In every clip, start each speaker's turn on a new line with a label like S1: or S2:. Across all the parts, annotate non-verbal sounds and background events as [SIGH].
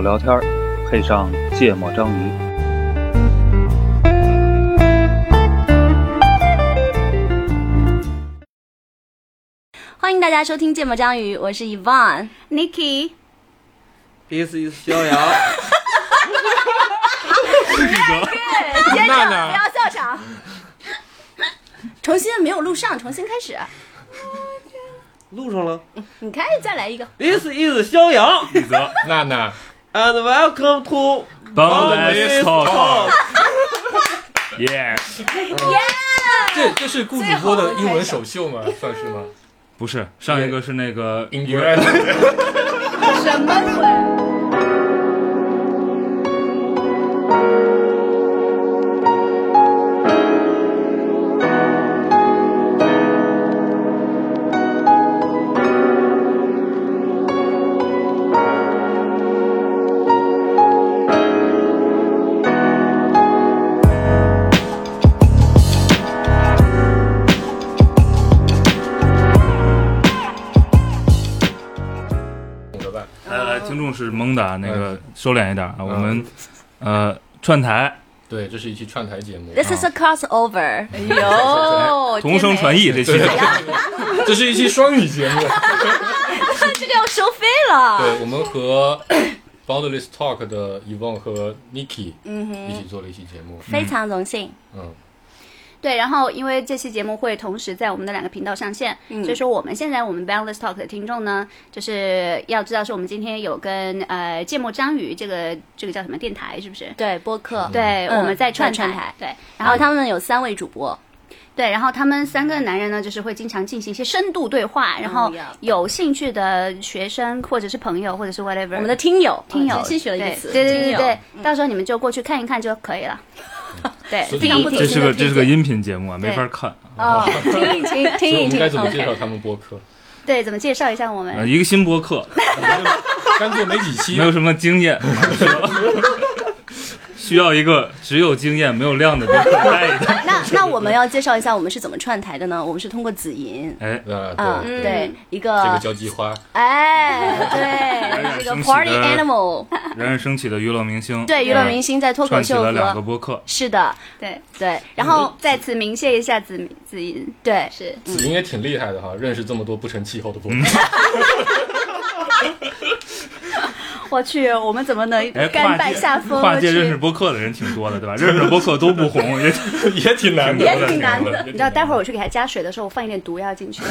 S1: 聊天儿，配上芥末章鱼。
S2: 欢迎大家收听《芥末章鱼》，我是 Yvonne。
S3: Niki，
S4: This is 逍遥。
S2: 先
S5: 娜
S2: 不
S5: 娜，
S2: 要笑 [LAUGHS] 场，
S3: 重新没有录上，重新开始。
S4: 录上了。
S3: 你看，再来一个。
S4: This is 逍遥
S5: 李泽，娜娜，
S4: ，and welcome to
S5: Boneless Talk
S4: Talk。
S1: Yes，
S5: 这这是顾主播的英文首秀吗？算是吗？
S1: 不是上一个是那个
S5: 英
S1: 一
S5: 国
S1: 个
S5: 人，
S3: 什么鬼？
S1: 来来，呃听众是懵的，啊那个
S5: 嗯
S1: 收敛一点啊。我们呃串台，
S5: 对，这是一期串台节目，
S2: This is a crossover。哎
S5: 呦
S1: 同声传
S2: 译，
S1: 译这期
S5: 这是一期双语节目。
S2: 这个要收费了。
S5: 对，我们和 Boundless Talk 的 Evon 和 Niki 一起做了一期节目。
S2: 非常荣幸，
S5: 嗯，
S3: 对，然后因为这期节目会同时在我们的两个频道上线，
S2: 嗯
S3: 所以说我们现在我们 Boundless Talk 的听众呢，就是要知道是我们今天有跟呃芥末章鱼这个这个叫什么电台是不是？
S2: 对播客，
S3: 对，
S2: 嗯
S3: 我们在串
S2: 在串台
S3: 对，然
S2: 然后
S3: 后他
S2: 他们有三位主播，
S3: 对，然后他们三个男人呢，就是会经常进行一些深度对话，然后
S2: yeah
S3: 有兴趣的学生或者是朋友或者是 whatever，
S2: 我们的听友，
S3: 听友
S2: 啊新学了一个词，
S3: 对对对对
S2: 听友
S3: 对，到时候你们就过去看一看就
S2: [LAUGHS]
S3: 可以了。对，
S5: 所以
S3: 非常不
S2: 对
S3: 走
S1: 这是
S3: 心
S1: 个
S3: 的
S1: 这
S3: 推
S1: 是个 [LAUGHS]
S3: 荐。
S1: 音频节目啊，没法看啊。
S2: 哦，听一
S5: [LAUGHS]
S2: 听，
S5: 所以
S2: 听
S5: 我
S2: 一
S5: 们
S2: 听
S5: 该怎么
S2: OK
S5: 介绍他们播客？
S3: 对，怎么介绍一下我
S1: 呃
S2: 哎
S3: 们？
S1: 一个新
S2: [LAUGHS]
S1: 播客，
S5: 干脆没几期
S1: 没，有什么经验， [LAUGHS] 需要一个只有经验没有量的播客带一带。
S2: 那那我们要介绍一下我们是怎么串台的呢？我们是通过紫银，
S1: 哎，
S5: 啊，
S2: 嗯，
S5: 对
S2: 对，嗯一
S5: 这个
S2: 个，
S5: 交际花，
S2: 哎，对，是
S1: [LAUGHS]
S2: 一个
S1: 生气
S2: party
S1: 的
S2: animal，
S1: 冉冉升起的娱乐明星，
S2: 对，娱乐明星在脱
S1: 呃
S2: 口
S1: 哎串起
S2: 秀
S1: 了两个嗯
S2: 和
S1: 播客，
S2: 是的，
S3: 对，
S2: 对，然
S3: 然
S2: 后
S3: 后在此鸣谢一下子明子银，
S2: 对，
S3: 是
S5: 子英也挺厉害的哈，认识这么多不成气候的播客。
S3: 我去，我们怎么能
S1: 哎，
S3: 甘
S1: 跨
S3: 拜
S1: 界
S3: 下风？
S1: 跨
S3: 我
S1: 界
S3: 去
S1: 认识播客的人挺多的，对吧？认识播客都
S2: [LAUGHS]
S1: 不红，也
S5: [LAUGHS] 也挺难
S3: 哎
S5: 的，
S1: 也挺难的
S5: 你
S3: 你知道，待会儿我去给他加水的时候，我放一点毒药进去，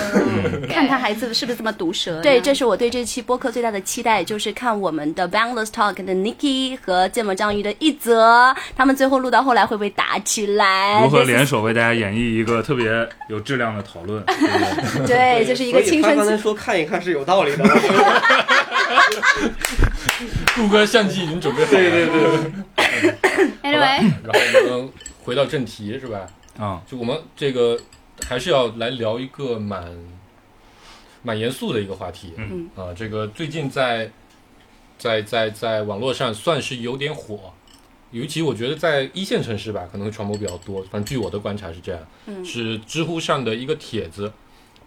S3: 看看孩子是不是这么毒舌呢。
S2: 对，这是我对这期播客最大的期待，就是看我们的 Boundless Talk 的 Niki 和芥末章鱼的一泽，他们最后录到后来会不会打起来？
S1: 如何
S2: This is-
S1: 联手为大家演绎一个特别有质量的讨论？对不
S2: [LAUGHS]
S1: 对
S2: 对，就是一个青
S4: 所以他刚才
S2: 春期。
S4: 说看一看是有道
S1: [LAUGHS]
S4: 理的。
S5: 顾哥相机已经准备好了。
S4: 对对对，
S3: anyway，
S5: 然后我们回到正题是吧？
S1: 啊，
S5: 就我们这个还是要来聊一个蛮蛮严肃的一个话题。
S1: 嗯
S5: 啊，这个最近在在在在网络上算是有点火，尤其我觉得在一线城市吧，可能会传播比较多。反正据我的观察是这样，是知乎上的一个帖子。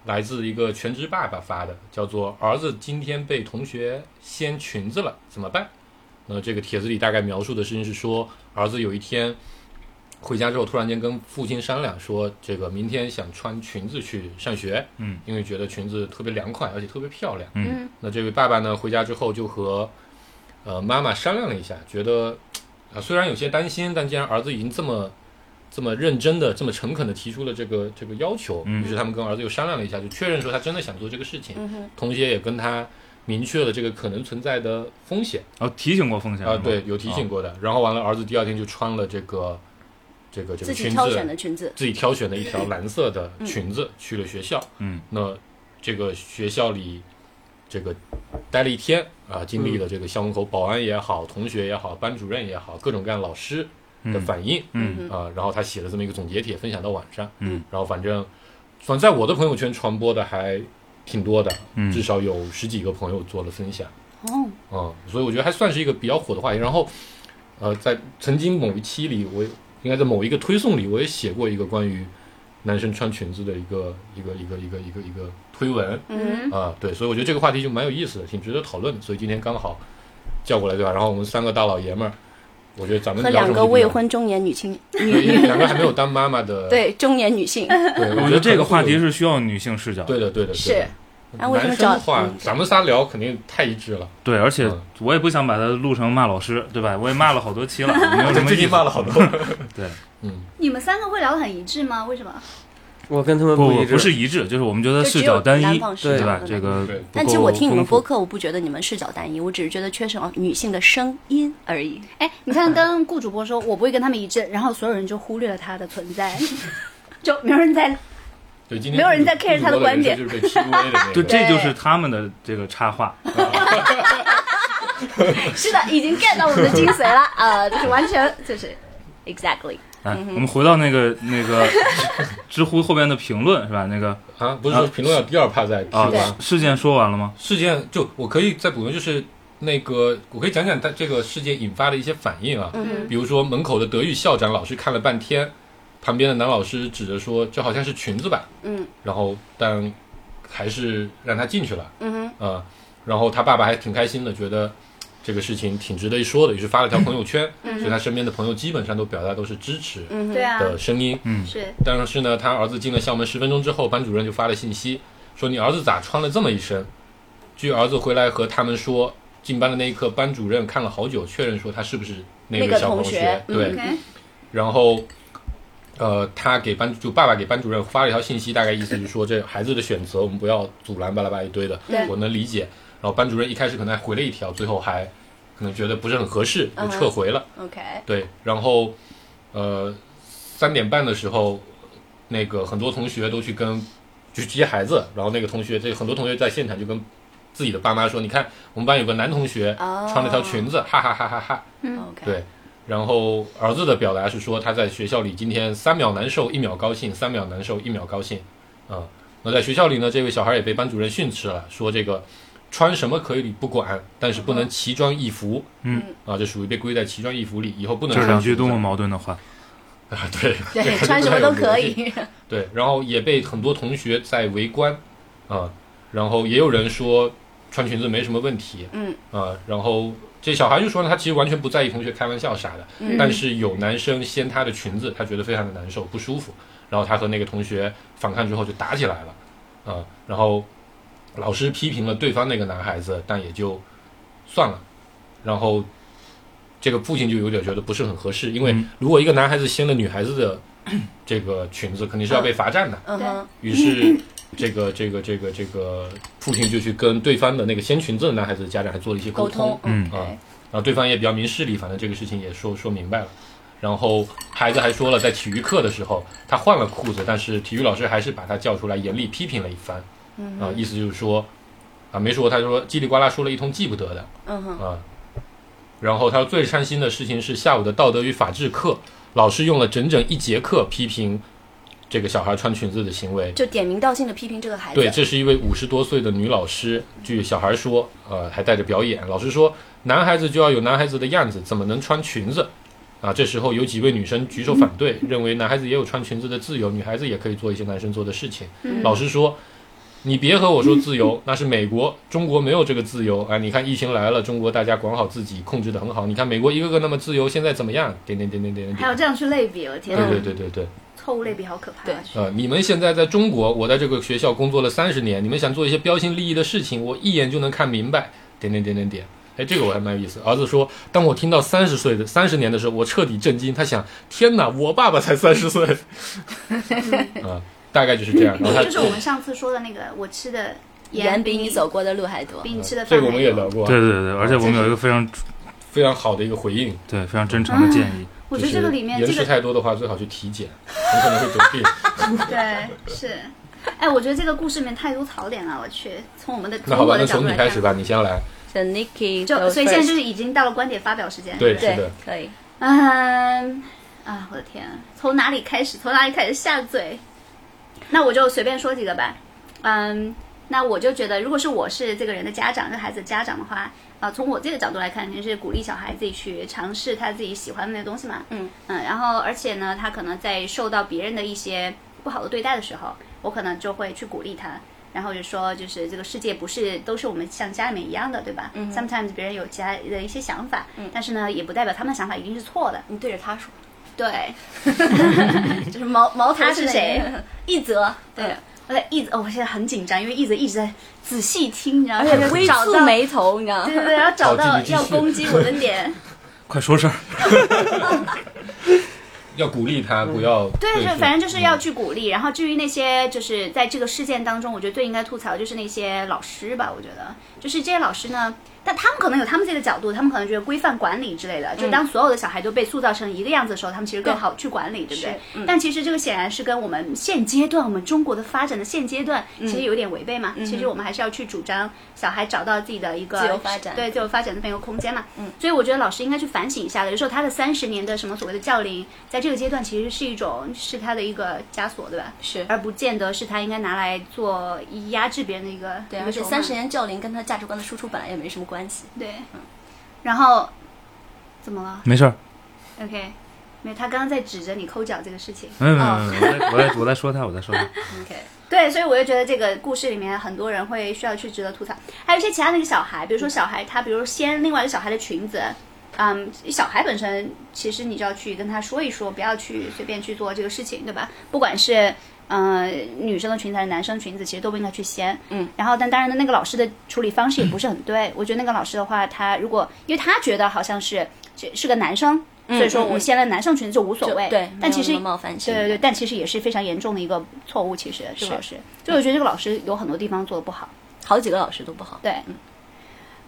S5: 来自一个全职爸爸发的，叫做“儿子今天被同学掀裙子了，怎么办？”那这个帖子里大概描述的事情是说，儿子有一天回家之后，突然间跟父亲商量说，这个明天想穿裙子去上学，
S1: 嗯，
S5: 因为觉得裙子特别凉快，而且特别漂亮。
S1: 嗯，
S5: 那这位爸爸呢，回家之后就和呃妈妈商量了一下，觉得啊、虽然有些担心，但既然儿子已经这么这么认真的、这么诚恳的提出了这个这个要求，
S1: 嗯
S5: 于是他们跟儿子又商量了一下，就确认说他真的想做这个事情，
S2: 嗯
S5: 同时也跟他明确了这个可能存在的风险。
S1: 哦，提醒过风险
S5: 啊，对，有提醒过的。然后完了，儿子第二天就穿了这个这个这
S2: 自
S5: 个
S2: 己
S5: 裙
S2: 挑选的嗯
S5: 子，
S2: 裙子，
S5: 自己挑选的一条蓝色的裙子去了学校。
S1: 嗯，
S5: 那这个学校里这个待了一天啊，经历
S2: 嗯
S5: 了这个校门口保安也好，同学也好，班主任也好，各种各样老师的反应。
S1: 嗯
S5: 啊，然后他写了这么一个总结帖，分享到晚上。
S1: 嗯，
S5: 然后反正反正在我的朋友圈传播的还挺多的，
S1: 嗯
S5: 至少有十几个朋友做了分享。
S3: 哦，
S5: 嗯，所以我觉得还算是一个比较火的话题。然后，呃，在曾经某一期里，我也应该在某一个推送里，我也写过一个关于男生穿裙子的一个一个一个一个一个一个推文
S3: 嗯，
S5: 啊、对，所以我觉得这个话题就蛮有意思的，挺值得讨论的。所以今天刚好叫过来，对吧？然后我们三个大老爷们儿，我觉得咱们
S2: 和
S5: 聊什
S2: 两
S5: 么
S2: 个
S5: 都不一
S2: 未
S5: 样，
S2: 婚中年女性，
S1: 哎
S5: 对因为两个还没有当妈妈的，
S2: 对中年女
S1: [LAUGHS]
S2: 性，
S5: 对，
S1: 我觉得这个话题
S5: 是
S1: 是需要女性视角的。
S5: 对的，对的，对的
S3: 是。
S2: 啊为什么
S5: 男生的
S2: 找
S5: 话
S2: 嗯，
S5: 咱们仨聊肯定太一致了。
S1: 对，而且
S5: 嗯
S1: 我也不想把它录成骂老师，对吧？我也骂了好多期了，没有
S5: [LAUGHS]
S1: 什么
S5: 最
S1: 意
S5: 近
S1: 思。
S5: 骂了好多。
S1: 对，
S5: 嗯，
S3: 你们三个会聊得很一致吗？为什么？
S4: 我跟他们
S1: 不不
S4: 一
S1: 不
S4: 致，
S1: 是一致，就是我们觉得
S2: 就只
S1: 视
S2: 有
S1: 角单
S2: 男
S1: 一，
S2: 方视
S1: 对
S2: 角
S1: 吧？
S2: 的
S1: 这
S2: 那
S1: 个
S5: 对
S1: 不
S2: 但其实我
S1: 够
S2: 听你们
S1: 丰富
S2: 播客，我不觉得你们视角单一，我只是觉得缺少女性的声音而已。
S3: 哎，你看，跟顾主播说，我不会跟他们一致，然后所有人就忽略了他的存在， [LAUGHS] 就没有人在。
S5: 对，今天
S3: 没有人在 care 他的观点
S5: 就是被 PUA 的 [LAUGHS] 那个。
S1: 对，这
S3: 对
S1: 就是他们的这个
S2: [LAUGHS]
S1: 插画。哎
S3: 是的，已经 get 到我们的精髓了，呃，就是完全就是 exactly。
S1: 哎，
S2: 嗯
S1: 我们回到那个那个知乎后边的评论是吧？那个
S5: 啊，不是说评论要第二趴再提
S1: 啊
S5: 吗？，
S1: 事件说完了吗？
S5: 事件就我可以再补充，就是那个我可以讲讲他这个事件引发的一些反应啊，
S3: 嗯
S5: 比如说门口的德育校长老师看了半天，旁边的男老师指着说这好像是裙子吧，
S3: 嗯，
S5: 然后但还是让他进去了，
S2: 嗯哼，
S5: 啊、然后他爸爸还挺开心的，觉得这个事情挺值得一说的，于是发了条朋友圈，
S3: 嗯
S5: 所以他身边的朋友基本上都表达都是支持
S2: 嗯哼，
S3: 对啊，
S5: 的声音，
S3: 是
S5: 但是呢，他儿子进了校门十分钟之后，班主任就发了信息，说你儿子咋穿了这么一身？据儿子回来和他们说，进班的那一刻，班主任看了好久，确认说他是不是那
S2: 那个
S5: 小
S2: 同
S5: 同
S2: 学嗯
S5: 对，
S3: ，OK，
S5: 然后，呃，他给班就爸爸给班主任发了一条信息，大概意思就是说这孩子的选择，我们不要阻拦巴拉巴拉一堆的
S3: 对，
S5: 我能理解。然后班主任一开始可能还回了一条，最后还可能觉得不是很合适，就
S2: 嗯哼
S5: 撤回了。
S2: ，OK，
S5: 对，然后呃三点半的时候，那个很多同学都去跟去接孩子，然后那个同学这很多同学在现场就跟自己的爸妈说，你看我们班有个男同学
S2: 哦
S5: 穿了条裙子，哈哈哈哈哈。
S2: ，OK，
S5: 对，然后儿子的表达是说他在学校里今天三秒难受，一秒高兴，三秒难受，一秒高兴。啊、那在学校里呢，这位小孩也被班主任训斥了，说这个穿什么可以不管，但是不能奇装异服。
S1: 嗯，
S5: 啊，这属于被归在奇装异服里，以后不能
S1: 这是
S5: 穿
S1: 两句
S5: 裙子
S1: 多么矛盾的话。
S5: 啊！对
S2: [LAUGHS]
S5: [LAUGHS]
S2: 对，穿什么都可。
S5: 这还有逻辑
S2: 以。
S5: 对，然后也被很多同学在围观啊，然后也有人说穿裙子没什么问题，
S2: 嗯
S5: 啊，然后这小孩就说呢，他其实完全不在意同学开玩笑啥的，
S3: 嗯
S5: 但是有男生掀她的裙子，她觉得非常的难受不舒服，然后她和那个同学反抗之后就打起来了，啊、然后老师批评了对方那个男孩子，但也就算了，然后这个父亲就有点觉得不是很合适，因为
S1: 嗯
S5: 如果一个男孩子掀了女孩子的这个裙子，肯定是要被罚站的，
S2: 嗯哼，
S5: 于是这个这个这个这个父亲就去跟对方的那个掀裙子的男孩子的家长还做了一些
S2: 沟
S5: 通
S2: 通，
S1: 嗯
S5: 啊，然后对方也比较明事理，反正这个事情也说说明白了。然后孩子还说了，在体育课的时候他换了裤子，但是体育老师还是把他叫出来严厉批评了一番，
S2: 嗯
S5: 啊，
S2: 哼，
S5: 意思就是说，啊，没说，他说叽里呱啦说了一通记不得的，
S2: 嗯哼，
S5: 啊。然后他最伤心的事情是下午的道德与法治课，老师用了整整一节课批评这个小孩穿裙子的行为，
S2: 就点名道姓的批评这个孩子。
S5: 对，这是一位五十多岁的女老师。据小孩说，呃，还带着表演。老师说，男孩子就要有男孩子的样子，怎么能穿裙子？啊，这时候有几位女生举手反对，认为男孩子也有穿裙子的自由，女孩子也可以做一些男生做的事情。
S3: 嗯
S5: 老师说，你别和我说自由，那是美国，中国没有这个自由啊！你看疫情来了，中国大家管好自己，控制得很好。你看美国一个个那么自由，现在怎么样？点点点点点点
S3: 还有
S5: 点。
S3: 这样去类比，我的天
S5: 对
S3: 啊，
S5: 对对对对。
S3: 错误类比好可怕啊。
S5: 呃，你们现在在中国，我在这个学校工作了三十年，你们想做一些标新立异的事情，我一眼就能看明白。点点点点点，哎，这个我还蛮有意思。儿子说，当我听到三十岁的三十年的时候，我彻底震惊。他想，天哪，我爸爸才三十岁。
S3: [LAUGHS]
S5: 啊、大概就是这样。然后他
S3: 就是我们上次说的那个，我吃的
S2: 远
S3: 盐
S2: 比你走过的路还多。
S3: 比你吃的饭
S5: 这个我
S3: 还
S5: 们也
S3: 多
S5: 聊过啊，
S1: 对对对，而且我们有一个非常
S5: 非常好的一个回应。
S1: 对非常真诚的建
S2: 嗯
S1: 议。
S3: 我觉
S5: 就
S3: 得
S5: 是
S3: 这个里面
S5: 延
S3: 这
S5: 迟
S3: 个
S5: 太多的话，最好去体检，很可能会得
S3: [LAUGHS]
S5: 病。
S3: 对是，哎，我觉得这个故事里面太多槽点了，我去，从我们的
S5: 那
S3: 从
S5: 好吧
S3: 我，
S5: 那
S3: 的角
S5: 从
S3: 度
S5: 你
S3: 来
S5: 开
S3: 看，
S5: 始吧，你先来。
S2: The Nikki，
S3: 就
S2: goes
S3: 所以现在
S2: first
S3: 就是已经到了观点发表时间，
S5: 对，是
S2: 对
S5: 的，，
S2: 可以。
S3: 嗯啊，我的天，从哪里开始？从哪里开始下嘴？那我就随便说几个吧。嗯，那我就觉得，如果是我是这个人的家长，这孩子的家长的话，啊、从我这个角度来看，肯定是鼓励小孩自己去尝试他自己喜欢的那东西嘛。
S2: 嗯
S3: 然后而且呢，他可能在受到别人的一些不好的对待的时候，我可能就会去鼓励他。然后就说就是这个世界不是都是我们像家里面一样的，对吧、s o m e t i m e s 别人有其他的一些想法，但是呢，也不代表他们的想法一定是错的。
S2: 你对着他说，
S3: 对，
S2: 就是嗯毛毛头
S3: 他是
S2: 那个
S3: 谁？
S2: [LAUGHS] 一泽，
S3: 对，我在一直，哦，我现在很紧张，因为一直一直在仔细听，你知道
S2: [LAUGHS] 而
S3: 吗？
S2: 且微
S3: [LAUGHS] 找
S2: 蹙
S3: 到，
S2: 眉头，你知道
S3: 对
S2: 吗？
S3: 对对，然后找
S5: 好
S3: 到
S5: 继续继续
S3: 要攻击我的
S5: [LAUGHS]
S3: 点，
S1: [LAUGHS] 快说事儿。
S5: 要鼓励他，不要
S3: 嗯对，就
S5: 付
S3: 反正就是
S5: 嗯
S3: 要去鼓励。然后至于那些就是在这个事件当中，我觉得最应该吐槽的就是那些老师吧。我觉得就是这些老师呢，但他们可能有他们自己的角度，他们可能觉得规范管理之类的。
S2: 嗯
S3: 就当所有的小孩都被塑造成一个样子的时候，他们其实更好去管理，对不对？
S2: 嗯
S3: 但其实这个显然是跟我们现阶段我们中国的发展的现阶段
S2: 嗯
S3: 其实有点违背嘛。其实我们还是要去主张小孩找到自己的一个
S2: 自由发展嗯
S3: 对自由发展这么一个空间嘛。所以我觉得老师应该去反省一下的。有时候他的三十年的什么所谓的教龄，在这个阶段其实是一种是他的一个枷锁，对吧？
S2: [LAUGHS] 是。
S3: 而不见得是他应该拿来做压制别人的一个
S2: 对，啊
S3: 一
S2: 而
S3: 个
S2: 且
S3: 手
S2: 三
S3: 段
S2: 十年教龄跟他价值观的输出本来也没什么关系。
S3: 对，然后嗯怎么了
S1: 没事儿，
S3: ？OK，没有，他刚刚在指着你抠脚这个事情。
S1: 没有没有
S2: 哦
S1: 没有，我在我在我在说他，我在说他。
S2: OK，
S3: 对，所以我就觉得这个故事里面很多人会需要去值得吐槽，还有一些其他那个小孩，比如说小孩他，比如掀另外一个小孩的裙子，嗯，小孩本身其实你就要去跟他说一说，不要去随便去做这个事情，对吧？不管是呃女生的裙子还是男生裙子，其实都不应该去掀。嗯，然后但当然的那个老师的处理方式也不是很对，我觉得那个老师的话，他如果因为他觉得好像是这是个男生，所以说我掀了男生裙子就无
S2: 嗯
S3: 所
S2: 就
S3: 谓，
S2: 对，没
S3: 但
S2: 有
S3: 其实
S2: 那么冒犯性。
S3: 对对对，但其实也是非常严重的一个错误。其实这个老师，所以我觉得这个老师有很多地方做的不好。
S2: 好几个老师都不好。
S3: 对、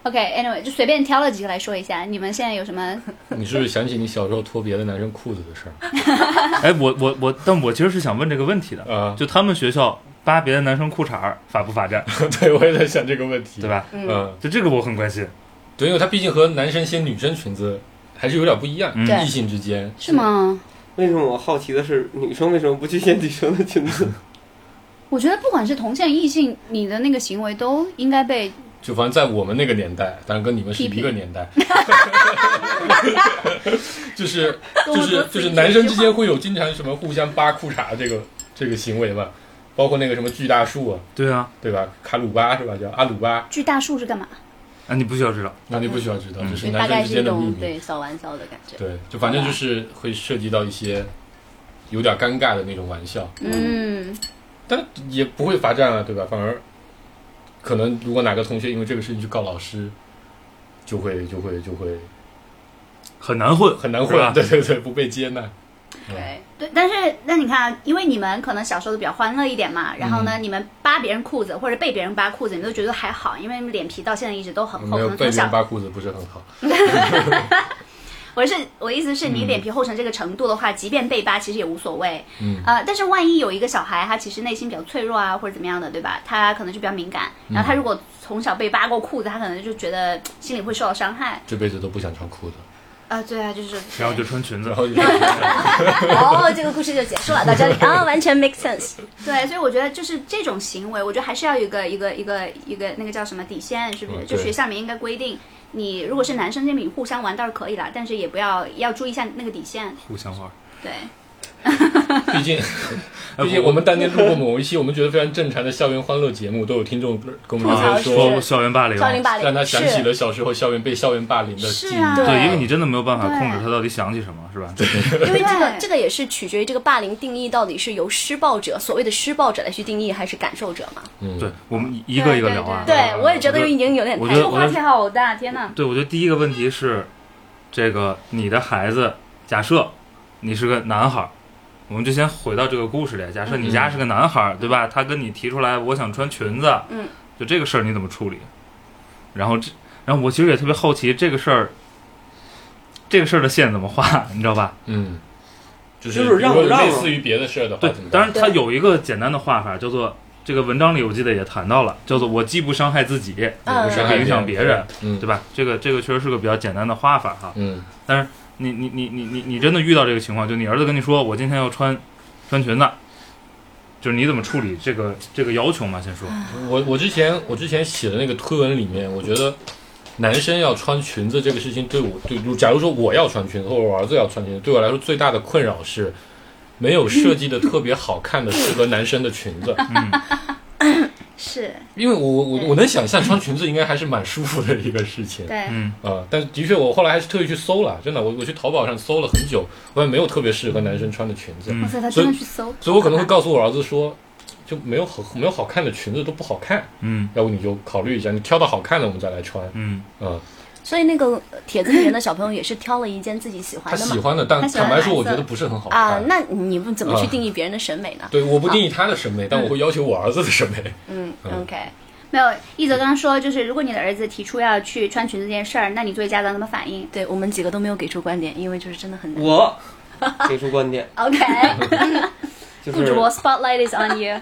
S3: o k a n y w a y 就随便挑了几个来说一下，你们现在有什 [LAUGHS] 么？
S5: 你是不是想起你小时候脱别的男生裤子的
S3: [LAUGHS]
S5: 事儿？
S1: 哎，我我我，但我其实是想问这个问题的，
S5: 啊，
S1: 就他们学校扒别的男生裤衩儿罚不罚站，
S5: [LAUGHS] 对，我也在想这个问题，
S1: 对？吧？
S5: 嗯，
S1: 就这个我很关心。
S5: 对，因为他毕竟和男生掀女生裙子还是有点不一样，
S1: 嗯
S3: 对
S5: 异性之间
S3: 是吗？
S4: 为什么我好奇的是，女生为什么不去掀女生的裙子？
S3: 我觉得不管是同性异性，你的那个行为都应该被
S5: 就反正在我们那个年代，当然跟你们是一个年
S2: [LAUGHS]
S5: 代，就是就是就是男生之间会有经常什么互相扒裤衩这个这个行为嘛，包括那个什么巨大树啊，
S1: 对啊，
S5: 对吧？卡鲁巴是吧？叫阿鲁巴，
S3: 锯大树是干嘛？
S1: 啊，你不需要知道。
S5: 那你不需要知道，这是
S2: 嗯大
S5: 男生
S2: 概
S5: 之
S2: 是一
S5: 间的秘
S2: 种
S5: 密。
S2: 对小玩笑的感觉。
S5: 对，就反正就是会涉及到一些有点尴尬的那种玩笑，
S3: 嗯，
S5: 但也不会罚站啊，对吧？反而可能如果哪个同学因为这个事情去告老师，就会就会就会
S1: 很难混，
S5: 很难
S1: 是吧
S5: 混， [LAUGHS] 对对对，不被接纳。
S2: 对，
S3: 对。但是那你看啊，因为你们可能小时候都比较欢乐一点嘛，然后呢，你们扒别人裤子或者被别人扒裤子，你们都觉得还好，因为你们脸皮到现在一直都很厚，
S5: 没
S3: 可
S5: 有被
S3: 能从
S5: 别
S3: 小
S5: 人扒裤子不是很好，
S3: 我是我意思是你脸皮厚成这个程度的话，即便被扒，其实也无所谓。
S5: 嗯
S3: 呃，但是万一有一个小孩，他其实内心比较脆弱啊，或者怎么样的，对吧？他可能就比较敏感，
S5: 嗯
S3: 然后他如果从小被扒过裤子，他可能就觉得心里会受到伤害。
S5: 这辈子都不想穿裤子，
S3: 啊、对啊，就是。
S1: 然后就穿裙子
S5: 然。后就是
S2: 哦，这个故事就结束了，到这里啊，完全 make sense。
S3: 对，所以我觉得就是这种行为，我觉得还是要有一个一个一个一个那个叫什么底线，是不是？
S5: 嗯
S3: 就
S5: 对
S3: 学校里面应该规定，你如果是男生这边互相玩倒是可以啦，但是也不要要注意一下那个底线。
S1: 互相玩。
S3: 对，
S5: 毕
S1: [LAUGHS]
S5: 竟
S1: 哎
S5: 毕竟我们当年录过某一期我们觉得非常正常的校园欢乐节目，都有听众跟我
S1: 我
S5: 们
S1: 啊
S5: 说
S2: 吐槽
S1: 说校园霸凌，啊
S2: 少林霸凌
S5: 哎让他想起
S2: 是
S5: 了小时候校园被校园霸凌的记
S3: 是
S5: 忆。
S3: 啊，
S1: 对，因为你真的没有办法
S3: 对
S1: 控制他到底想起什么，是吧？对，
S2: 因为这个
S3: 对
S2: 这个也是取决于这个霸凌定义到底是由施暴者所谓的施暴者来去定义，还是感受者嘛？
S5: 嗯，
S1: 对，我们一个一个聊啊。
S2: 对，我也觉得已经有点
S1: 我
S2: 太
S1: 觉得
S3: 这话题好大，天哪！
S1: 对，我觉得第一个问题是，这个你的孩子，假设你是个男孩儿，我们就先回到这个故事里。假设你家是个男孩儿，对吧？他跟你提出来，我想穿裙子，
S2: 嗯，
S1: 就这个事儿你怎么处理？然后这，然后我其实也特别好奇这个事儿，这个事儿的线怎么画，你知道吧？
S5: 嗯，就
S4: 就是让不
S5: 如果
S4: 让
S5: 类
S4: 啊
S5: 似于别的事儿的话，
S1: 对
S5: 怎么，办
S1: 当然它有一个简单的画法，叫做这个文章里我记得也谈到了，叫做我既不伤害自己，也
S2: 嗯
S1: 不伤害影响别人，
S5: 嗯
S1: 对吧？这个这个确实是个比较简单的画法哈。
S5: 嗯，
S1: 你你你你你你真的遇到这个情况，就你儿子跟你说我今天要穿穿裙子，就是你怎么处理这个这个要求嘛？先说，
S5: 我我之前我之前写的那个推文里面，我觉得男生要穿裙子这个事情对我对，假如说我要穿裙子，或者我儿子要穿裙子，对我来说最大的困扰是没有设计的特别好看的适合男生的裙子。
S1: 嗯，
S3: 是
S5: [LAUGHS] 因为我我我
S3: 对
S5: 我能想象穿裙子应该还是蛮舒服的一个事情。
S3: 对，
S1: 嗯，
S5: 啊、但是的确，我后来还是特意去搜了，真的，我我去淘宝上搜了很久，我也没有特别适合男生穿的裙子，
S1: 嗯
S3: 哇塞，他真的去搜，
S5: 所以我可能会告诉我儿子说，就没有好没有好看的裙子都不好看，
S1: 嗯
S5: 要不你就考虑一下，你挑到好看的我们再来穿。
S1: 嗯，
S5: 嗯，
S2: 所以那个呃帖子里面的小朋友也是挑了一件自己喜
S5: 他
S2: 欢的
S5: 喜
S2: 嘛。
S5: 欢的，但
S3: 他喜欢
S5: 坦白说，
S3: 白
S5: 我
S3: 色
S5: 觉得不是很好看。
S2: 啊，那你们怎么去
S5: 啊
S2: 定义别人的审美呢？
S5: 对，我不定义他的审美，但我会要求我儿子的审美。
S2: 嗯
S5: 嗯
S2: ，OK，
S3: 没有，一泽刚刚说，就是如果你的儿子提出要去穿裙子这件事儿，那你作为家长怎么反应
S2: 对我们几个都没有给出观点，因为就是真的很难。
S4: 我给出观点，
S5: [LAUGHS]
S3: ？OK，
S4: 就
S3: 顾
S4: 是
S3: 主播 spotlight is on you。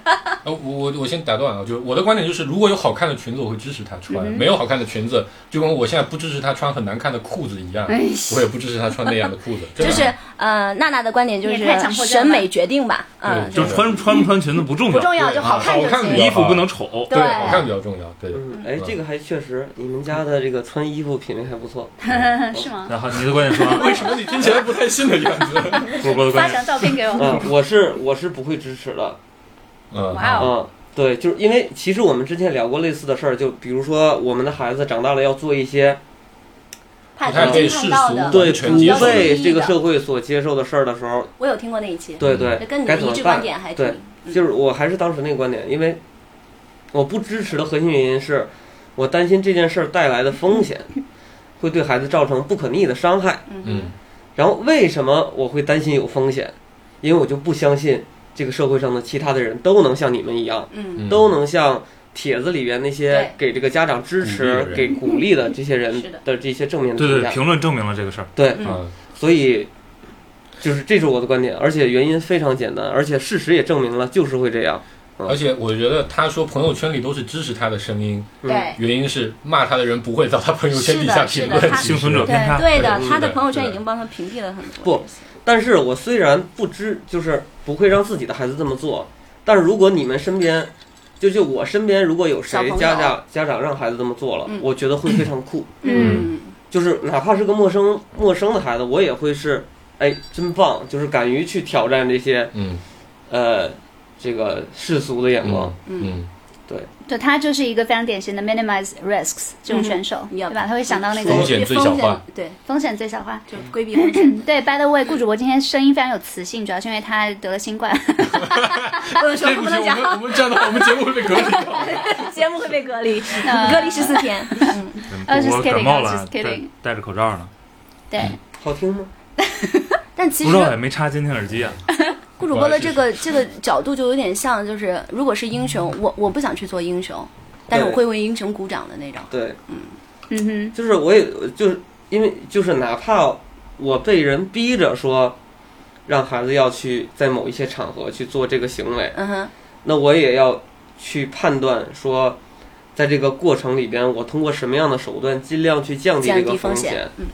S5: 呃，我我我先打断啊，就是我的观点就是，如果有好看的裙子，我会支持他穿；没有好看的裙子，就跟我现在不支持他穿很难看的裤子一样，
S3: 哎
S5: 我也不支持他穿那样的裤子。真
S2: 就
S5: 的
S2: 是呃，娜娜的观点就
S3: 你也太
S2: 是
S3: 强迫症
S2: 审
S3: 了
S2: 美决定吧，嗯，
S5: 对
S1: 就穿穿不穿裙子不重
S2: 不
S1: 要，
S2: 重要，
S5: 对
S2: 就好看就
S5: 好看比较
S1: 衣
S2: 行。
S1: 服不能丑。
S5: 对
S2: 对
S5: 好看比较重要。对，
S4: 嗯，哎
S5: 嗯，
S4: 这个还确实，你们家的这个穿衣服品味还不错。
S3: 是吗？
S1: 然后你的观点说，
S5: 为什么 [LAUGHS] 你听起来不太信的样子？
S1: 波波的
S3: 发
S1: 观点，
S3: 张照片给我。
S4: 嗯，我是我是不会支持的。
S5: 嗯，
S3: 哇
S4: 嗯，
S3: 哦，
S4: 对，就是因为其实我们之前聊过类似的事儿，就比如说我们的孩子长大了要做一些
S2: 怕
S5: 不太
S2: 自
S5: 被
S2: 己
S5: 世
S2: 看到
S5: 俗
S2: 的，
S4: 对
S5: 全
S4: 不
S5: 接受的
S4: 被这个社会所接受的事儿的时候，
S2: 我有听过那一期，
S4: 对对
S2: 就，跟你
S4: 该
S2: 的
S4: 怎
S2: 一
S4: 么
S2: 致观
S4: 办？
S2: 点还
S4: 对
S2: 挺，嗯
S4: 就是我还是当时那个观点，因为我不支持的核心原因是我担心这件事儿带来的风险会对孩子造成不可逆的伤害。
S5: 嗯，
S4: 然后为什么我会担心有风险？因为我就不相信这个社会上的其他的人都能像你们一样，
S2: 嗯，
S5: 嗯
S4: 都能像帖子里边那些给这个家长支持、
S5: 鼓励的人
S4: 给鼓励的这些人
S2: 是的
S4: 的这些正面的
S1: 对
S4: 评
S1: 对，
S4: 价。
S1: 评论证明了这个事儿。
S4: 对，
S5: 嗯
S4: 所以就是这是我的观点，而且原因非常简单，而且事实也证明了就是会这样。
S2: 嗯
S5: 而且我觉得他说朋友圈里都是支持他的声音，
S4: 嗯
S2: 对。
S5: 原因是骂他的人不会到他朋友圈底下评
S2: 是的是
S5: 论
S2: 的，他
S5: 其实
S1: 幸存者偏差
S2: 对对的，
S5: 对
S2: 他
S5: 对
S2: 的
S5: 对
S2: 朋友圈
S5: 对
S2: 已经帮他屏蔽了很多
S4: 不
S2: 东西。
S4: 但是我虽然不知，就是不会让自己的孩子这么做，但是如果你们身边，就就我身边如果有
S2: 小朋
S4: 谁
S2: 友
S4: 家长家长让孩子这么做了，
S2: 嗯
S4: 我觉得会非常酷。
S2: [COUGHS] 嗯，
S4: 就是哪怕是个陌生陌生的孩子，我也会是，哎，真棒！就是敢于去挑战这些
S5: 嗯
S4: 呃这个世俗的眼光
S5: 嗯。嗯，
S3: [LAUGHS] 对他就是一个非常典型的 minimize risks 这种选手，
S2: 嗯
S3: 对吧？他会想到那个
S5: 风险最小化，
S2: 对，
S3: 风险最小化。
S2: 就规避风
S3: [LAUGHS]
S2: 险。
S3: 对，by the way，顾主播今天声音非常有磁性，主要是因为他得了新冠， [LAUGHS]
S2: 不能说
S5: 对
S2: 不
S5: 不起，
S2: 能
S5: 我们我
S2: 讲，
S5: 们这样的话，我们节目会被隔离掉。
S2: [LAUGHS] 节目会被隔
S3: [LAUGHS]
S2: 离，
S3: 嗯
S2: 隔离十四天。嗯
S3: I was
S1: 我
S3: just
S1: 感
S3: kidding,
S1: 冒
S3: I was
S1: 了，
S3: just
S1: 戴
S3: kidding
S1: 戴着口罩呢，
S3: 对，
S4: 好听吗？
S2: 但其
S1: 不知道也
S2: 实
S1: 没插监听耳机啊。
S2: 顾主播的这个这个角度就有点像，就是如果是英雄，我我不想去做英雄，但是我
S4: 对
S2: 会为英雄鼓掌的那种。
S4: 对，
S3: 嗯哼，
S4: 就是我也就是因为就是哪怕我被人逼着说，让孩子要去在某一些场合去做这个行为，
S2: 嗯哼，
S4: 那我也要去判断说，在这个过程里边，我通过什么样的手段，尽量去降低
S2: 降
S4: 这
S2: 低
S4: 个
S2: 风
S4: 险。。
S2: 嗯，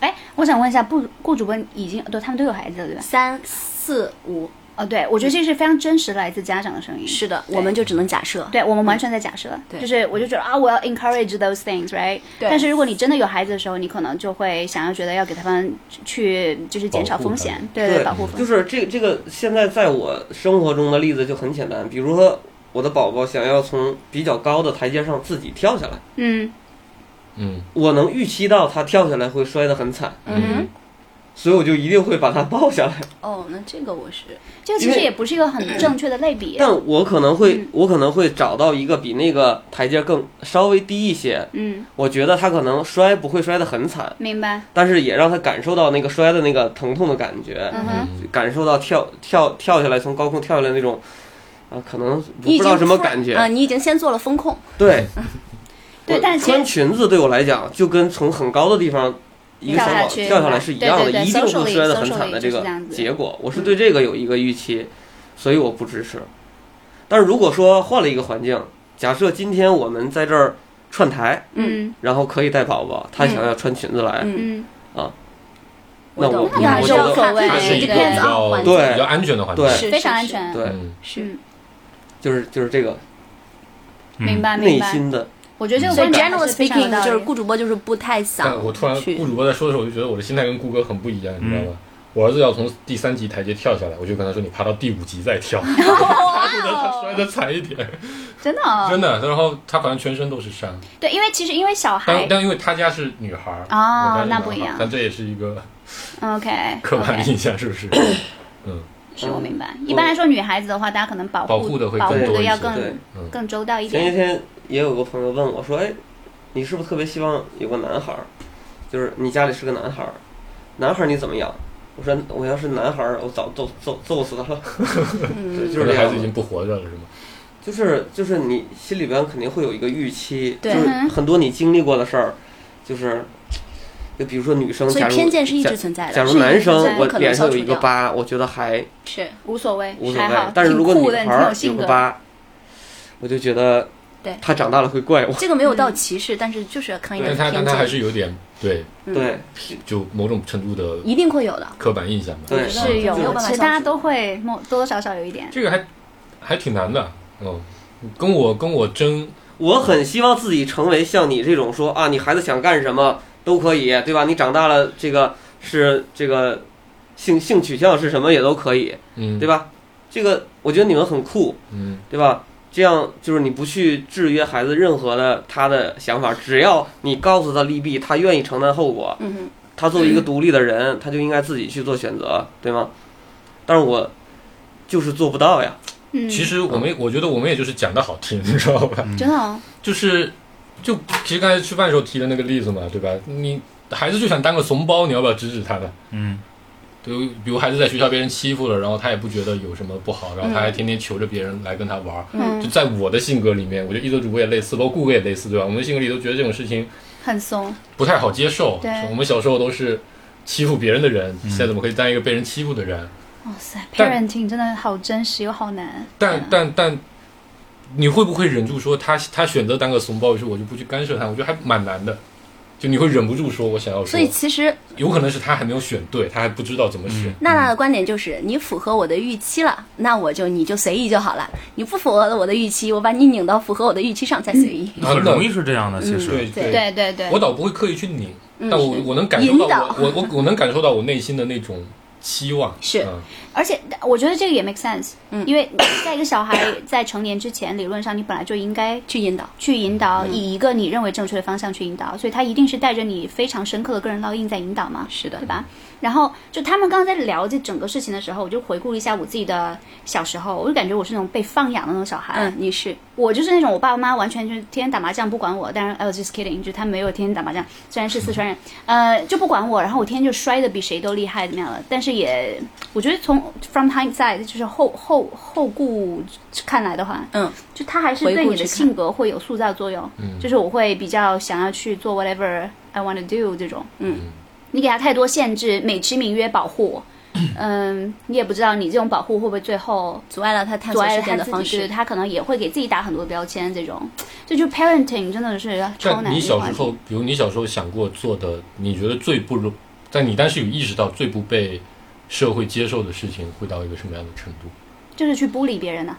S3: 哎，我想问一下，顾顾主播已经哦对他们都有孩子了，对吧？
S2: 三四五，
S3: 哦，对，我觉得这是非常真实来自家长的声音，
S2: 是的，
S3: 对
S2: 我们就只能假设。
S3: 对我们完全在假设，
S2: 对
S3: 就是我就觉得啊，我要 encourage those things，right？
S2: 对
S3: 但是如果你真的有孩子的时候，你可能就会想要觉得要给他们去就是减少风险
S5: 保护，
S3: 对
S4: 对
S3: 保护风
S4: 就
S3: 险。
S4: 是这这个现在在我生活中的例子就很简单，比如说我的宝宝想要从比较高的台阶上自己跳下来，
S3: 嗯
S5: 嗯
S4: 我能预期到他跳下来会摔得很惨，
S3: 嗯哼，
S4: 所以我就一定会把他抱下来。
S2: 哦，那这个我是
S3: 这个其实也不是一个很正确的类比，
S4: 但我可能
S2: 嗯
S4: 会，我可能会找到一个比那个台阶更稍微低一些，
S3: 嗯，
S4: 我觉得他可能摔不会摔得很惨，
S3: 明白，
S4: 但是也让他感受到那个摔的那个疼痛的感觉，
S3: 嗯哼，
S5: 嗯，
S4: 感受到跳跳跳下来从高空跳下来那种，啊，可能不
S2: 你已
S4: 知
S2: 经
S4: 道什么
S2: 突然
S4: 感觉
S2: 啊，你已经先做了风控。
S4: 对，
S3: [LAUGHS] 对
S4: 我
S3: 但其
S4: 嗯
S3: 实
S4: 穿裙子对我来讲，就跟从很高的地方一个
S3: 跳
S4: 小
S3: 下
S4: 宝
S3: 去
S4: 跳下来是一样的，
S3: 对对对
S4: 一定会
S3: socially-
S4: 摔得很惨的
S3: socially
S4: 个
S3: 就是这样子
S4: 结果。我是对这个有一个预期，所以我不支持。但是如果说换了一个环境，假设今天我们在这儿串台，
S3: 嗯
S4: 然后可以带宝宝，他想要穿裙子来，
S2: 嗯，
S3: 嗯，
S4: 哎那
S2: 懂
S4: 我
S2: 那
S4: 我
S2: 还
S4: 觉
S2: 是
S4: 得
S2: 无所谓
S5: 它是一
S2: 这
S5: 个
S2: 个片
S5: 比
S2: 子
S5: 较
S2: 环境
S4: 对
S5: 比较安全的环境。
S4: 对
S2: 是
S3: 非常安全
S4: 对，
S5: 嗯
S2: 是
S3: 嗯，
S4: 就是就是这个
S3: 明白啊明
S4: 内
S3: 白。
S4: 心的，
S3: 我觉得这个
S2: 所以
S3: 观点
S2: generally
S3: 还是非常有
S2: speaking，
S3: 道理
S2: 就是顾主播就是不太想
S5: 但我突然
S2: 去
S5: 顾主播在说的时候，我就觉得我的心态跟顾哥很不一
S2: [LAUGHS]
S1: 嗯
S5: 样，你知道吗？我儿子要从第三级台阶跳下来，我就跟他说：“你爬到第五级再跳。”抓住的他摔的惨一点，
S3: 哦真的哦
S5: 真的。然后他好像全身都是伤，
S3: 对，因为其实因为小孩
S5: 但但因为他家是女孩儿，
S3: 哦
S5: 我家是
S3: 那
S5: 男
S3: 不一
S5: 孩儿
S3: 样
S5: 但这也是一个
S3: ，OK，
S5: 刻板
S3: OK，
S5: 印象，是不是？嗯，
S3: 是我明白。一般来说，女孩子的话，大家可能保护
S5: 保护的会
S3: 保
S5: 更
S3: 护
S5: 多
S3: 的
S5: 一
S3: 要
S5: 些
S4: 对
S3: 更，
S5: 嗯
S3: 更周到一
S4: 前些
S3: 点。
S4: 天也有个朋友问我说：“哎，你是不是特别希望有个男孩儿？就是你家里是个男孩儿，男孩儿你怎么养？”我说：“我要是男孩儿，我早揍揍揍死他了。 [LAUGHS] 对，
S2: 嗯，
S4: 就是这
S5: 这孩
S4: 样
S5: 子已
S4: 的
S5: 经。不活着了，是吗？
S4: 就是就是你心里边肯定会有一个预期，
S2: 对
S4: 就是
S3: 嗯
S4: 很多你经历过的事儿，就是就比如说女生，
S2: 所以
S4: 假如
S2: 偏见是一
S4: 假
S2: 直存在的。
S4: 假如
S2: 是一直
S4: 男
S2: 存在
S4: 生
S2: 的不
S4: 我
S2: 可能
S4: 脸上
S2: 消
S4: 有
S2: 除
S4: 一个
S2: 掉
S4: 疤，我觉得还
S3: 是无所谓，
S4: 无所
S3: 还
S4: 谓
S3: 好，。
S4: 但是
S3: 挺
S4: 如果
S3: 酷
S4: 女
S3: 的，你
S4: 孩
S3: 挺有
S4: 儿有
S3: 性
S4: 个
S3: 格。
S4: 疤，我就觉得，
S2: 对
S4: 她长大了会怪我。
S2: 这个没有到歧视，但是就是可能有点
S5: 但他
S2: 偏
S5: 但他还
S2: 见，
S5: 是有点对，
S2: 嗯
S4: 对，
S5: 就某种程度的
S2: 一定会有的。
S5: 刻板印象吧。
S4: 对
S2: 是有
S4: 没有
S2: 办法
S3: 其实
S2: 消
S3: 大家
S2: 除
S3: 都会某多多少少有一点。
S5: 这个还还挺难的，嗯，跟我跟我争，
S4: 我很希望自己成为像你这种说啊，你孩子想干什么都可以，对吧？你长大了，这个是这个性性取向是什么也都可以，
S5: 嗯，
S4: 对
S5: 吧？
S4: 吧？这个我觉得你们很酷，
S5: 嗯，
S4: 对吧？这样就是你不去制约孩子任何的他的想法，只要你告诉他利弊，他愿意承担后果，
S2: 嗯哼，
S4: 他作为一个独立的人，他就应该自己去做选择，对吗？但是我就是做不到呀。
S3: 嗯，
S5: 其实我们我觉得我们也就是讲的好听， [LAUGHS] 你知道吧？
S3: 真的哦，
S5: 就是就其实刚才吃饭的时候提的那个例子嘛，对吧？你孩子就想当个怂包，你要不要制止他呢？
S1: 嗯，
S5: 对，比如孩子在学校被人欺负了，然后他也不觉得有什么不好，然后他还天天求着别人来跟他玩儿。
S3: 嗯
S5: 就，在我的性格里面，我觉得一泽主播也类似，包括顾哥也类似，对吧？我们性格里都觉得这种事情
S3: 很松，
S5: 不太好接受。
S3: 对
S5: 我们小时候都是欺负别人的人，
S1: 嗯
S5: 现在怎么可以当一个被人欺负的人？
S3: 哇塞
S5: 但
S3: ，parenting 真的好真实又好难。
S2: 嗯
S5: 但但但，你会不会忍住说他他选择当个怂包，于是我就不去干涉他？我觉得还蛮难的。就你会忍不住说，我想要说
S2: 所以，其实
S5: 有可能是他还没有选对，他还不知道怎么选。
S1: 嗯
S2: 娜娜的观点就是，你符合我的预期了，那我就你就随意就好了；你不符合我的预期，我把你拧到符合我的预期上才随意。
S5: 啊
S1: 嗯很
S5: 那嗯
S1: 容易是这样的，其实。
S5: 对对
S3: 对对对
S5: 我，倒不会刻意去拧，
S2: 嗯
S5: 但我
S2: 是
S5: 我能感受
S2: 引导
S5: 到我我我我能感受到我内心的那种期望。
S2: 是
S5: 嗯
S3: 而且我觉得这个也 make sense，
S2: 嗯
S3: 因为在一个小孩在成年之前，理论上你本来就应该
S2: 去引导，
S3: 去引
S4: 嗯
S3: 导，以一个你认为正确的方向去引导，所以他一定是带着你非常深刻的个人烙印在引导嘛，
S2: 是的
S3: 对，吧？然后就他们刚刚在聊这整个事情的时候，我就回顾了一下我自己的小时候，我就感觉我是那种被放养的那种小孩，
S2: 嗯，你是
S3: 我就是那种我爸妈完全就是天天打麻将不管我，当然 I was just kidding，就他们没有天天打麻将，虽然是四川人，呃，就不管我，然后我天天就摔的比谁都厉害怎么样了，但是也我觉得从 from hindsight 就是后后后顾看来的话，
S2: 嗯，
S3: 就他还是
S2: 回顾
S3: 对你
S2: 去
S3: 的
S2: 看
S3: 性格会有塑造作用，
S5: 嗯
S3: 就是我会比较想要去做 whatever I want to do 这种，
S2: 嗯，
S3: 你给他太多限制，美其名曰保护，嗯，你也不知道你这种保护会不会最后
S2: 阻碍了他探
S3: 阻
S2: 索
S3: 碍
S2: 世
S3: 了
S2: 界
S3: 他
S2: 的
S3: 自
S2: 方
S3: 己，对
S2: 式。
S3: 他可能也会给自己打很多标签。这种，这就 parenting 真的是超
S5: 但
S3: 难。
S5: 你小时候，，比如你小时候想过做的，你觉得最不容，但你当时有意识到最不被社会接受的事情，会到一个什么样的程度？
S3: 就是去孤立别人呢、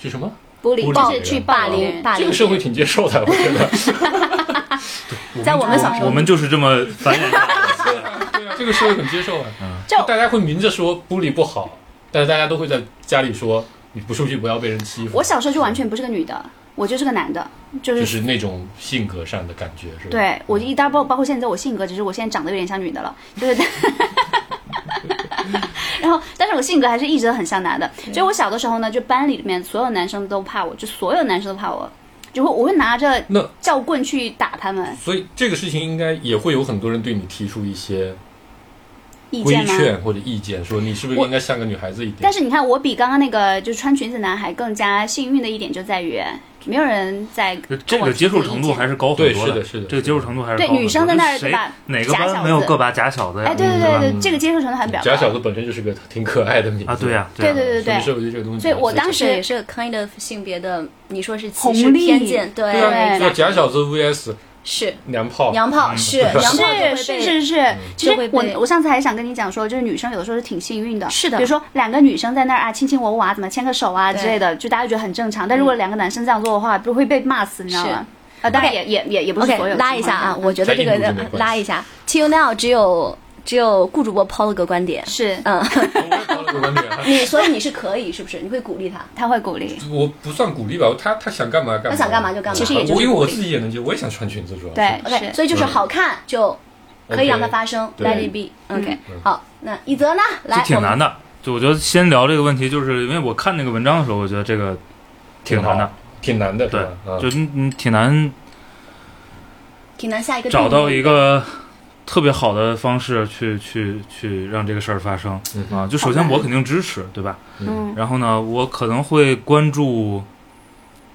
S5: 是什么？
S3: 孤立
S5: 霸
S3: 就是去
S2: 霸
S3: 凌别
S2: 凌，
S3: 人。
S2: 霸
S5: 这
S2: 凌
S5: 个，社会挺接受的，我觉得。
S2: 在我们小时
S1: 我
S2: 候，
S1: 们就是这么繁衍下来的。
S5: 对啊， [LAUGHS] 对啊，这个社会很接受啊。
S3: 就
S5: 大家会明着说bully 不好，但是大家都会在家里说你不出去不要被人欺负。
S3: 我小时候就完全不是个女的，我就是个男的，就是。
S5: 就是那种性格上的感觉，是吧？嗯
S3: 对，我就一大包，包括现在我性格，只是我现在长得有点像女的了，就是，然后，但是我性格还是一直都很像男的。就我小的时候呢，就班里面所有男生都怕我，就所有男生都怕我，就会我会拿着
S5: 那
S3: 教棍去打他们，
S5: 所以这个事情应该也会有很多人对你提出一些
S3: 意
S5: 规
S3: 见吗？
S5: 劝或者意见，说你是不是应该像个女孩子一点？
S3: 但是你看，我比刚刚那个就是穿裙子男孩更加幸运的一点就在于，没有人在
S1: 就这个接受程度还是高很
S5: 对，
S1: 多
S5: 是的，是的，
S1: 这个接受程度还是
S3: 对
S1: 高很多
S3: 女生在那儿
S1: 就是谁
S3: 对吧
S1: 哪个
S3: 假小
S1: 班
S3: 子
S1: 没有个把假小子呀？
S3: 哎，对对
S1: 吧
S3: 对对，这个接受程度还比较
S5: 假小
S3: 高。
S5: 子本身就是个挺可爱的名字
S1: 啊，对呀，
S3: 对
S1: 呀
S3: 对对对
S5: 是
S3: 对
S5: 不是？我觉得这个东西，
S3: 所以我当
S2: 这
S3: 时
S2: 也是 kind of 性别的，你说是歧
S3: 红
S2: 视
S3: 利
S2: 偏见，对
S5: 对啊，
S3: 对
S5: 叫假小子 VS
S2: 是
S5: 娘炮，
S2: 娘炮，
S5: [LAUGHS]
S1: 嗯
S2: 是娘炮就会被
S3: 是是是是，
S2: 嗯
S3: 其
S2: 就会
S3: 实我
S2: 被
S3: 我上次还想跟你讲说，就是女生有的时候是挺幸运的，
S2: 是的
S3: 比如说两个女生在那儿啊亲亲我我啊，怎么牵个手啊
S2: 对嗯
S3: 之类的，就大家觉得很正常。但如果两个男生这样做的话，不会被骂死，你知道吗？啊，当然
S2: OK
S3: 也也也也不是所
S2: OK，
S3: 有情况下。
S2: 拉一下啊，我觉得
S5: 在
S2: 这
S5: 印
S2: 个
S5: 度就没关系
S2: 拉一下。Till now 只有只有顾主播抛了个观点，
S3: 是 [LAUGHS]
S2: 嗯，
S5: 我也抛了个观点，
S2: 你所以你是可以是不是？你会鼓励他，
S3: 他会鼓励，
S5: 我不算鼓励吧，他他想干嘛干嘛，
S2: 他想干嘛就干嘛
S3: 其实也就是
S5: 我因为
S3: 鼓
S5: 我
S3: 励
S5: 自己也能接，我也想穿裙子，主要是
S3: 对，
S2: OK，
S3: 是。
S2: 所以
S1: 嗯
S2: 就是好看就可以让它
S5: OK，
S2: 发生
S5: 对
S2: ，Let it be，OK，
S5: 嗯
S2: 好，那一泽呢？来，
S1: 这挺
S2: 我们
S1: 难的。就我觉得先聊这个问题，就是因为我看那个文章的时候，我觉得这个挺难的，
S5: 挺难的，是
S1: 对
S5: 吧，嗯
S1: 就你你挺难
S2: 挺难下一个
S1: 找到一
S2: 个，
S1: 个特别好的方式去去去让这个事儿发生
S5: 嗯
S1: 啊。就首
S2: 好
S1: 先
S2: 吧
S1: 我肯定支持，对吧？
S5: 嗯
S1: 然后呢，我可能会关注，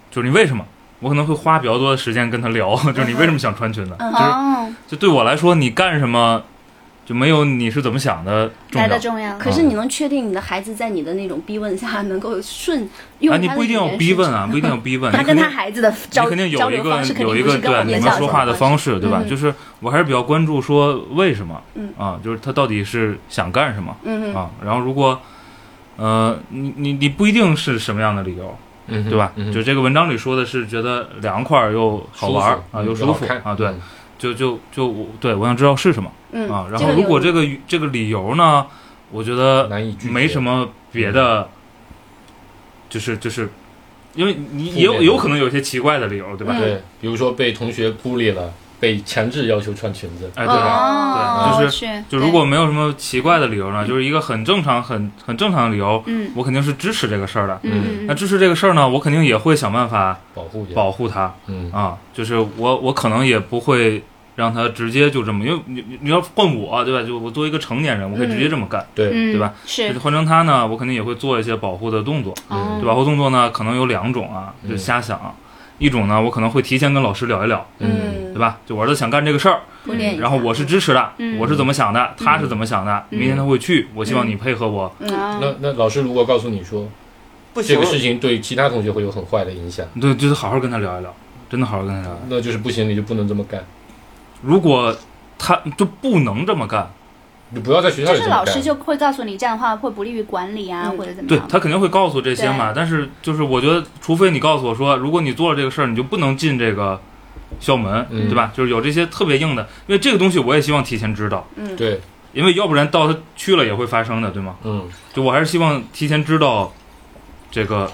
S1: 就是你为什么。我可能会花比较多的时间跟他聊， [LAUGHS] 就是你为什么想穿裙子？
S2: 嗯
S1: 就是
S3: 哦，
S1: 就对我来说，你干什么就没有你是怎么想的重
S3: 哦来
S1: 要。
S3: 的重要，
S2: 可是你能确定你的孩子在你的那种逼问下能够顺用
S1: 啊，
S2: 他的
S1: 你不一定要
S2: 语言
S1: 逼问
S2: 去
S1: 啊，不
S2: [LAUGHS]
S1: 一定要逼问。
S2: 他
S1: 你肯
S2: 跟
S1: 定
S2: 他孩子的交
S1: 你肯定
S2: 交
S1: 有一
S2: 流
S1: 个
S2: 方式肯
S1: 有
S2: 定
S1: 一
S2: 不
S1: 个
S2: 是跟
S1: 对
S2: 我
S1: 你
S2: 们
S1: 们
S2: 小时
S1: 说
S2: 候
S1: 话的方式，对吧？
S2: 嗯
S1: 就是我还是比较关注说为什么，
S2: 嗯
S1: 啊，就是他到底是想干什么
S2: 嗯嗯
S1: 啊？然后如果呃，你你你不一定是什么样的理由，
S5: 嗯哼，
S1: 对吧？
S5: 嗯哼
S1: 就这个文章里说的是觉得凉快儿又好玩儿
S5: 舒服
S1: 啊，又
S5: 嗯
S1: 舒
S5: 好
S1: 服
S5: 看
S1: 啊，对
S5: 嗯，
S1: 就就就我对我想知道是什么
S2: 嗯
S1: 啊。然后如果这个这个理由呢，我觉得
S5: 难以拒绝，
S1: 没什么别的，就是就是，因为你也
S5: 负面
S1: 有
S5: 的
S1: 有可能有一些奇怪的理由，对吧？
S2: 嗯
S5: 对，比如说被同学孤立了，被强制要求穿裙子，
S1: 哎，对吧？
S3: 哦，
S1: 对就是
S3: 是
S1: 就如果没有什么奇怪的理由呢，就是一个很正常、很很正常的理由，
S3: 嗯
S1: 我肯定是支持这个事儿的。
S3: 嗯
S1: 那
S3: 嗯
S1: 支持这个事儿呢，我肯定也会想办法
S5: 保护一下，
S1: 保护他
S5: 嗯
S1: 啊，就是我我可能也不会让他直接就这么，因为你你你要换我，对吧？就我作为一个成年人，我可以直接这么干。
S5: 对，
S3: 嗯，
S1: 对吧？
S3: 是
S1: 换成他呢，我肯定也会做一些保护的动作。
S3: 哦
S5: 嗯
S1: 对保护动作呢，可能有两种啊，就
S5: 嗯
S1: 瞎想啊。一种呢，我可能会提前跟老师聊一聊，对
S2: 嗯，哎
S1: 吧？就我儿子想干这个事儿，
S2: 铺垫一下
S1: 然后我是支持的，
S3: 嗯
S1: 我是怎么想的，他是怎么想的，明天他会去，我希望你配合我。
S2: 嗯
S5: 那那老师如果告诉你说
S4: 不
S5: 这
S4: 行
S5: 个，事情对其他同学会有很坏的影响，
S1: 对，就是好好跟他聊一聊，真的好好跟他聊一聊。
S5: 那就是不行，你就不能这么干，
S1: 如果他就不能这么干，
S5: 你不要在学校
S3: 就
S5: 里这
S3: 是
S5: 么干。
S3: 老师就会告诉你，这样的话会不利于管理啊，
S2: 嗯
S3: 或者怎么
S1: 对
S3: 样。
S1: 他肯定会告诉这些嘛。但是就是我觉得，除非你告诉我说，如果你做了这个事儿，你就不能进这个校门，
S5: 嗯
S1: 对吧？就是有这些特别硬的，因为这个东西我也希望提前知道，
S2: 嗯
S5: 对，
S1: 因为要不然到他去了也会发生的，对吗？
S5: 嗯，
S1: 就我还是希望提前知道这个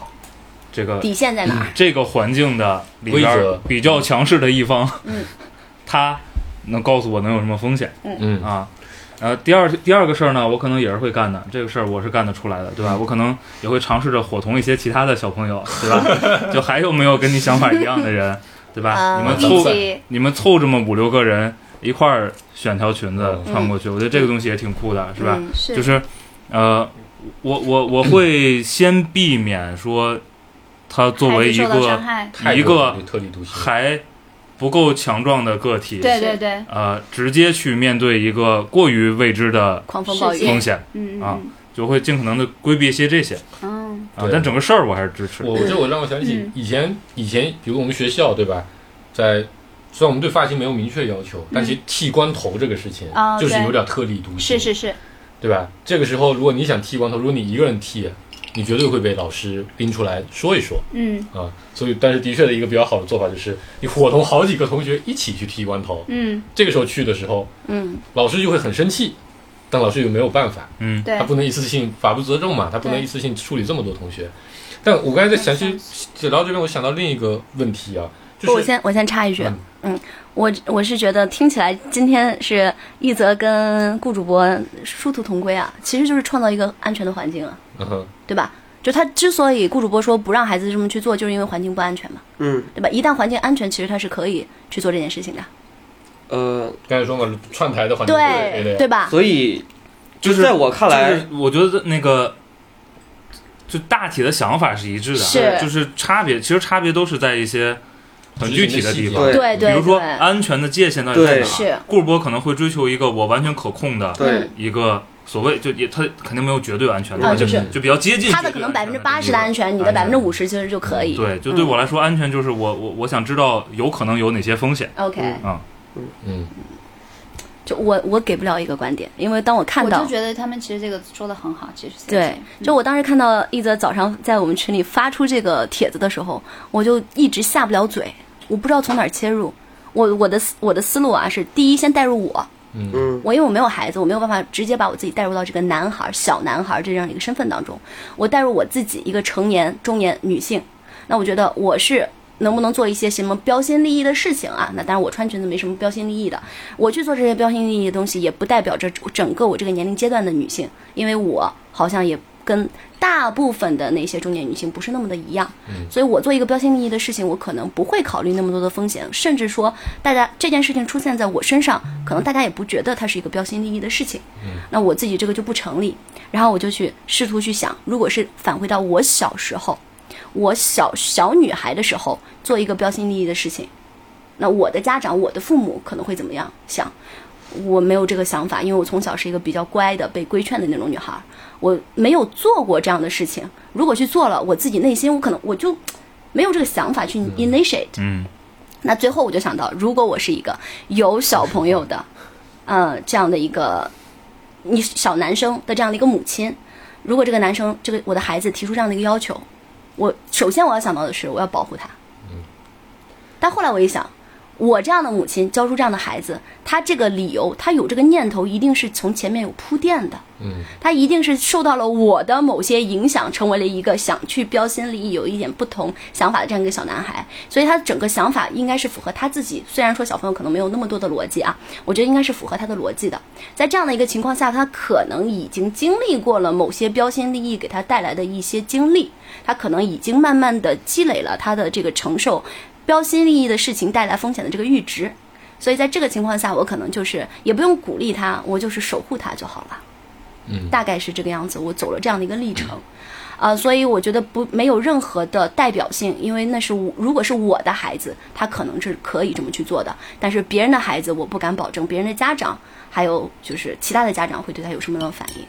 S1: 这个
S2: 底线在哪儿？
S1: 这个环境的里边
S5: 规
S1: 儿
S5: 则
S1: 比较强势的一方，
S2: 嗯，
S1: [LAUGHS] 他能告诉我能有什么风险
S5: 嗯
S1: 啊？呃，第二第二个事儿呢，我可能也是会干的，这个事儿我是干得出来的，对吧？
S2: 嗯
S1: 我可能也会尝试着伙同一些其他的小朋
S2: [LAUGHS]
S1: 友，对吧？就还有没有跟你想法一样的人，对吧？
S2: 啊
S1: 你们
S3: 一
S1: 凑
S3: 起
S1: 你们凑这么五六个人一块儿选条裙子穿过去，我觉得这个东西也挺酷的，是吧？
S2: 嗯
S3: 是
S1: 就是，呃，我我我会先避免说，他作为一
S3: 孩子受到伤
S1: 个
S3: 害，
S5: 泰
S1: 一
S5: 国
S1: 个
S5: 有特立独行，
S1: 还不够强壮的个体，
S3: 对对对，
S1: 呃，直接去面对一个过于未知的
S2: 狂风暴
S3: 世界
S2: 雨，
S1: 风险，
S3: 嗯
S1: 啊
S3: 嗯
S1: 就会尽可能的规避一些这些
S3: 嗯
S1: 啊。
S5: 对
S1: 但整个事儿我还是支持，
S5: 我这我让我想起
S3: 嗯
S5: 以前以前，比如我们学校对吧，在虽然我们对发型没有明确要求，但其实剃光头这个事情
S3: 哦
S5: 就是
S3: 嗯对
S5: 有点特立独
S3: 嗯，
S5: 行，
S3: 是是是，
S5: 对吧？这个时候如果你想剃光头，如果你一个人剃，你绝对会被老师拎出来说一说
S3: 嗯
S5: 啊。所以，但是的确的一个比较好的做法就是你伙同好几个同学一起去剃光头，
S3: 嗯，
S5: 这个时候去的时候，
S2: 嗯，
S5: 老师就会很生气。但老师又没有办法，
S1: 嗯，
S3: 对
S5: 他，不能一次性法不责众嘛，他不能
S3: 对
S5: 一次性处理这么多同学。但我刚才在详细解到这边，我想到另一个问题啊，
S2: 不
S5: 就
S2: 我
S5: 是
S2: 先我先插一句
S5: 嗯，
S2: 嗯，我我是觉得听起来今天是一泽跟顾主播殊途同归啊，其实就是创造一个安全的环境啊，
S5: 嗯哼，
S2: 对吧？就他之所以顾主播说不让孩子这么去做，就是因为环境不安全嘛，
S4: 嗯
S2: 对吧？一旦环境安全，其实他是可以去做这件事情的，
S1: 啊
S4: 呃，
S5: 刚才说嘛，串台的环节对
S2: 对
S5: 对，
S2: 对吧？
S4: 所以
S1: 就是
S4: 在我看来，
S1: 就是我觉得那个。就大体的想法是一致的，
S2: 是
S1: 就是差别，其实差别都是在一些很具体的地方，
S4: 对
S2: 对对
S1: 比如说
S2: 对，
S1: 安全的界限到底在哪
S4: 对
S1: 儿？
S2: 是
S1: 顾波可能会追求一个我完全可控的
S4: 对，
S1: 一个所谓，就也他肯定没有绝对安全的，
S2: 啊
S1: 就
S2: 就是
S1: 就比较接近
S2: 他的
S1: 绝
S2: 可
S1: 对
S2: 能
S1: 安
S2: 百
S1: 全
S2: 分之
S1: 的
S2: 八
S1: 地
S2: 十的安全，你的
S1: 安
S2: 百分
S1: 全
S2: 之五十其实就可以。
S1: 步对，就对
S2: 嗯
S1: 我来说，安全就是我我我想知道有可能有哪些风险。
S2: OK，
S4: 嗯
S5: 嗯，
S2: 就我我给不了一个观点，因为当我看
S3: 我
S2: 到
S3: 就，觉得他们其实这个说的很好，其实
S2: 对，就我当时看到一则早上在我们群里发出这个帖子的时候，我就一直下不了嘴，我不知道从哪儿切入。我我的思我的思路啊是，第一先带入我，
S5: 嗯，
S4: 嗯
S2: 我因为我没有孩子，我没有办法直接把我自己带入到这个男孩、小男孩这样一个身份当中。我带入我自己一个成年、中年女性，那我觉得我是能不能做一些什么标新立异的事情啊？那当然，我穿裙子没什么标新立异的，我去做这些标新立异的东西，也不代表着整个我这个年龄阶段的女性，因为我好像也跟大部分的那些中年女性不是那么的一样。所以我做一个标新立异的事情，我可能不会考虑那么多的风险，甚至说大家这件事情出现在我身上，可能大家也不觉得它是一个标新立异的事情。那我自己这个就不成立，然后我就去试图去想，如果是返回到我小时候，我小小女孩的时候做一个标新立异的事情，那我的家长、我的父母可能会怎么样想？我没有这个想法，因为我从小是一个比较乖的、被规劝的那种女孩儿，我没有做过这样的事情。如果去做了，我自己内心我可能我就没有这个想法去 initiate。
S1: 嗯，
S2: 那最后我就想到，如果我是一个有小朋友的，呃，这样的一个你小男生的这样的一个母亲，如果这个男生这个我的孩子提出这样的一个要求，我首先我要想到的是我要保护他。但后来我一想，我这样的母亲教出这样的孩子，他这个理由，他有这个念头，一定是从前面有铺垫的。
S5: 嗯，
S2: 他一定是受到了我的某些影响，成为了一个想去标新立异、有一点不同想法的这样一个小男孩。所以他整个想法应该是符合他自己。虽然说小朋友可能没有那么多的逻辑啊，我觉得应该是符合他的逻辑的。在这样的一个情况下，他可能已经经历过了某些标新立异给他带来的一些经历，他可能已经慢慢的积累了他的这个承受标新立异的事情带来风险的这个阈值。所以在这个情况下，我可能就是也不用鼓励他，我就是守护他就好了。
S5: 嗯
S2: 大概是这个样子。我走了这样的一个历程，啊、所以我觉得不没有任何的代表性，因为那是我如果是我的孩子，他可能是可以这么去做的，但是别人的孩子，我不敢保证别人的家长，还有就是其他的家长会对他有什么样的反应。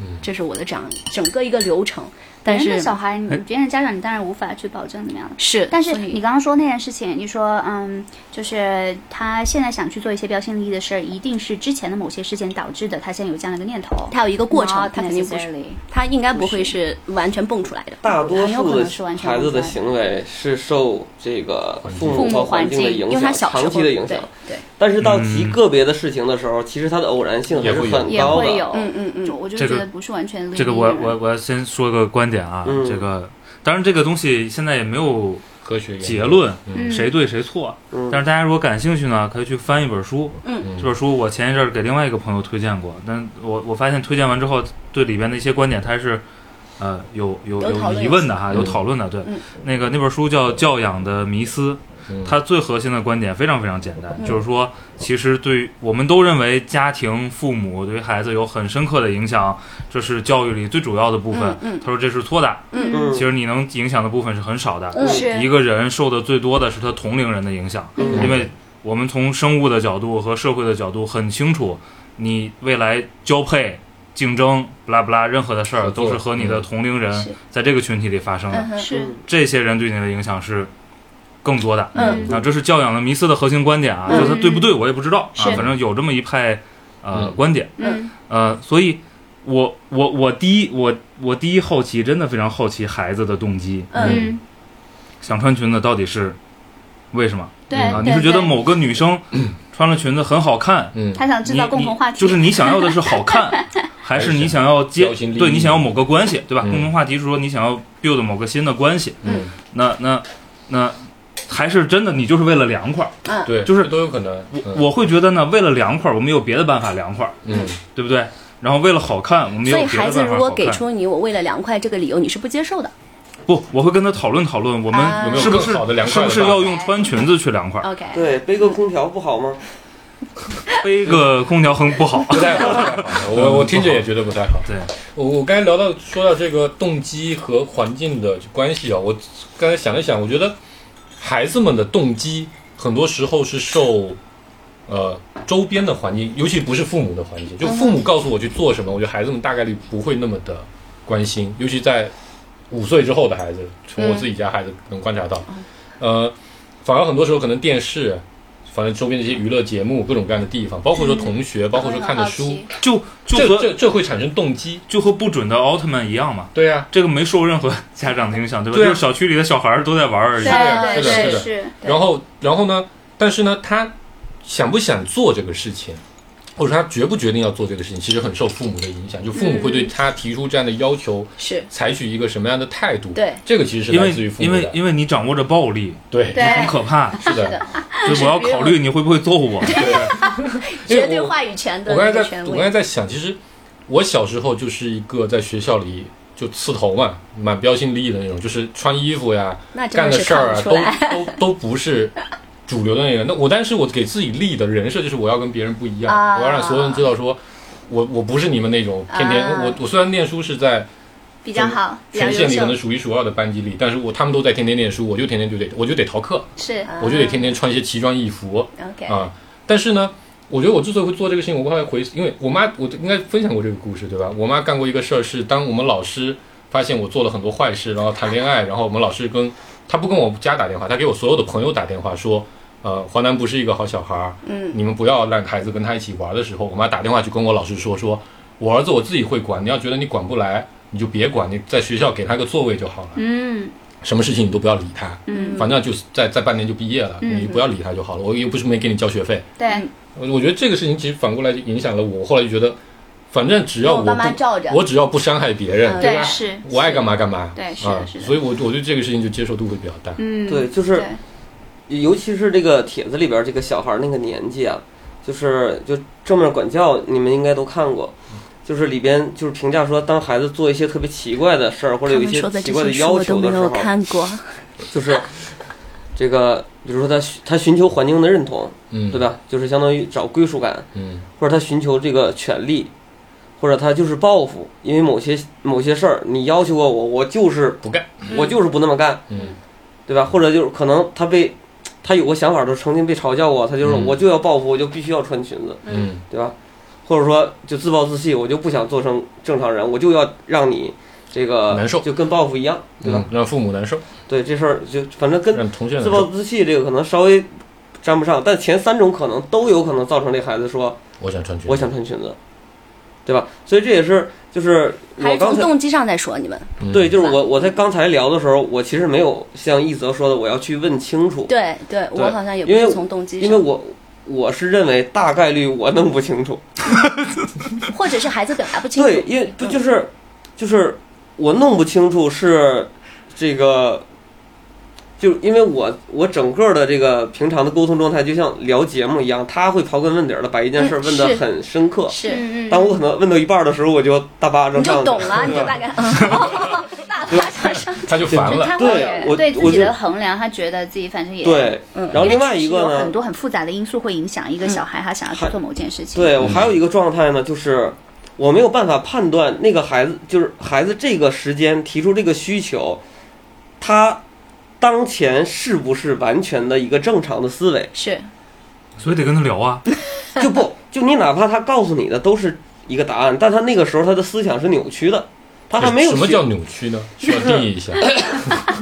S5: 嗯
S2: 这是我的这样整个一个流程，但
S3: 别人
S2: 是
S3: 的小孩，
S1: 哎
S3: 你别人的家长，你当然无法去保证怎么样的。
S2: 是，
S3: 但是
S2: 所以
S3: 你刚刚说那件事情，你说嗯，就是他现在想去做一些标新立异的事儿，一定是之前的某些事件导致的，他现在有这样的一个念头。哦
S2: 他有一个过程，
S3: Not
S2: 他肯定不是，
S3: necessarily
S2: 他应该不会
S3: 不
S2: 是完全蹦出来的。
S4: 大多
S3: 很有
S4: 数
S3: 可
S4: 的
S3: 能是完全
S4: 孩子的
S3: 无关
S4: 行为是受这个父母
S5: 父
S3: 母
S4: 和环境的
S2: 环境
S4: 影
S2: 因为他
S4: 响，
S2: 小时候
S4: 长期的影响。
S2: 对，
S4: 但是到
S1: 嗯
S4: 极个别的事情的时候，其实它的偶然性还
S5: 也
S4: 是
S5: 会
S4: 很
S5: 有
S3: 也
S4: 高
S3: 会
S4: 的
S3: 有。。
S2: 嗯嗯嗯
S3: 就
S4: 哦
S3: 我就
S1: 这
S3: 觉
S1: 个
S3: 得不是完全
S1: 这个
S3: linear
S1: 我我我要先说个观点啊，
S4: 嗯
S1: 这个当然这个东西现在也没有
S5: 科学研究
S1: 结，论，
S3: 嗯
S1: 谁对谁错。
S4: 嗯
S1: 但是大家如果感兴趣呢，可以去翻一本书。
S5: 嗯
S1: 这本书我前一阵儿给另外一个朋友推荐过，但我我发现推荐完之后，对里边的一些观点它是呃有有
S2: 有讨论
S1: 疑问的哈，
S5: 嗯
S1: 有讨论的。对，
S2: 嗯
S1: 那个那本书叫《教养的迷思》，
S5: 嗯
S1: 它最核心的观点非常非常简单，
S2: 嗯
S1: 就是说，其实对于我们都认为家庭、父母对于孩子有很深刻的影响，这是教育里最主要的部分。
S2: 嗯嗯
S1: 他说这是错的，
S4: 嗯
S1: 其实你能影响的部分是很少的。
S2: 嗯
S3: 是
S1: 一个人受的最多的是他同龄人的影响，
S4: 嗯
S1: 因为我们从生物的角度和社会的角度很清楚，你未来交配、竞争、不拉不拉任何的事儿
S5: 合作
S1: 都是和你的同龄人
S3: 是
S1: 在这个群体里发生的。
S2: 嗯嗯哼
S3: 是
S1: 这些人对你的影响是更多的。
S2: 嗯
S1: 啊，这是教养的迷思的核心观点啊，
S2: 嗯
S1: 就是它对不对我也不知道啊
S3: 是，
S1: 反正有这么一派呃
S5: 嗯
S1: 观点，
S3: 嗯
S1: 呃，所以我我我第一我我第一好奇，真的非常好奇孩子的动机，
S2: 嗯
S3: 嗯
S1: 想穿裙子到底是为什么
S3: 对
S1: 啊？
S3: 对
S1: 你是觉得
S3: 对
S1: 某个女生穿了裙子很好看？
S5: 嗯
S3: 他想制
S1: 你
S3: 造共同话
S1: 你
S3: 题，
S1: 就是你想要的是好看，还是你想要接
S5: 标新立异
S1: 对你想要某个关系，对吧？
S5: 嗯
S1: 共同话题是说你想要 build 某个新的关系，
S5: 嗯，
S1: 那那那还是真的，你就是为了凉快儿。
S5: 对，
S1: 就是
S5: 这都有可能。
S1: 我
S5: 嗯
S1: 我会觉得呢，为了凉快儿，我们有别的办法凉快儿，
S5: 嗯
S1: 对不对？然后为了好看，我们有
S2: 所以
S1: 别的
S2: 孩
S1: 办
S2: 子
S1: 法
S2: 如果
S1: 好
S2: 给
S1: 看。
S2: 出你我为了凉快这个理由，你是不接受的。
S1: 不，我会跟他讨论讨论，我
S2: 啊有没
S1: 们
S5: 有
S1: 是不是
S5: 更好的凉
S1: 是
S5: 快的
S1: 不
S5: 办法
S1: 是要用穿裙子去凉快儿？
S2: OK，
S4: 对，背个空调不好吗？
S1: 背个空调很不好。
S5: 不太好，不太好我我听着也觉得不太好。
S1: 对，
S5: 我我刚才聊到说到这个动机和环境的关系啊，我刚才想了想，我觉得孩子们的动机很多时候是受呃周边的环境，尤其不是父母的环境，就父母告诉我去做什么，我觉得孩子们大概率不会那么的关心，尤其在五岁之后的孩子，从我自己家孩子能观察到，呃，反而很多时候可能电视。反正周边的一些娱乐节目，各种各样的地方，包括说同学，包括
S2: 嗯
S5: 说看的书，
S1: 就就
S5: 这
S1: 和
S5: 这这会产生动机。
S1: 就和不准的奥特曼一样嘛，
S5: 对呀、
S1: 这个没受任何家长的影响，对吧？
S5: 对啊
S1: 就是小区里的小孩儿都在玩儿而已
S3: 对。
S2: 啊
S5: 是的是
S3: 对
S5: 的
S3: 对
S5: 是的
S3: 是，
S2: 对
S5: 然后然后呢？但是呢，他想不想做这个事情，或者说他决不决定要做这个事情，其实很受父母的影响。就父母会对他提出这样的要求，
S2: 是
S5: 采取一个什么样的态度？
S2: 对
S5: 这个其实是
S1: 因
S5: 来
S1: 为
S5: 自于父
S1: 因
S5: 母
S1: 为
S5: 的。
S1: 因为你掌握着暴力，
S5: 对，
S3: 对
S1: 很可怕，
S5: 是的，
S1: 所以我要考虑你会不会揍我。
S5: 因为
S2: [LAUGHS] 绝对
S5: 我
S2: 话语权的
S5: 我刚才
S2: 那个
S5: 在，
S2: 权
S5: 我刚才
S2: 威。
S5: 在想，其实我小时候就是一个在学校里就刺头嘛，蛮标新立异的那种，就是穿衣服呀、
S2: 那真
S5: 干
S2: 的
S5: 的
S2: 是
S5: 事
S2: 看
S5: 儿啊，
S2: 不出来。
S5: 都都都不是主流的那个。那我，但是我给自己立的人设就是我要跟别人不一样，
S2: 啊
S5: 我要让所有人知道说。我我不是你们那种天天、
S2: 啊
S5: 我我虽然念书是在
S3: 比较好，比较
S5: 全县
S3: 优
S5: 里可
S3: 秀
S5: 能，数一数二的班级里，但是我他们都在天天念书，我就天天就得我就得逃课，
S3: 是
S2: 啊
S5: 我就得天天穿一些奇装异服，
S2: OK，嗯
S5: 啊、但是呢，我觉得我之所以会做这个事情，我会回，因为我妈，我应该分享过这个故事，对吧？我妈干过一个事儿，是当我们老师发现我做了很多坏事，然后谈恋爱，然后我们老师跟她不跟我家打电话，她给我所有的朋友打电话说。呃，华南不是一个好小孩儿，嗯，你们不要让孩子跟他一起玩的时候，我妈打电话去跟我老师说，说我儿子我自己会管，你要觉得你管不来，你就别管，你在学校给他个座位就好了，
S3: 嗯
S5: 什么事情你都不要理他，
S3: 嗯，
S5: 反正就是在在半年就毕业了，你不要理他就好了，我又不是没给你交学费，
S3: 对，
S5: 我我觉得这个事情其实反过来就影响了我，我后来就觉得，反正只
S2: 让
S5: 要我
S2: 我爸妈
S5: 不，
S2: 照着。
S5: 我只要不伤害别人，
S2: 嗯
S5: 对
S3: 对
S5: 吧？
S3: 是，
S5: 我爱干嘛干嘛，
S3: 对是的
S5: 啊，
S3: 是的
S5: 所以我我对这个事情就接受度会比较大，
S3: 嗯，
S4: 对，就是
S3: 对，
S4: 尤其是这个帖子里边这个小孩那个年纪啊，就是就正面管教，你们应该都看过，就是里边就是评价说，当孩子做一些特别奇怪的事儿或者
S2: 他
S4: 有一
S2: 们
S4: 些
S2: 说的
S4: 奇
S2: 这
S4: 怪的
S2: 些书
S4: 要
S2: 我都
S4: 求
S2: 没
S4: 的时
S2: 有
S4: 候，
S2: 看过，
S4: 就是这个，比如说他寻他寻求环境的认同，
S5: 嗯，
S4: 对？吧？就是相当于找归属感，
S5: 嗯，
S4: 或者他寻求这个权利，或者他就是报复，因为某些某些事儿你要求过我，我就是
S5: 不干，
S4: 我就是不那么干，
S5: 嗯，
S4: 对吧？或者就是可能他被他有过想法，就曾经被嘲笑过，他就是
S5: 嗯
S4: 我就要报复，我就必须要穿裙子，
S5: 嗯
S4: 对吧？或者说就自暴自弃，我就不想做成正常人，我就要让你这个
S5: 难受
S4: 就跟报复一样，对吧？
S5: 嗯，让父母难受，
S4: 对这事儿就反正跟
S5: 让同学难
S4: 自暴
S5: 受，
S4: 自弃这个可能稍微沾不上，但前三种可能都有可能造成这孩子说
S5: 我想穿裙子，
S4: 我想穿裙子，对吧？所以这也是就是
S2: 还
S4: 我
S2: 是从
S4: 刚才
S2: 动机上再说你们。
S5: 嗯
S4: 对，就是我我在刚才聊的时候，我其实没有像一泽说的我要去问清楚，
S2: 对对，我
S4: 对
S2: 好像也不
S4: 因为
S2: 是从动机
S4: 因为
S2: 上，
S4: 我我是认为大概率我弄不清楚，
S2: 或者是孩子表达不清楚。
S4: 对，因为不就是就是我弄不清楚是这个。就因为我我整个的这个平常的沟通状态，就像聊节目一样，他会刨根问底儿的把一件事儿
S2: 嗯
S4: 问得
S2: 是
S4: 很深刻，
S2: 是，
S3: 嗯嗯，
S4: 当我可能问到一半的时候，我就大巴掌
S2: 你就
S4: 上去
S2: 懂
S4: [LAUGHS]
S2: 了，你就大概，哦大巴掌上
S5: 他就烦了，
S3: 他会
S4: 对我
S3: 对自
S4: 我
S3: 己
S4: 就
S3: 的衡量，他觉得自己反正也
S4: 对，
S2: 嗯
S4: 然后
S3: 因为
S4: 另外一个
S3: 确实有
S4: 呢嗯
S3: 很，多很复杂的因素会影响一个小孩他想要去做某件事情。
S4: 对我还有一个状态呢，就是我没有办法判断那个孩子，就是孩子这个时间提出这个需求，他当前是不是完全的一个正常的思维？
S2: 是
S1: 所以得跟他聊啊，
S4: 就不就你哪怕他告诉你的都是一个答案，但他那个时候他的思想是扭曲的，他还没有
S5: 什么
S4: 学
S5: 叫扭曲呢？需要定
S4: [LAUGHS]
S5: 义一下，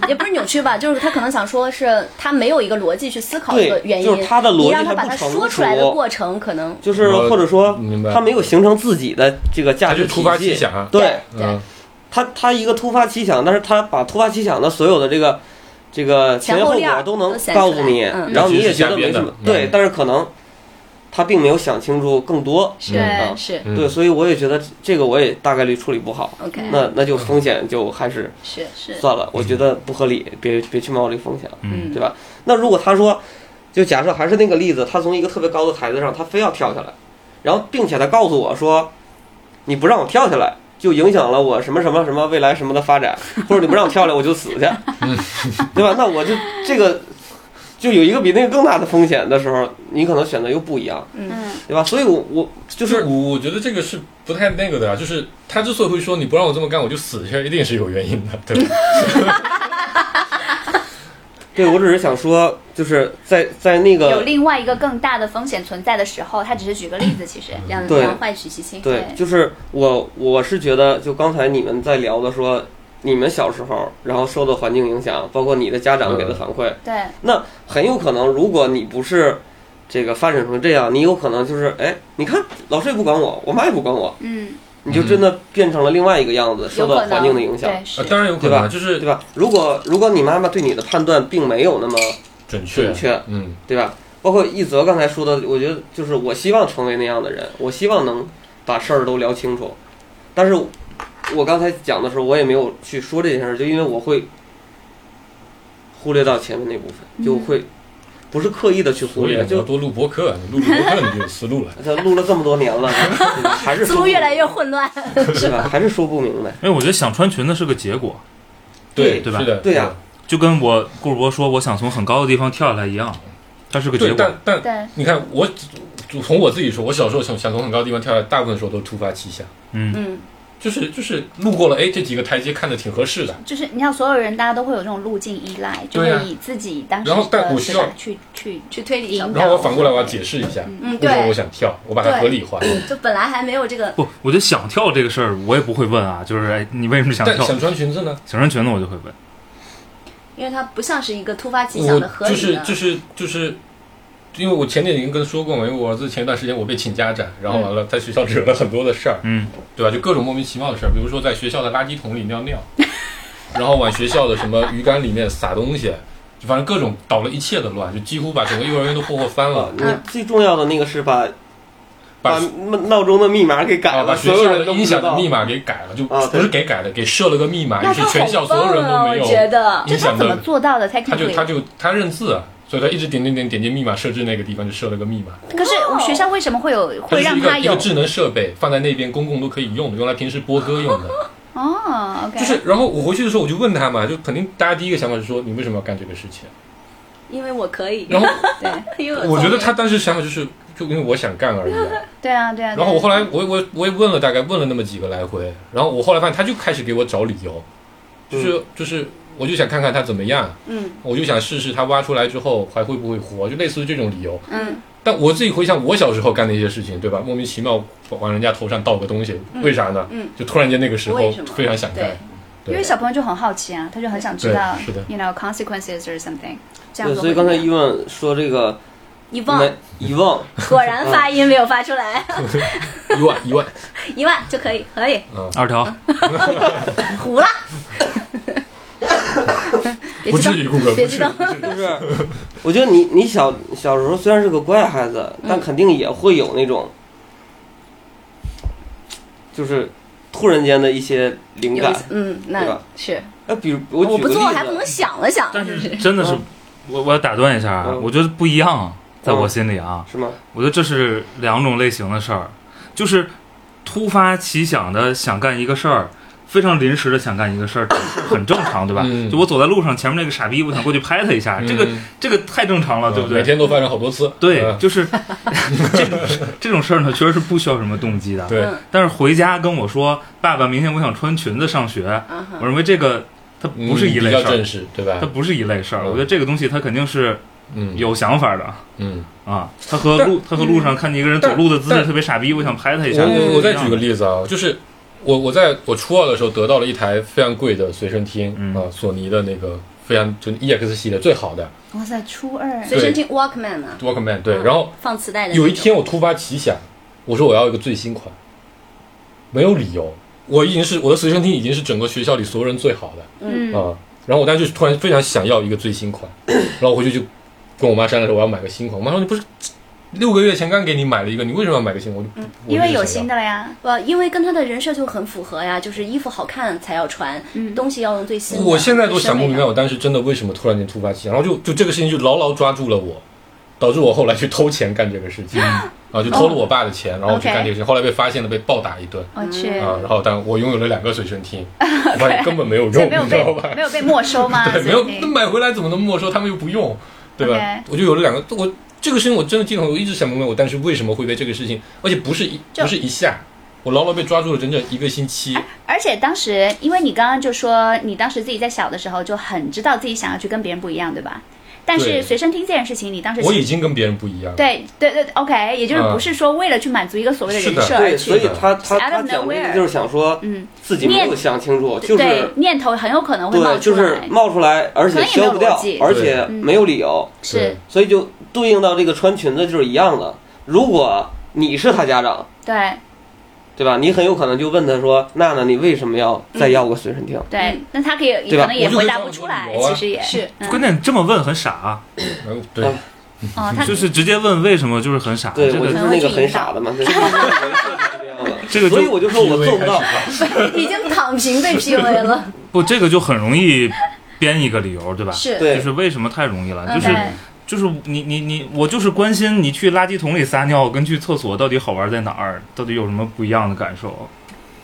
S2: 也不是扭曲吧，就是他可能想说是他没有一个逻辑去思考
S4: 对
S2: 这个原因，
S4: 就是他的逻辑
S2: 你让他
S4: 还
S2: 把
S4: 不
S2: 它
S4: 成
S2: 说出来的
S4: 熟
S2: 过程可能
S4: 就是
S5: 我
S4: 或者说
S5: 明白
S4: 他没有形成自己的这个价
S5: 他就
S4: 值
S5: 突发
S4: 体
S5: 奇
S4: 系。
S5: 想啊，
S4: 对，
S2: 对
S5: 嗯，
S4: 他他一个突发奇想，但是他把突发奇想的所有的这个这个前
S2: 前后
S4: 后
S2: 链儿
S4: 果都能
S2: 都显
S4: 告
S2: 出
S4: 诉
S2: 来
S4: 你，
S2: 嗯
S4: 然后你也觉
S5: 其实是瞎
S4: 得
S5: 编
S4: 没
S5: 的
S4: 什么对
S5: 嗯，
S4: 但是可能他并没有想清楚更多，
S3: 对是
S5: 嗯
S4: 对，所以我也觉得这个我也大概率处理不好，
S2: OK
S4: 那那就风险就还是
S2: 是是
S4: 算了，我
S5: 嗯
S4: 觉得不合理，别别去冒这风险了，
S1: 嗯
S4: 对吧？那如果他说，就假设还是那个例子，他从一个特别高的台子上，他非要跳下来，然后并且他告诉我说，你不让我跳下来，就影响了我什么什么什么未来什么的发展，或者你不让我跳下来，我就死去，对吧？那我就这个就有一个比那个更大的风险的时候，你可能选择又不一样，
S3: 嗯
S4: 对吧？所以我我就
S5: 就是是我我觉得这个是不太那个的啊，就是他之所以会说你不让我这么干，我就死去，一定是有原因的，对吧？
S4: [LAUGHS] 对我只是想说，就是在在那
S3: 有
S4: 个
S3: 另外一个更大的风险存在的时候，他只是举个例子，其实让
S4: 对
S3: 让坏取其轻。
S4: 对，就是我我是觉得，就刚才你们在聊的说，你们小时候然后受到环境影响，包括你的家长给的反馈，
S3: 对
S4: 那很有可能，如果你不是这个发展成这样，你有可能就是哎，你看老师也不管我，我妈也不管我，
S3: 嗯，
S4: 你就真的变成了另外一个样子，
S3: 有
S4: 受到
S3: 可能
S4: 环境的影响，
S3: 对是
S5: 啊，当然有可能啊，
S4: 对吧
S5: 就是
S4: 对吧？如果如果你妈妈对你的判断并没有那么
S5: 准确，
S4: 准确，
S5: 嗯，
S4: 对吧？包括一泽刚才说的，我觉得就是我希望成为那样的人，我希望能把事儿都聊清楚。但是我刚才讲的时候，我也没有去说这件事儿，就因为我会忽略到前面那部分，
S2: 嗯
S4: 就会不是刻意的去忽
S5: 所以
S4: 略，
S5: 你要
S4: 就
S5: 多录播客，啊你录录播客你就有思路了。
S4: 他录了这么
S2: [LAUGHS]
S4: 多年了，还是
S2: 思
S4: 说
S2: 路
S4: 不
S2: 越来越混乱。
S4: 是吧？还是说不明白。
S1: 因为我觉得想穿裙子是个结果，
S4: 对
S1: 对吧
S5: 是的，
S4: 对呀
S5: 是的
S1: 就跟我顾世博说我想从很高的地方跳下来一样，它是个结
S5: 对，
S1: 果。
S5: 但但
S3: 对，
S5: 你看我，从我自己说，我小时候想想从很高的地方跳下来，大部分时候都突发奇想，
S1: 嗯，
S2: 嗯，
S5: 就是就是路过了，哎，这几个台阶看着挺合适的，
S3: 就是你像所有人，大家都会有这种路径依赖，就
S5: 对啊
S3: 会以自己当时
S5: 然后但
S3: 的
S5: 我
S3: 想
S5: 需要
S3: 去去
S2: 去推理
S3: 引导
S5: 然后我反过来我要解释一下，
S2: 嗯，
S5: 为什么我
S2: 对，
S5: 想跳，我把它
S2: 对
S5: 合理化。
S1: 嗯
S2: 就本来还没有这个，
S1: 不，我觉得想跳这个事儿我也不会问啊，就是哎，你为什么想
S5: 但
S1: 跳？
S5: 想穿裙子呢？
S1: 想穿裙子我就会问。
S2: 因为它不像是一个突发奇想
S5: 我
S2: 的合
S5: 嗯就
S2: 理
S5: 是
S2: 的。
S5: 就是就是，因为我前面已经跟说过嘛，因为我儿子前一段时间我被请家长，然后
S2: 嗯
S5: 完了在学校惹了很多的事儿，
S1: 嗯，
S5: 对吧？就各种莫名其妙的事儿，比如说在学校的垃圾桶里尿
S2: [LAUGHS]
S5: 尿，然后往学校的什么鱼缸里面撒东西，就反正各种捣了一切的乱，就几乎把整个幼儿园都霍霍翻
S4: 啊
S5: 了，，
S4: 你
S2: 嗯
S4: 最重要的那个是把
S5: 把
S4: 把闹钟的密码给改
S5: 啊把
S4: 了，
S5: 学
S4: 所有
S5: 校
S4: 人
S5: 的
S4: 都
S5: 音
S4: 不知
S5: 响的
S4: 道
S5: 密。码给改了，就
S4: 啊
S5: 不
S4: 对
S5: 是给改了，给设了个密码，
S2: 那
S5: 于
S2: 他
S5: 是全校
S2: 好
S5: 所
S2: 棒
S5: 有人都
S2: 啊！
S5: 没
S2: 我
S5: 有
S2: 觉得，
S3: 就
S5: 音
S3: 他
S5: 响
S3: 怎么
S5: 的。
S3: 做到的
S5: 他就
S3: ？technically，
S5: 他就他认字啊，所以他一直点点点点点进密码设置那个地方就设了个密码，
S3: 可是我学校为什么会有
S5: 它
S3: 会
S5: 就是
S3: 让
S5: 一个
S3: 他
S5: 一个
S3: 有
S5: 智能设备放在那边，公共都可以用的，用来平时播歌用的。
S3: [LAUGHS] 哦
S5: 就
S3: ？OK，
S5: 是，然后我回去的时候我就问他嘛，就肯定大家第一个想法是说你为什么要干这个事情？
S2: 因为我可以，
S3: [LAUGHS]
S5: 然后
S3: 对
S2: 因为
S5: 我觉得
S2: 聪
S5: 他当时想法就是就因为我想干而已啊。
S3: [LAUGHS] 对啊对啊。
S5: 然后
S3: 对
S5: 我
S3: 啊
S5: 后来我我我也问了大概问了那么几个来回，然后我后来发现他就开始给我找理由，就是就是我就想看看他怎么样，
S2: 明，
S5: 我就想试试他挖出来之后还会不会活，就类似于这种理由。
S3: 嗯，
S5: 但我自己回想我小时候干的一些事情，对吧？莫名其妙往人家头上倒个东西，为啥呢？
S2: 嗯
S5: 就突然间那个时候
S2: 为什么
S5: 非常想
S2: 嗯，
S5: 干
S2: 对，，
S5: 对
S3: 因为小朋友就很好奇啊，他就很想知道
S5: 对是的
S3: ，you know consequences or something，这样
S4: 对，
S3: 子
S4: 所以
S3: 会
S4: 刚才
S3: 怎么
S4: 伊问说这个
S2: 一万
S4: 没嗯遗忘，
S2: 果然发音没有发出来，
S5: 一万一万，
S2: 一万就可以，可以
S1: 二条，
S2: 糊
S5: [LAUGHS]
S2: 了。 [LAUGHS] 别
S5: 不
S2: 激
S5: 至
S2: 动，
S5: 于顾哥，
S2: 别
S5: 不
S2: 激
S5: 至
S2: 动
S5: 于。
S4: 就是我觉得你你小小时候虽然是个乖孩子，但肯定也会有那种，就是突然间的一些灵
S2: 有
S4: 感
S2: 意。思嗯，
S4: 对
S2: 那
S4: 吧
S2: 是
S4: 那比如我
S2: 我
S4: 举
S2: 不
S4: 个例
S2: 做还不能
S4: 子，
S2: 想了想，
S1: 但是
S2: 是
S1: 真的是
S4: 嗯，
S1: 我我要打断一下啊，
S4: 嗯
S1: 我觉得不一样啊，在
S5: 嗯
S1: 我心里啊，
S4: 是吗？
S1: 我觉得这是两种类型的事儿，就是突发奇想的想干一个事儿，非常临时的想干一个事儿，这是很正常，对吧？
S5: 嗯
S1: 就我走在路上，前面那个傻逼，我想过去拍他一下，这个
S5: 嗯
S1: 这个太正常了，啊对不
S5: 每
S1: 对？
S5: 天都发生好多次，
S1: 对，
S5: 嗯
S1: 就是这种这种事儿呢，确实是不需要什么动机的。
S5: 对
S2: 嗯
S1: 但是回家跟我说，爸爸，明天我想穿裙子上学，
S2: 嗯哼
S1: 我认为这个它不是一
S5: 嗯比
S1: 类
S5: 较
S1: 事儿
S5: 正，式，对吧
S1: 它？不是一类事儿。
S5: 嗯
S1: 我觉得这个东西它肯定是
S5: 嗯，
S1: 有想法的
S5: 嗯，
S1: 啊。它和路，它和路上看见一个人走路的姿势
S5: 但
S1: 特别傻逼，我想拍他一下。
S5: 我我我再举个
S1: 例，
S5: 例子啊，就是我我在我初二的时候得到了一台非常贵的随身听
S1: 嗯
S5: 啊，索尼的那个非常就 EX 系列最好的
S3: 哇塞，初二
S2: 随身听 Walkman 啊，
S5: Walkman，对，
S2: 嗯
S5: 然后
S2: 放磁带的那种。
S5: 有一天我突发奇想，我说我要一个最新款，没有理由，我已经是我的随身听已经是整个学校里所有人最好的
S2: 嗯
S5: 啊、然后我当时就突然非常想要一个最新款，然后我回去就跟我妈商量说我要买个新款，我妈说你不是六个月前刚给你买了一个，你为什么要买个新款？我就我
S3: 因为有
S5: 新
S3: 新
S5: 的。
S3: 的了呀，
S2: 呃，因为跟他的人设就很符合呀，就是衣服好看才要穿，
S3: 嗯
S2: 东西要用最新的。
S5: 我现在都想不明白，
S2: 审美
S5: 我当时真的为什么突然间突发奇想，然后就就这个事情就牢牢抓住了我，导致我后来去偷钱干这个事情，啊，就偷了我爸的钱，然后去干这个事情，后来被发现了，被暴打一顿
S3: 我去，
S5: 啊，然后但我拥有了两个随身
S3: [LAUGHS]
S5: 听，我发现根本没有
S3: 所以
S5: 用，
S3: 没有
S5: 你知道吧
S3: 被？没有被 [LAUGHS] 没收吗？
S5: 对，
S3: 随
S5: 没有
S3: 身
S5: 那
S3: 听
S5: 买回来怎么能没收？他们又不用，对吧
S3: OK？
S5: 我就有了两个，我这个事情我真的记得很，我一直想不明白，我当时为什么会被这个事情，而且不是一
S3: 就哎
S5: 不是一下，我牢牢被抓住了整整一个星期，
S3: 而且当时，因为你刚刚就说你当时自己在小的时候就很知道自己想要去跟别人不一样，对吧？但是
S5: 对
S3: 随身听这件事情，你当时
S5: 我
S3: 其
S5: 已
S3: 实
S5: 经跟别人不一样了。
S3: 对对对，OK，也就是
S5: 嗯
S3: 不是说为了去满足一个所谓的人
S5: 是
S3: 设
S5: 的
S3: 而
S4: 对，所
S3: 去，
S4: 以他他
S3: Out of
S4: 他讲这
S3: nowhere
S4: 个就是想说
S3: 嗯，
S4: 自己没有想清楚，就是
S3: 对，念头很有可能会冒
S4: 对，
S3: 出
S4: 就
S3: 来，
S4: 是冒出来，而且消不掉
S3: 可能也没有逻辑，
S4: 而且没有理由，
S3: 是
S4: 所以就对应到这个穿裙子就是一样的。如果你是他家长，
S3: 对
S4: 对吧？你很有可能就问他说：“娜娜，你为什么要再要个随身听？”
S3: 对
S2: 嗯，
S3: 那他可以
S4: 对吧
S3: 可能也
S5: 我就
S3: 回
S5: 会
S3: 答
S5: 这
S3: 不
S5: 样
S3: 出
S5: 说
S3: 来
S5: 理由，啊
S3: 其实也
S2: 是
S3: 嗯
S1: 关键这么问很傻啊，
S5: 嗯，对
S4: 啊，
S3: 哦，他
S1: 就是直接问为什么，就是很傻。
S4: 对
S1: 这
S4: 我就是
S1: 个
S4: 那个很傻的嘛，对就是这样的 [LAUGHS]
S1: 这个就
S4: 所以我就说我做不到，
S5: [LAUGHS]
S2: 已经躺平被 PUA 了。
S1: 不，这个就很容易编一个理由，对吧？
S3: 是
S4: 对
S1: 就是为什么太容易了，就是。
S3: OK
S1: 就是你你你，我就是关心你去垃圾桶里撒尿跟去厕所到底好玩在哪儿，到底有什么不一样的感受？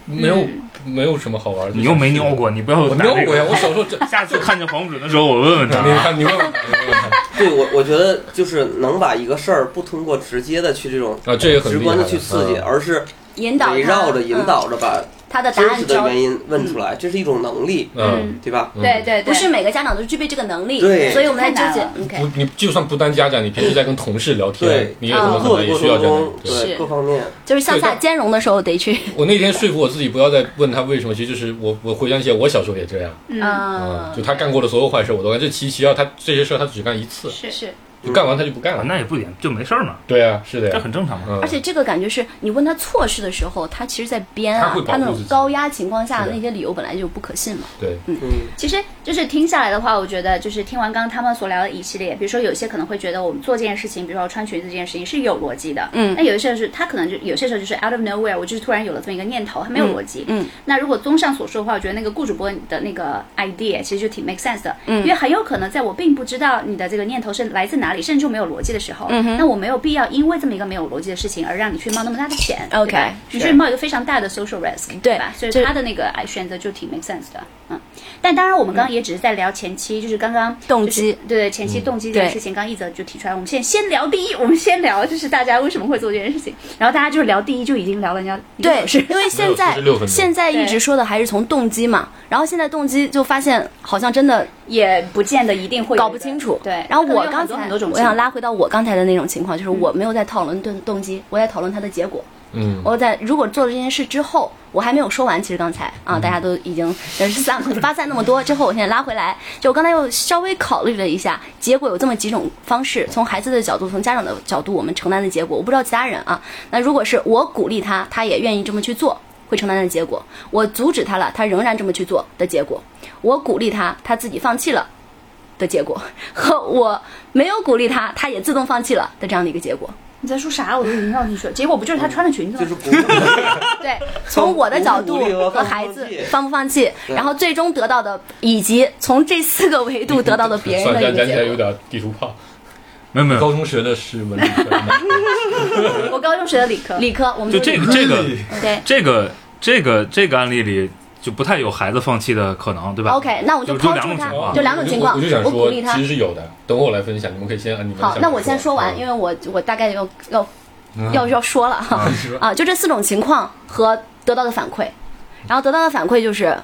S5: 没有
S3: 嗯
S5: 没有什么好玩的。
S1: 你又没尿，过，你不要
S5: 我
S1: 拿
S5: 尿
S1: 这
S5: 过呀，
S1: 个。
S5: 我小时候真。
S1: 下次看见黄不准的时候，我问问
S5: 你
S1: 他。
S5: 看，啊你问我你问我
S4: 对我我觉得就是能把一个事儿不通过直接的去这种
S5: 啊，这也很
S4: 直
S5: 厉害
S4: 观
S5: 了
S4: 的去刺激，
S5: 嗯
S4: 而是
S2: 引导他
S4: 围绕着、引
S2: 嗯
S4: 导着把
S2: 他的答
S4: 真实
S2: 案
S4: 的
S2: 找，
S4: 原因问出来，这是一种能力，
S5: 嗯，
S4: 对吧？
S5: 嗯
S3: 对对对，
S2: 不是每个家长都具备这个能力，
S4: 对
S2: 所以我们来纠结
S3: 太
S2: OK，
S3: 难。
S5: 不，你就算不当家长，你平时在跟同事聊天
S4: 对，嗯
S5: 你也有可
S4: 做
S5: 能
S4: 的
S5: 也
S4: 过
S5: 需要
S4: 程
S5: 这样
S4: 中，
S5: 的。
S2: 是
S4: 对各方面，
S2: 就是向下
S5: 对
S2: 兼容的时候得去，
S5: 我那天说服我自己不要再问他为什么，其实就是我我回想起来，我小时候也这样，啊
S2: 嗯，
S3: 嗯，
S5: 就他干过的所有坏事我都干，这其其要他这些事儿他只干一次，
S3: 是
S2: 是，
S5: 就干完他就不干
S1: 啊
S5: 了。
S1: 那也不严，就没事儿嘛，
S5: 对啊，是的
S1: 这
S5: 呀，
S1: 很正常嘛。
S5: 嗯
S2: 而且这个感觉是你问他错事的时候，他其实在编
S5: 他
S2: 啊
S5: 会，保护
S2: 他那种
S5: 自己
S2: 高压情况下
S5: 是的
S2: 那些理由本来就不可信嘛。
S5: 对，
S4: 嗯，
S3: 其实就是听下来的话，我觉得就是听完刚刚他们所聊的一系列，比如说有些可能会觉得我们做这件事情，比如说穿裙子这件事情是有逻辑的，
S2: 嗯
S3: 那有些时候是他可能就有些时候就是 out of nowhere，我就是突然有了这么一个念头，它没有逻辑，
S2: 嗯，
S3: 那如果综上所述的话，我觉得那个顾主播的那个 idea 其实就挺 make sense 的，嗯，因为很有可能在我并不知道你的这个念头是来自哪里，甚至就没有逻辑的时候，嗯那我没有必要因为这么一个没有逻辑的事情而让你去冒那么大的险
S2: OK，
S3: 对吧你
S2: 是
S3: 去冒一个非常大的 social risk，
S2: 对
S3: 吧？所以
S2: 这
S3: 他的那个选择就挺 make sense 的，嗯。但当然，我们刚刚也只是在聊前期，就是刚刚
S2: 动
S3: 就是
S2: 机嗯
S3: 对对，前期动机这件事情，刚刚一泽就提出来。我们现在先聊第一，我们先聊就是大家为什么会做这件事情，然后大家就聊第一就已经聊了人家一个
S2: 对
S3: 小时，
S2: 因为现在
S5: 46分钟
S2: 现在一直说的还是从动机嘛，然后现在动机就发现好像真的
S3: 也不见得一定会有
S2: 搞
S3: 一
S2: 不
S3: 个
S2: 清楚。
S3: 对，
S2: 然后我
S3: 可能有
S2: 刚
S3: 很多
S2: 才
S3: 很多种，嗯
S2: 我想，拉回到我刚才的那种情况，就是我没有在讨论动动机，我在讨论它的结果。
S5: 嗯，
S2: 我在如果做了这件事之后，我还没有说完，其实刚才啊，大家都已经呃散发散那么多之后，我现在拉回来，就我刚才又稍微考虑了一下，结果有这么几种方式，从孩子的角度，从家长的角度，我们承担的结果，我不知道其他人啊，那如果是我鼓励他，他也愿意这么去做。会承担的结果，我阻止他了，他仍然这么去做的结果；我鼓励他，他自己放弃了的结果， [LAUGHS] 和我没有鼓励他，他也自动放弃了的这样的一个结果。
S3: 你在说啥？我都已经绕进去了。结果不就是他穿了裙子吗？
S4: 就是
S5: [LAUGHS]
S4: 鼓励。
S2: [LAUGHS]
S3: 对，
S2: 从我的角度
S4: 从鼓励
S2: 和
S4: 和放
S2: 孩
S4: 不
S2: 子
S4: 放弃
S2: 放不放弃，
S4: 对
S2: 然后最终得到的，以及从这四个维度得到的别人
S5: [LAUGHS] 算
S2: 的
S5: 加
S2: 一个
S5: 加起来
S2: 结
S5: 有
S2: 果。
S5: 点地图炮。
S1: 没有没有，
S5: 高中学的是文理科 [LAUGHS] 吗，嗯
S3: 我高中学的理科，
S2: 理科，我们
S1: 就
S2: 都
S1: 这
S2: 理
S1: 个
S2: 科
S1: 这个
S2: 对。
S1: 这个这个这个案例里就不太有孩子放弃的可能，对吧
S2: OK，那我就
S1: 就
S2: 抛
S1: 就两
S2: 出
S1: 种
S2: 他
S1: 情，
S2: [LAUGHS]
S1: 况
S2: 就两种情况，
S5: 哦我就想
S2: 我鼓
S5: 说，
S2: 励他
S5: 其实。是有的。等我来分享，你们可以先按你们的
S2: 好，
S5: 想嗯
S2: 那
S5: 法
S2: 我先说完，因为我我大概要要
S5: 嗯
S2: 要要说了哈
S5: 啊你说
S2: 啊，就这四种情况和得到的反馈，然后得到的反馈就是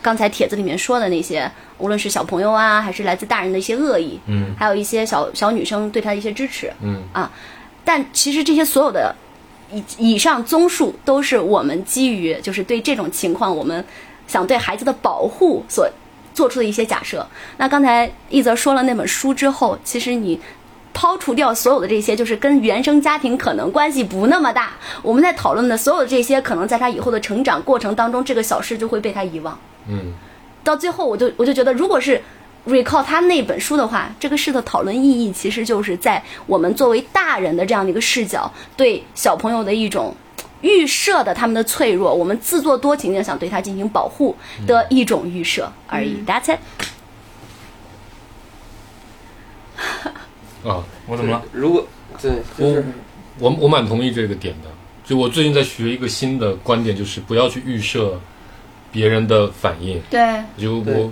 S2: 刚才帖子里面说的那些，无论是小朋友啊，还是来自大人的一些恶意，
S5: 嗯
S2: 还有一些小小女生对他的一些支持，
S5: 嗯
S2: 但其实这些所有的以以上综述都是我们基于就是对这种情况我们想对孩子的保护所做出的一些假设。那刚才一泽说了那本书之后，其实你。抛除掉所有的这些，就是跟原生家庭可能关系不那么大。我们在讨论的所有的这些，可能在他以后的成长过程当中，这个小事就会被他遗忘。
S5: 嗯，
S2: 到最后，我就我就觉得，如果是 recall 他那本书的话，这个事的讨论意义其实就是在我们作为大人的这样的一个视角，对小朋友的一种预设的他们的脆弱，我们自作多情的想对他进行保护的一种预设而已。That's it。
S5: 啊，
S1: 我怎么了？
S4: 如果对，就是
S5: 我我蛮同意这个点的。就我最近在学一个新的观点，就是不要去预设别人的反应。
S3: 对，
S5: 就
S4: 对
S5: 我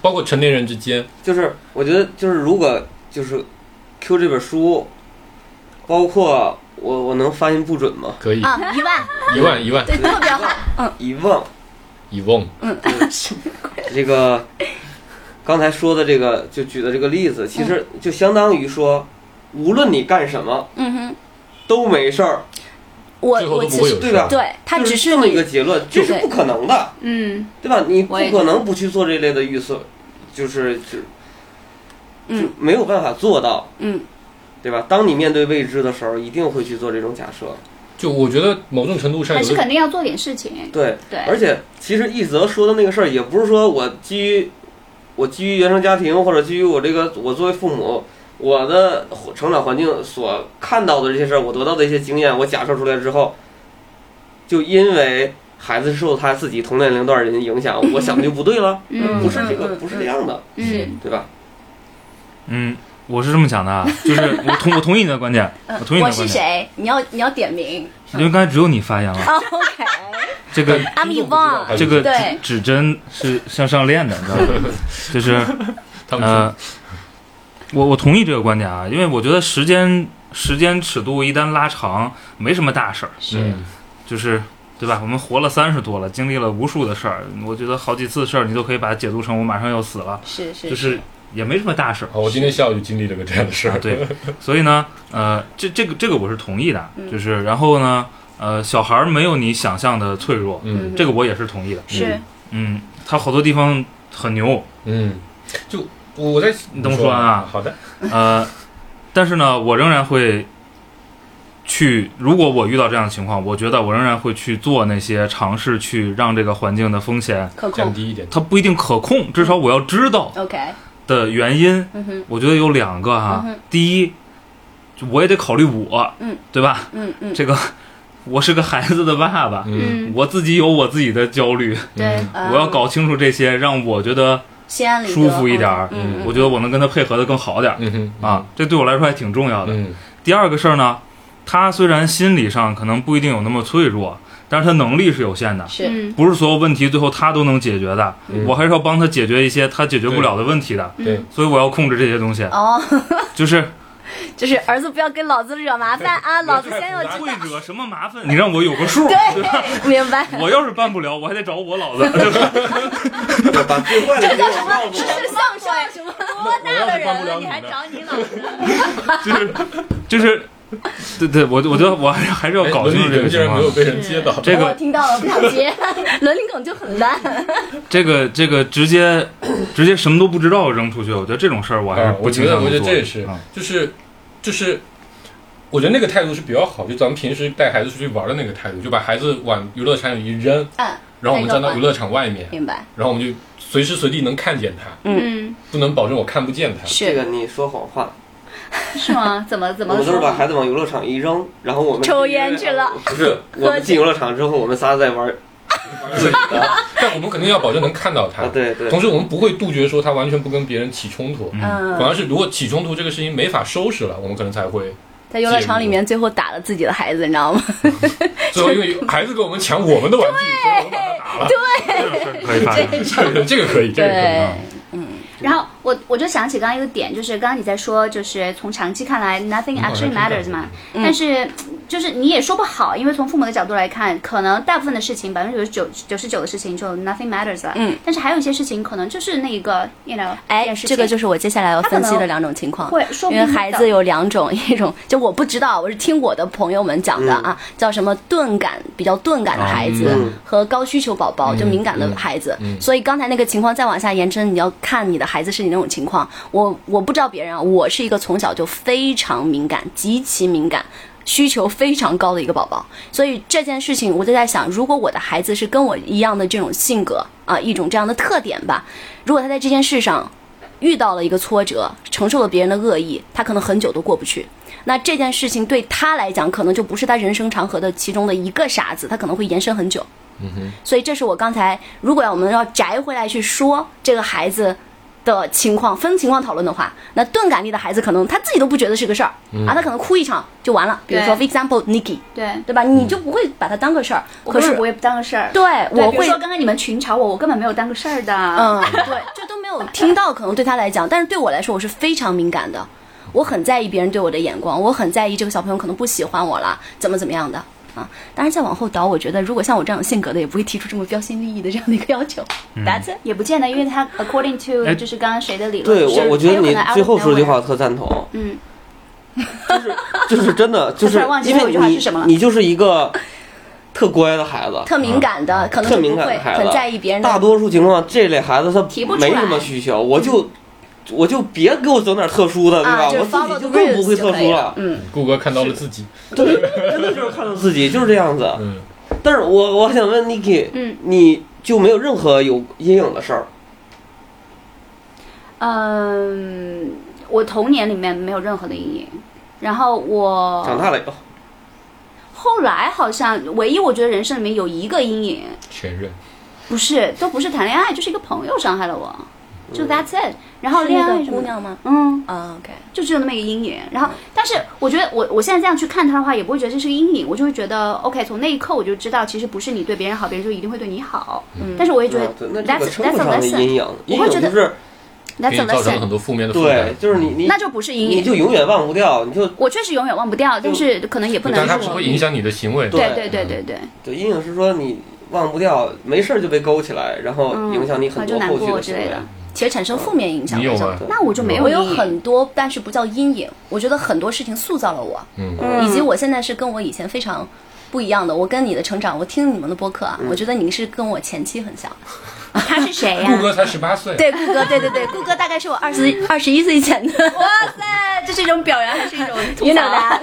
S5: 包括成年人之间，
S4: 就是，我觉得就是如果就是 Q 这本书，包括我我能发音不准
S2: [LAUGHS]
S4: 吗？
S5: 可以
S2: 啊，一万，
S5: 一万一万
S2: 对，特别好。嗯
S4: 遗忘
S5: 一瓮，
S4: 这个刚才说的这个就举的这个例子，其实就相当于说，无论你干什么
S2: 嗯哼，
S4: 都没事儿，
S2: 我
S5: 最后
S2: 我
S5: 都不
S2: 其
S5: 会
S2: 实
S5: 有
S4: 对
S5: 事儿
S4: 吧
S2: 对他
S4: 就
S2: 只
S4: 是
S2: 是
S4: 这么一个
S2: 你
S4: 结论，这是
S2: 对
S4: 不可能的，
S3: [LAUGHS] 嗯，
S4: 对吧？你不
S3: 我也觉
S4: 可
S3: 得
S4: 能不去做这类的预测，就是就就
S2: 嗯
S4: 没有办法做到，
S2: 嗯
S4: 对吧？当你面对未知的时候，一定会去做这种假设。
S5: 就我觉得某种程度上
S3: 还
S5: 有
S3: 是
S5: 的
S3: 肯定要做点事情，
S4: 对，
S3: 对
S4: 而且其实一泽说的那个事儿，也不是说我基于我基于原生家庭或者基于我这个我作为父母我的成长环境所看到的这些事儿，我得到的一些经验，我假设出来之后，就因为孩子受他自己同年龄段人的影响，我想的就不对了，
S3: 嗯
S4: 不是这
S2: 嗯
S4: 个，
S2: 嗯
S4: 不是这样的，
S3: 嗯
S4: 对吧？
S1: 嗯，我是这么想的啊，就是我同我同意你的观点，
S2: 嗯
S1: 我同意你
S2: 我
S1: 的观
S2: 是
S1: 点，
S2: 谁？你要你要点名。
S1: 因为刚才只有你发言了，
S2: 啊 OK，
S1: 这个
S2: 啊
S5: 但听众不知道他是
S1: 这个
S2: 对
S1: 指指针是向上练的，你知道吗？就是
S5: 他们嗯
S1: 呃，我我同意这个观点啊，因为我觉得时间时间尺度一旦拉长，没什么大事儿，
S5: 是
S3: 是
S1: 就是对吧？我们活了三十多了，经历了无数的事儿，我觉得好几次事儿你都可以把它解读成我马上要死了，
S3: 是是，
S1: 就是也没什么大事儿。
S5: 好，我今天下午就经历了个这样的事
S1: 啊
S5: 儿。，
S1: [LAUGHS] 对，所以呢，呃，这这个这个我是同意的，
S2: 嗯
S1: 就是然后呢，呃，小孩儿没有你想象的脆弱，
S5: 嗯
S1: 这个我也是同意的，
S3: 是
S1: 嗯，他好多地方很牛，
S5: 嗯，就我在
S1: 你等我说完啊
S5: 好的，
S1: 呃，但是呢，我仍然会去，如果我遇到这样的情况，我觉得我仍然会去做那些尝试，去让这个环境的风险，
S2: 可
S5: 降
S2: 控。
S5: 低一点。
S1: 它不一定可控，至少我要知道
S2: OK，
S1: 的原因，
S2: 嗯哼，
S1: 我觉得有两个哈，
S2: 嗯哼
S1: 第一，就我也得考虑我，
S2: 嗯，
S1: 对吧？
S2: 嗯嗯，
S1: [LAUGHS] 这个我是个孩子的爸爸，
S5: 嗯，
S3: 嗯，
S1: 我自己有我自己的焦虑，
S3: 对，
S2: 呃啊
S1: 我要搞清楚这些，让我觉得
S2: 心安理得
S1: 舒服一点儿
S2: 嗯嗯，
S1: 我觉得我能跟他配合的更好点儿、
S5: 嗯哼
S1: 啊，，这对我来说还挺重要的。
S5: 嗯
S1: 第二个事儿呢，他虽然心理上可能不一定有那么脆弱，但是他能力是有限的，
S2: 是
S3: 嗯
S1: 不是所有问题最后他都能解决的，
S5: 嗯
S1: 我还是要帮他解决一些他解决不了的问题的，
S5: 对，
S1: 所以我要控制这些东西，
S2: 哦，
S1: 就是
S2: 就是儿子不要给老子惹麻烦啊，老子先要知
S1: [LAUGHS] 会
S2: 道。
S1: 惹什么麻烦，你让我有个数。
S2: 对，明白。
S1: 我要是办不了，我还得找
S2: [LAUGHS]
S1: 我老子，对吧？
S4: 对把最坏的给我
S2: 这
S4: 告诉我。
S2: 是相声什么？多大的人了，你还找你老子？
S1: 就是，就是，对对，我我觉得我还是还是要
S5: 哎
S1: 搞清楚这个
S5: 竟
S1: 情
S5: 然
S1: 况
S5: 没有
S1: 的。
S5: 被人接到，
S1: 这
S2: 我
S1: 个
S2: 听到了，不想接。伦理梗就很烂。
S1: 这个这个直接直接什么都不知道扔出去，我觉得这种事儿我还是
S5: 啊，
S1: 不
S5: 我觉
S1: 倾
S5: 得，
S1: 向
S5: 我觉
S1: 于
S5: 得
S1: 做
S5: 这
S1: 的
S5: 也是 [LAUGHS]
S1: 啊，
S5: 就是，就是，我觉得那个态度是比较好，就咱们平时带孩子出去玩的那个态度，就把孩子往游乐场里一扔，
S2: 嗯，
S5: 然后我们站到游乐场外面，
S2: 明白。
S5: 然后我们就随时随地能看见他，
S3: 嗯，
S5: 不能保证我看不见他。
S4: 这个
S2: 是
S4: 你说谎话，
S3: 是吗？怎么怎
S4: 我
S3: 么
S4: 们都是把
S3: 说？
S4: 孩子往游乐场一扔，然后我们
S2: 抽烟去了。
S4: 不是，我们进游乐场之后，我们仨在玩
S3: [LAUGHS]
S4: 儿玩自己的。
S3: 啊
S5: 但我们肯定要保证能看到他
S4: 啊，，对对
S5: 同，时我们不会杜绝说他完全不跟别人起冲突，
S2: 嗯
S5: 反，而是如果起冲突这个事情没法收拾了，我们可能才会
S2: 在游乐场里面最后打了自己的孩子，你知道吗？
S5: 最后
S2: [LAUGHS]
S5: 因为孩子跟我们抢我们的玩具，所以我们把他打了。
S1: 可以发展。
S5: 对， [LAUGHS] 这个可以，这个可以。
S2: 对，
S3: 然后我我就想起刚刚一个点，就是刚刚你在说，就是从长期看来，nothing
S5: 嗯好像
S3: actually
S5: 听到
S3: matters
S5: 过
S3: 嘛，
S2: 嗯
S3: 但是就是你也说不好，因为从父母的角度来看，可能大部分的事情，百分之九十九九十九的事情就 nothing matters 了。
S2: 嗯，
S3: 但是还有一些事情，可能就是那一个，you know，一
S2: 哎，
S3: 件事
S2: 这个
S3: 情
S2: 就是我接下来要分析的两种情况。
S3: 会说不
S2: 因
S3: 定
S2: 为孩
S3: 的
S2: 子有两种， [LAUGHS] 一种就我不知道，我是听我的朋友们讲
S5: 嗯
S2: 的啊，叫什么钝感比较钝感的孩子、
S4: 嗯
S2: 和高需求宝宝、
S5: 啊嗯
S2: 就敏感的孩子、
S5: 嗯嗯
S2: 所以刚才那个情况再往下延伸，你要看你的孩子是你那种情况。我我不知道别人啊，我是一个从小就非常敏感，极其敏感。需求非常高的一个宝宝，所以这件事情我就在想，如果我的孩子是跟我一样的这种性格啊，一种这样的特点吧，如果他在这件事上遇到了一个挫折，承受了别人的恶意，他可能很久都过不去。那这件事情对他来讲，可能就不是他人生长河的其中的一个傻子，他可能会延伸很久。嗯哼。所以这是我刚才，如果要我们要摘回来去说这个孩子的情况，分情况讨论的话，那钝感力的孩子可能他自己都不觉得是个事儿、啊，他可能哭一场就完了。比如说，for
S3: 对
S2: example Nikki，
S3: 对，
S2: 对吧？你就不会把它当个事儿，
S3: 我
S2: 可
S3: 根
S2: 是
S3: 本不会当个事儿。
S2: 对
S3: 对
S2: 我
S3: 比如
S2: 会
S3: 说刚刚你们群嘲我，我根本没有当个事儿的。
S2: 嗯， [LAUGHS] 对，这都没有听到，可能对他来讲，但是对我来说，我是非常敏感的，我很在意别人对我的眼光，我很在意这个小朋友可能不喜欢我了，怎么怎么样的啊。当然，再往后倒，我觉得如果像我这样的性格的，也不会提出这么标新立异的这样的一个要求。[LAUGHS]
S5: 嗯
S2: 达子，
S3: 也不见得，因为他 according to
S1: 哎
S3: 就是刚刚谁的理论，
S4: 对
S3: 就是
S4: 我我觉得你
S3: 很有可能
S4: 最后
S3: out of
S4: 说这句
S3: nowhere
S4: 话，特赞
S3: [LAUGHS]
S4: 同，
S3: 嗯，
S4: 就是真的，就
S3: 突
S4: 是
S3: 然忘记
S4: 因
S3: 最后一
S4: 为
S3: 句话
S4: 你
S3: 是什么了
S4: 你就是一个特乖的孩子，
S2: 特敏感的，可能
S4: 特
S2: 就
S4: 敏
S2: 不
S4: 感的
S2: 会
S4: 孩子
S2: 很在意别人
S4: 大
S2: 的。
S4: 多数情况这类孩子他
S3: 提不出来嗯
S4: 没什么需求，我就我就别给我整点特殊的，对吧？
S2: 啊，就是
S4: 我自
S2: follow
S4: 己
S2: the
S4: 就更不
S2: rules
S4: 会
S2: 就
S4: 特
S2: 可以
S4: 殊
S2: 了。。嗯，
S5: 顾哥看到了自己，
S4: 对，真的就是看到自己就是这样子。
S5: 嗯，
S4: 但是我我想问 Niki，
S3: 嗯，
S4: 你就没有任何有阴影的事儿？
S3: 嗯，我童年里面没有任何的阴影，然后我
S4: 长大了以后，
S3: 后来好像唯一我觉得人生里面有一个阴影，
S5: 前任，
S3: 不是都不是谈恋爱，就是一个朋友伤害了我，就 that's it。然
S2: 嗯
S3: 后
S2: 是
S3: 嗯恋
S2: 那
S3: 爱
S2: 个
S3: 什
S2: 姑
S3: 么的，
S2: 娘吗？
S3: 嗯，
S2: 啊，OK，
S3: 就只有那么一个阴影。然后，但是我觉得我我现在这样去看他的话，也不会觉得这是个阴影，我就会觉得 OK，从那一刻我就知道，其实不是你对别人好，别人就一定会对你好。
S2: 嗯
S3: 但是我也觉得
S4: 嗯对，那这
S3: that's
S4: 个称不
S3: that's a
S4: 上的
S3: lesson，
S4: 阴影，阴
S3: 会
S4: 影
S3: 觉得
S4: 就是
S5: 给
S3: that's
S5: 你造
S3: a
S5: 成了
S3: lesson，
S5: 很多负面的负
S4: 对
S5: 担，，
S4: 就是你你
S3: 那就不是阴
S4: 你
S3: 影。
S4: 就永远忘不掉，你就
S3: 我确实永远忘不掉，但是可能也不能
S5: 但它
S3: 是
S5: 不
S3: 我
S5: 会。影响你的行为。
S3: 对
S4: 对
S3: 对对对对，
S4: 对阴影是说你忘不掉，没事儿就被勾起来，然后
S3: 嗯
S4: 影响你很
S3: 啊就
S4: 多
S3: 难
S4: 后续
S3: 过
S4: 的
S3: 之
S4: 行
S3: 类
S4: 为
S3: 的。
S2: 其实产生负面影响
S5: 嗯你有
S2: 的。
S5: 吗？
S3: 那我就没有
S4: 嗯
S2: 我有
S3: 阴影
S2: 很多，但是不叫阴影。我觉得很多事情塑造了我，
S5: 嗯，
S3: 嗯
S2: 以及我现在是跟我以前非常不一样的。我跟你的成长，我听你们的播客啊，
S5: 嗯
S2: 我觉得你是跟我前妻很像。
S3: 他是谁呀、
S5: 顾哥才十八岁，
S2: [LAUGHS] 对，顾哥，对对对，顾哥大概是我二十二十一岁前的。
S3: 哇塞，这是一种表扬还是一种吐
S2: You
S3: 槽
S2: know that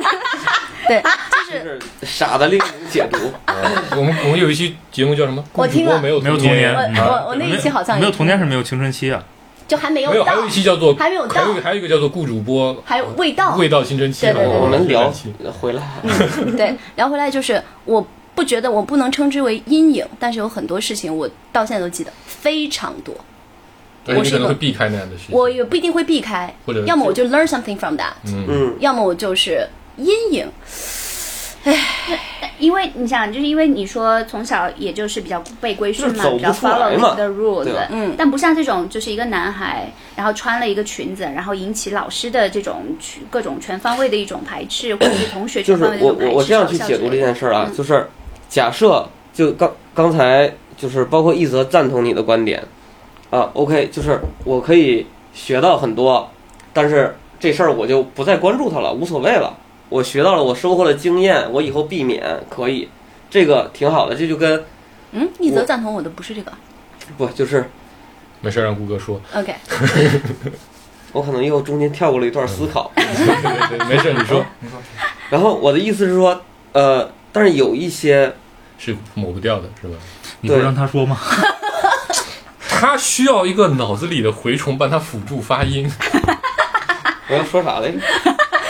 S2: 对，
S4: 就是傻的另一种解读，
S5: 我们我们有一期节目叫什么？
S2: 我听了
S5: 顾主播没有
S1: 没有童
S5: 童
S1: 年，
S2: 我
S1: 嗯
S2: 我我那一期好像也
S1: 没有童年是没有青春期啊，
S2: 就还没
S5: 没有，
S2: 到
S5: 还，有一期叫做
S2: 还没有到
S5: 还有还有一个叫做顾主播
S2: [LAUGHS] 还有未到。
S5: 味道青春期
S2: 对，
S5: 好像
S2: 对
S5: 是
S4: 我们聊
S5: 青春期
S4: 回来，
S3: 嗯
S2: 嗯对，聊回来就是，我不觉得我不能称之为阴影，但是有很多事情我到现在都记得非常多。
S5: 对
S2: 我
S5: 你
S2: 是
S5: 可能
S2: 一个
S5: 会避开那样的事情。
S2: 我也不一定会避开
S5: 或者，
S2: 要么我就 learn something from that，、
S5: 嗯，
S4: 嗯，
S2: 要么我就是阴影。
S3: 因为你想，就是因为你说从小也就是比较被规训
S4: 就是
S3: 嘛，
S4: 走不
S3: 比较
S4: 出来
S3: follow
S4: 嘛
S3: the rules，
S4: 对吧啊
S2: 嗯
S3: 但不像这种就是一个男孩，然后穿了一个裙子，然后引起老师的这种全各种全方位的一种排斥，或者是同学
S4: 就
S3: 全
S4: 是
S3: 方位的一
S4: 我
S3: 种排
S4: 我
S3: 斥。
S4: 我这样去
S3: 嘲笑
S4: 解读
S3: 之
S4: 这
S3: 类的
S4: 件事儿啊
S3: 嗯，
S4: 就是假设就刚刚才就是包括一泽赞同你的观点啊，OK，就是我可以学到很多，但是这事儿我就不再关注它了，无所谓了。我学到了，我收获了经验，我以后避免可以，这个挺好的。这就跟
S2: 嗯，一则
S4: 我
S2: 赞同我的不是这个。
S4: 不就是
S5: 没事儿让顾哥说，
S2: OK，
S4: 我可能又中间跳过了一段思考，
S5: 对对，没事儿你说
S4: 然后我的意思是说，呃，但是有一些
S5: 是抹不掉的，是吧？
S1: 你不
S4: 对
S1: 让他说吗？
S5: 他需要一个脑子里的蛔虫帮他辅助发音。
S4: 我要说啥来着？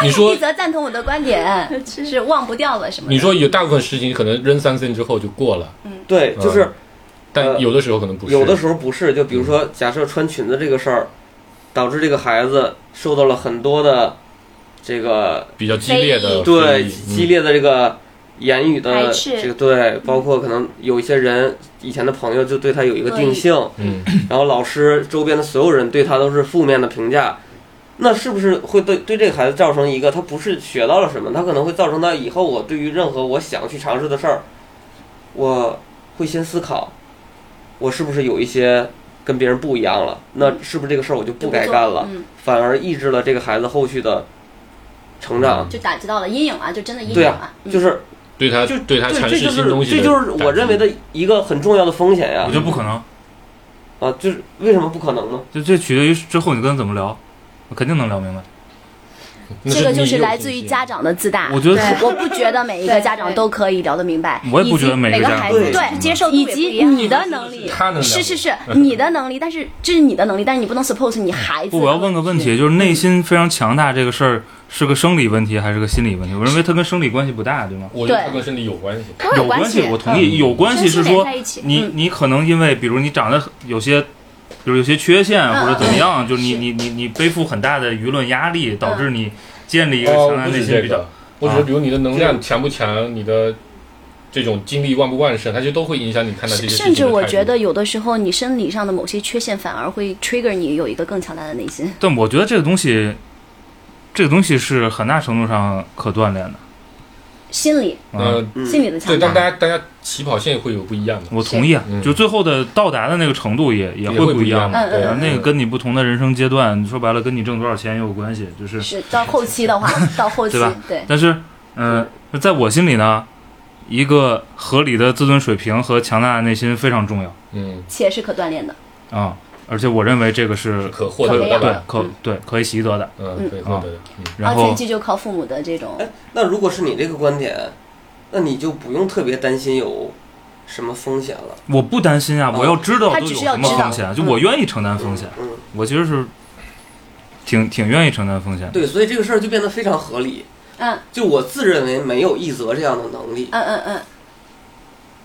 S5: 你说
S2: 一则赞同我的观
S4: [LAUGHS]
S2: 点，是忘不掉了什么的。
S5: 你说有大部分事情可能扔三森之后就过了，
S4: 对，就是
S5: 但
S4: 呃
S5: 有的时候可能不是。嗯
S4: 有的时候不是，就比如说，假设穿裙子这个事儿，导致这个孩子受到了很多的这个
S5: 比较激烈的
S4: 对
S5: 呃非议嗯
S4: 激，烈的这个言语
S3: 排
S4: 的
S3: 斥嗯
S4: 这个对，包括可能有一些人以前的朋友就对他有一个定性，
S5: 嗯，
S4: 然后老师周边的所有人对他都是负面的评价，那是不是会对对这个孩子造成一个他不是学到了什么，他可能会造成他以后我对于任何我想去尝试的事儿，我会先思考，我是不是有一些跟别人不一样了？那是不是这个事儿我就
S2: 就
S4: 不
S2: 不
S4: 该
S2: 做
S4: 干了，
S2: 嗯，
S4: 反而抑制了这个孩子后续的成长？
S2: 就打击到了阴影啊，就真的阴
S4: 对
S2: 影
S4: 啊
S2: 啊，，
S4: 就是
S5: 对
S1: 嗯
S5: 他
S4: 就
S5: 对他
S4: 这
S5: 阐
S4: 这
S5: 释
S4: 就
S5: 新
S4: 是
S5: 东西，
S4: 这就是我认为的，一个很重要的风险呀
S1: 我觉得不可能，
S4: 啊，就是为什么不可能呢？
S1: 嗯就这取决于之后你跟他怎么聊，我肯定能聊明白。
S5: 那
S2: 这个就
S5: 你
S2: 是
S5: 有
S2: 来自于
S5: 信心
S2: 家。长的自大。
S1: 我觉得
S2: 我不觉得每一个
S3: 对
S2: 家长都可以聊得明白，
S1: 我也不觉得
S2: 以及
S1: 每个家
S3: 孩
S1: 长
S3: 子
S4: 对
S2: 对
S3: 接受度
S2: 以
S3: 也不一
S2: 及
S3: 样
S2: 你的能力，
S5: 他能
S2: 是是
S1: [LAUGHS]
S2: 是，你的能力，但是这是你的能力，但是你不能 suppose 你孩子。
S1: 哎不，我要问个问题，就是内心非常强大这个事儿是个生理问题还是个心理问题？我认为它跟生理关系不大，对吗？
S5: 我觉得
S2: 对
S5: 他跟身体有关系。
S3: 都
S1: 有
S3: 关
S1: 系，我同意。有关系是
S3: 身心连
S1: 说
S3: 在一起
S1: 你你可能因为比如你长得有些，比如有些缺陷啊或者怎么样，就是你你你你背负很大的舆论压力，导致你建立一个
S5: 哦
S1: 强，大
S5: 不
S1: 内
S5: 止
S1: 心
S5: 这
S1: 比较
S5: 个，我只是比如你的能量强不强，你的这种精力旺不旺盛，它就都会影响你看到这些事情
S2: 甚
S5: 的
S2: 至我
S5: 态度
S2: 觉得，有的时候你生理上的某些缺陷，反而会 trigger 你有一个更强大的内心。
S1: 但我觉得这个东西，这个东西是很大程度上可锻炼的。
S2: 心理，
S1: 嗯，
S5: 呃，
S4: 嗯
S2: 心理的强
S5: 对，但
S2: 大。
S5: 大家大家起跑线会有不一样的，
S1: 我同意啊
S5: 嗯，
S1: 就最后的到达的那个程度也也
S5: 也
S1: 会
S5: 不
S1: 一样
S5: 的
S1: 嘛。
S2: 嗯
S5: 对
S1: 然后那个跟你不同的人生阶段，说白了跟你挣多少钱也有关系，就是。
S2: 是到后期的话，到后期
S1: 对吧
S2: 对，
S1: 但是，嗯、在我心里呢，一个合理的自尊水平和强大的内心非常重要
S5: 嗯，
S2: 且是可锻炼的。
S1: 啊、而且我认为这个是
S5: 可获
S2: 可
S5: 得
S2: 以
S5: 的
S2: 的
S1: 对
S5: 吧，
S1: 可对可以习得的。
S5: 嗯，可以获得的，嗯，
S1: 然
S2: 啊
S1: 后
S2: 前期就靠父母的这种，
S4: 哎，那如果是你这个观点，那你就不用特别担心有什么风险了。
S1: 我不担心啊，我要知道
S2: 他
S1: 都
S2: 只
S1: 有
S2: 是要
S1: 什么
S2: 知道
S1: 风险，就我愿意承担风险。
S4: 嗯，
S1: 我其实是挺挺愿意承担风险的。
S4: 对，所以这个事儿就变得非常合理。
S2: 嗯
S4: 就我自认为没有一泽这样的能力，
S2: 嗯嗯嗯，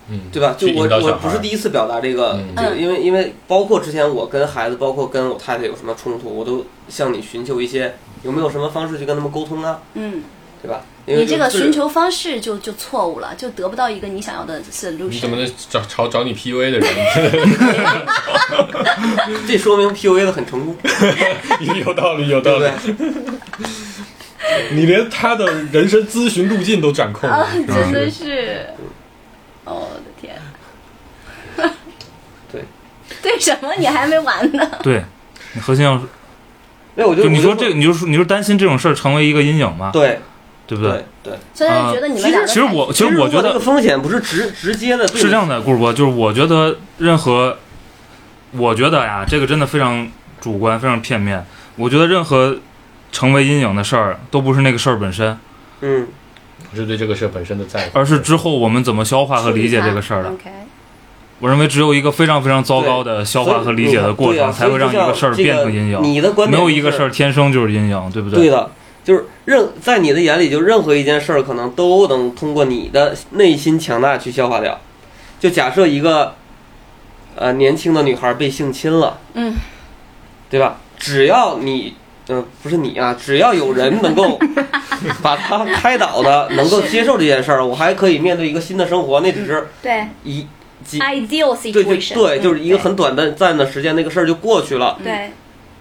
S5: 嗯，
S4: 对吧？就
S5: 去
S4: 我
S5: 引导小
S4: 我
S5: 孩
S4: 不是第一次表达这个
S5: 嗯，
S4: 这个因为因为包括之前我跟孩子，包括跟我太太有什么冲突，我都向你寻求一些有没有什么方式去跟他们沟通啊，
S2: 嗯，
S4: 对吧？因为
S2: 你这
S4: 就
S2: 个
S4: 是
S2: 寻求方式就就错误了，就得不到一个你想要的 solution。
S5: 你怎么能找找找你 PUA 的人？ [LAUGHS]
S4: 这说明 PUA 的很成功，
S5: 有道理，有
S4: 对
S5: 道
S4: 不
S5: 理
S4: 对。？
S5: 你连他的人生咨询路径都掌控了
S2: 啊，，
S5: [LAUGHS] 是吧
S2: 真的是，哦我的天，
S4: 对，
S2: [LAUGHS] 对什么你还没完呢？
S1: 对，你核心要是
S4: 那我就
S1: 就你说
S4: 我就
S1: 这，你就说你就担心这种事儿成为一个阴影嘛，
S4: 对
S1: 对不对？
S4: 对对。
S2: 所以就觉得你们俩的
S1: 其实我其实我觉
S4: 如果这个
S1: 得
S4: 风险不是直直接的，对你
S1: 是这样的，顾主播，就是我觉得任何，我觉得呀，这个真的非常主观，非常片面。我觉得任何成为阴影的事儿，都不是那个事儿本身，
S4: 嗯，
S5: 不是对这个事儿本身的在乎，
S1: 而是之后我们怎么消化和理解这个事儿的。
S2: OK，
S1: 我认为只有一个非常非常糟糕的消化和理解的过
S4: 对啊
S1: 程，才会让一个事儿变成
S4: 所以就
S1: 阴
S4: 像这个
S1: 影。
S4: 你的观
S1: 没
S4: 点
S1: 有一
S4: 就
S1: 个
S4: 是
S1: 事儿天生就是阴影，对不
S4: 对？的，就是任在你的眼里，就任何一件事儿，可能都能通过你的内心强大去消化掉。就假设一个呃年轻的女孩被性侵了，
S2: 嗯，
S4: 对吧？只要你嗯、呃不是你啊，只要有人能够把她开导的，能够接受这件事儿，我还可以面对一个新的生活。那只是
S3: 对
S4: 一几
S3: ，ideal
S4: 对就
S3: situation，
S4: 对，就是一个
S3: 嗯
S4: 很短暂暂的时间，那个事儿就过去了。
S3: 对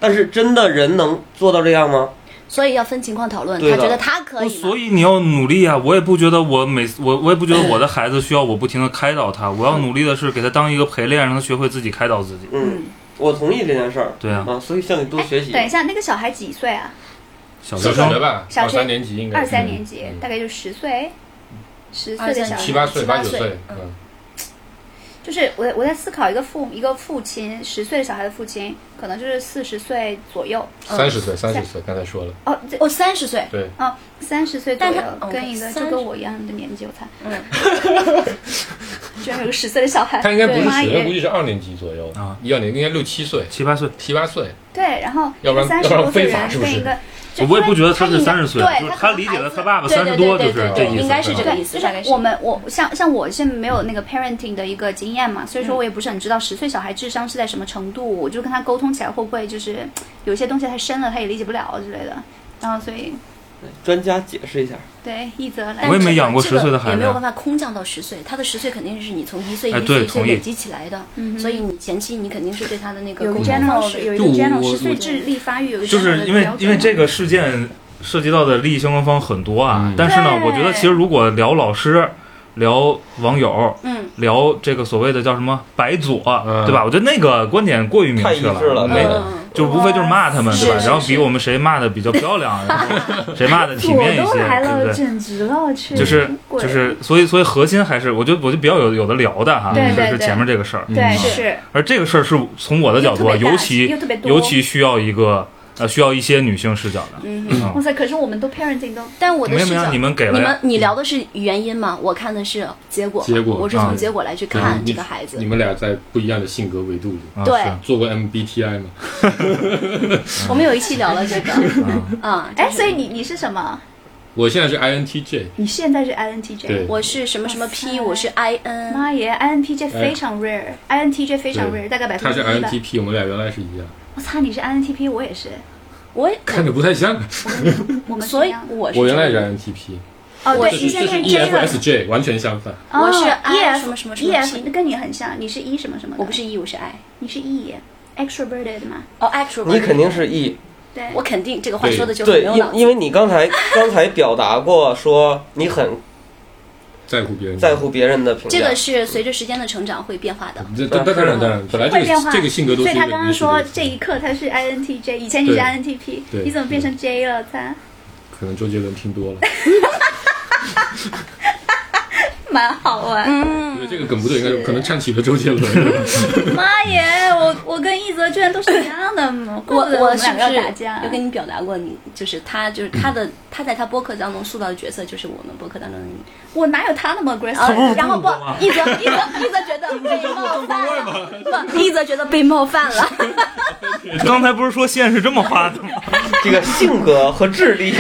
S4: 但是真的人能做到这样吗？
S2: 所以要分情况讨论，
S4: 对
S2: 他
S4: 的
S2: 觉得他可
S1: 不
S2: 以
S1: 所
S2: 吗，
S1: 以你要努力啊！我也不觉得我每次我我也不觉得我的孩子需要我不停的开导他，我要努力的是给他当一个陪练，让他学会自己开导自己。
S4: 嗯，我同意这件事儿。
S1: 对啊，
S4: 啊，所以向你多学习。
S2: 哎
S3: 等一下，那个小孩几岁啊？
S1: 小
S5: 小
S1: 学
S5: 学
S1: 生
S5: 吧，
S3: 小
S5: 二
S3: 学
S5: 三年级应该
S3: 二
S5: 嗯
S3: 三年级，
S5: 嗯
S3: 大概就十岁，十岁的
S2: 23
S3: 小
S5: 七
S3: 孩。
S5: 八岁、
S2: 七八
S5: 八九
S2: 岁
S5: 岁，
S2: 嗯
S5: 嗯，
S3: 就是我我在思考一个父一个父亲，十岁的小孩的父亲，可能就是四十岁左右
S5: 三十岁、三十岁，刚才说了，
S3: 哦，这
S2: 哦，三十岁，
S5: 对，
S3: 哦三十岁左
S2: 但
S3: 右
S2: 他哦，
S3: 跟一个
S2: 30
S3: 就跟我一样的年纪，我猜，
S2: 嗯，
S3: [LAUGHS] 居然有个十岁的小孩，
S5: 他应该不是
S3: 妈
S5: 十，
S3: 耶
S5: 估计是二年级左右
S1: 啊，
S5: 一二年应该六七岁、
S1: 七八岁，
S5: 七八岁，
S3: 对，然后
S5: 要不然
S3: 三十
S5: 要不
S3: 多
S5: 然
S3: 岁
S5: 非
S3: 人
S5: 法是不
S3: 跟
S5: 是
S3: 一个，就
S1: 我也不觉得
S3: 他
S1: 他是三十岁，
S3: 对，
S1: 就是
S3: 可
S1: 他
S3: 能
S1: 理解的
S3: 孩
S1: 他
S3: 子
S1: 爸爸
S2: 对
S1: 啊三
S2: 对
S1: 十多就
S2: 对对
S1: 是
S2: 对
S1: 这
S2: 对，
S1: 意思。
S2: 应该是这个
S3: 对，
S2: 意思，
S3: 就
S2: 大概
S3: 是
S2: 是
S3: 我们我像像我是没有那个 parenting 的一个经验嘛，所
S2: 嗯
S3: 以说我也不是很知道十岁小孩智商是在什么程度，我就跟他沟通起来会不会就是嘖有些东西太深了，他也理解不了之类的。然后所以
S4: 专家解释一下，
S3: 对一则来
S2: 但
S1: 我也
S2: 这
S1: 没
S2: 个
S1: 养过
S2: 这
S1: 10岁的
S2: 个
S1: 孩
S2: 也没
S1: 子
S2: 有办法空降到十岁，他的十岁肯定是你从一岁
S1: 哎
S2: 一
S1: 对
S2: 岁一岁
S1: 同意
S2: 累积起来的，所以你前期你肯定是对他的那个
S3: 嗯有个
S2: 沟通方
S3: general 的
S2: 式
S3: 有一个
S5: 就我
S3: general
S5: 我
S3: 十岁
S5: 我
S3: 智力发育有一个
S1: 就是因为因为这个事件涉及到的利益相关方很多啊，
S5: 嗯
S1: 但是呢，
S3: 对
S1: 我觉得其实如果聊老师、聊网友、
S2: 嗯，
S1: 聊这个所谓的叫什么白左，
S5: 嗯
S1: 对吧？我觉得那个观点过于明
S4: 太一
S1: 确了，
S4: 致了
S1: 那
S5: 对
S1: 个。
S2: 嗯，
S1: 就无非就是骂他们，
S2: 哇
S1: 对吧？
S2: 是
S1: 然后
S2: 是
S1: 比我们谁骂的比较漂亮，啊然后谁骂的体面一些，对不对？
S3: 简直了，我去
S1: 就是
S3: 鬼
S5: 嗯
S1: 就是，所以所以核心还是，我觉得我就比较有有的聊的哈，
S3: 对对
S1: 是是
S3: 对
S1: 前面这个事儿，
S3: 对
S5: 嗯
S3: 是
S1: 而这个事儿是从我的角度啊，
S3: 又特
S1: 尤
S3: 别大
S1: 其
S3: 又特别多
S1: 尤其需要一个呃需要一些女性视角的，嗯，
S3: 哇塞，可是我们都 parenting 都
S2: 但我的
S1: 没有
S2: 视
S1: 没有，
S2: 角
S1: 你。们给
S2: 你
S1: 了
S2: 们
S1: 呀，嗯
S2: 你聊的是原因吗？我看的是结果嘛，
S5: 结果
S2: 我是从
S1: 嗯
S2: 结果来去
S5: 嗯
S2: 看
S5: 你
S2: 这个孩子
S5: 你。们俩在不一样的性格维度里
S1: 啊
S2: 对
S1: 是
S5: 做过 MBTI 吗？ [LAUGHS]
S2: 我们有一期聊了这个，
S1: 嗯 [LAUGHS]
S2: 啊，
S3: 哎，
S2: 哎，
S3: 所以你你是什么？
S5: 我现在是 INTJ，
S3: 你现在是 INTJ
S5: 对
S2: 我是什么什么 P，
S3: 哇塞
S2: 我是 I N，
S3: 妈耶，INTJ 非常 rare，INTJ 非常
S5: 哎对
S3: rare，大概百
S5: 他
S3: 分之
S5: 是
S3: 一吧。
S5: INTP，我们俩原来是一样，
S3: 我操，你是 INTP，我也是，
S2: 我也
S5: 看着不太像。
S3: 我们
S2: 所
S3: 怎
S2: 以
S3: 样
S2: 我是
S5: 我原
S2: 这
S5: 来是
S2: 样
S5: INTP，
S3: 哦，
S2: 我
S3: 对，
S5: 这
S3: 你
S5: 是
S3: 现
S5: 这
S3: 在
S5: 是 E
S3: 是这个，
S5: EFSJ，完全相反。
S2: 我是 I
S3: E
S2: 什么什么什
S3: E
S2: 么
S3: F，
S2: P，
S3: 跟你很像，你是 E 什么什么的，
S2: 我不是 E，我是 I。
S3: 你是 E extroverted 嘛？
S2: 哦，actual，
S4: 你肯定是 E
S3: 对，
S2: 我肯定这个话说的就很
S4: 对，
S2: 没有
S4: 因
S2: 脑子。
S4: 因为你刚才刚才表达过说你很
S5: 在乎别人，
S4: 在乎别人的评价，
S2: 这个是随着时间的成长会变化的。
S5: 这。这当然当然，本来哎这
S3: 啊会变化
S5: 个这个性格都
S3: 所
S5: 是
S3: 以
S5: 一个
S3: 他刚刚说
S5: 一个
S3: 这一刻他是 INTJ，以前你是
S5: 对
S3: INTP，
S5: 对
S3: 你怎么变成 J 了？他
S5: 可能周杰伦听多了，
S3: 蛮好玩。
S5: 我觉得这个梗不对，应该可能唱起了周 [LAUGHS] 杰伦。
S3: 妈耶，我我跟一泽居然都是一样的，
S2: 我
S3: 怪不得
S2: 我
S3: 们
S2: 是
S3: 两
S2: 不
S3: 个要
S2: 是
S3: 打架
S2: 有？跟你表达过你，就是他就是他的他在他播客当中塑造的角色就是我们播客当中的你。
S3: 我哪有他那么 graceful？、
S2: 啊
S1: 不是
S2: 然后不
S1: 中国吗，
S2: 一泽一泽一泽觉得被冒犯了，不，一泽觉得被冒犯
S3: [LAUGHS]
S2: 了。 [LAUGHS]
S1: 刚才不是说线是这么画的吗？
S4: 这个性格和智力， [LAUGHS]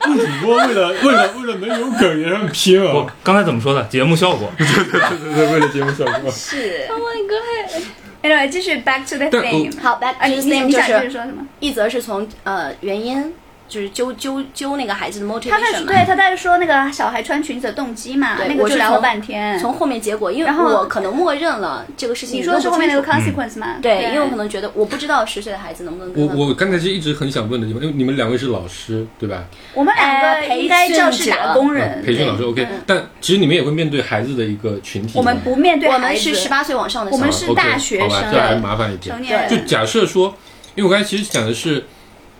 S5: 主播为了为了为了能有梗也很拼
S1: 我
S5: 啊！
S1: 刚才怎么说的？节目效
S5: [LAUGHS]
S1: 果。
S5: 对对对，为了节目效果。
S2: 是，
S3: Oh my god！Anyway，继续 back to the
S5: 但
S3: theme。
S2: 好，back to
S3: 啊，你
S2: the
S3: 你
S2: same
S3: 你
S2: 就
S3: 想继续
S2: 是
S3: 说什么？
S2: 一泽是从呃原因就是揪揪揪那个孩子的
S3: 他在
S2: motivation 嘛，
S3: 对他在说那个小孩穿裙子的动机嘛，
S2: 对
S3: 那个
S2: 我
S3: 就是聊了
S2: 从
S3: 半天。
S2: 从后面结果，因为
S3: 然后
S2: 我可能默认了这个事情
S3: 你
S2: 弄不清
S3: 说的是
S2: 楚。
S3: 后面那个 consequence 吗？
S2: 对，因为我可能觉得我不知道十岁的孩子能不能
S5: 我
S2: 跟他
S5: 我刚才是一直很想问的地方，因为你们两位是老师对吧？啊
S3: 我们两
S2: 呃
S3: 个
S2: 培
S3: 应该教室
S2: 训者
S3: 打工人，
S5: 培训老师
S3: 对嗯
S5: OK，但其实你们也会面对孩子的一个群体嘛。
S3: 我们不面对
S2: 我
S3: 孩
S2: 们
S3: 子
S2: 是十，八岁往上的小
S3: 我
S2: 孩，
S3: 们是
S5: 啊，OK，
S3: 大学生
S5: 好吧这还麻烦一点
S3: 成。年
S5: 就
S3: 人，
S5: 假设说，因为我刚才其实讲的是，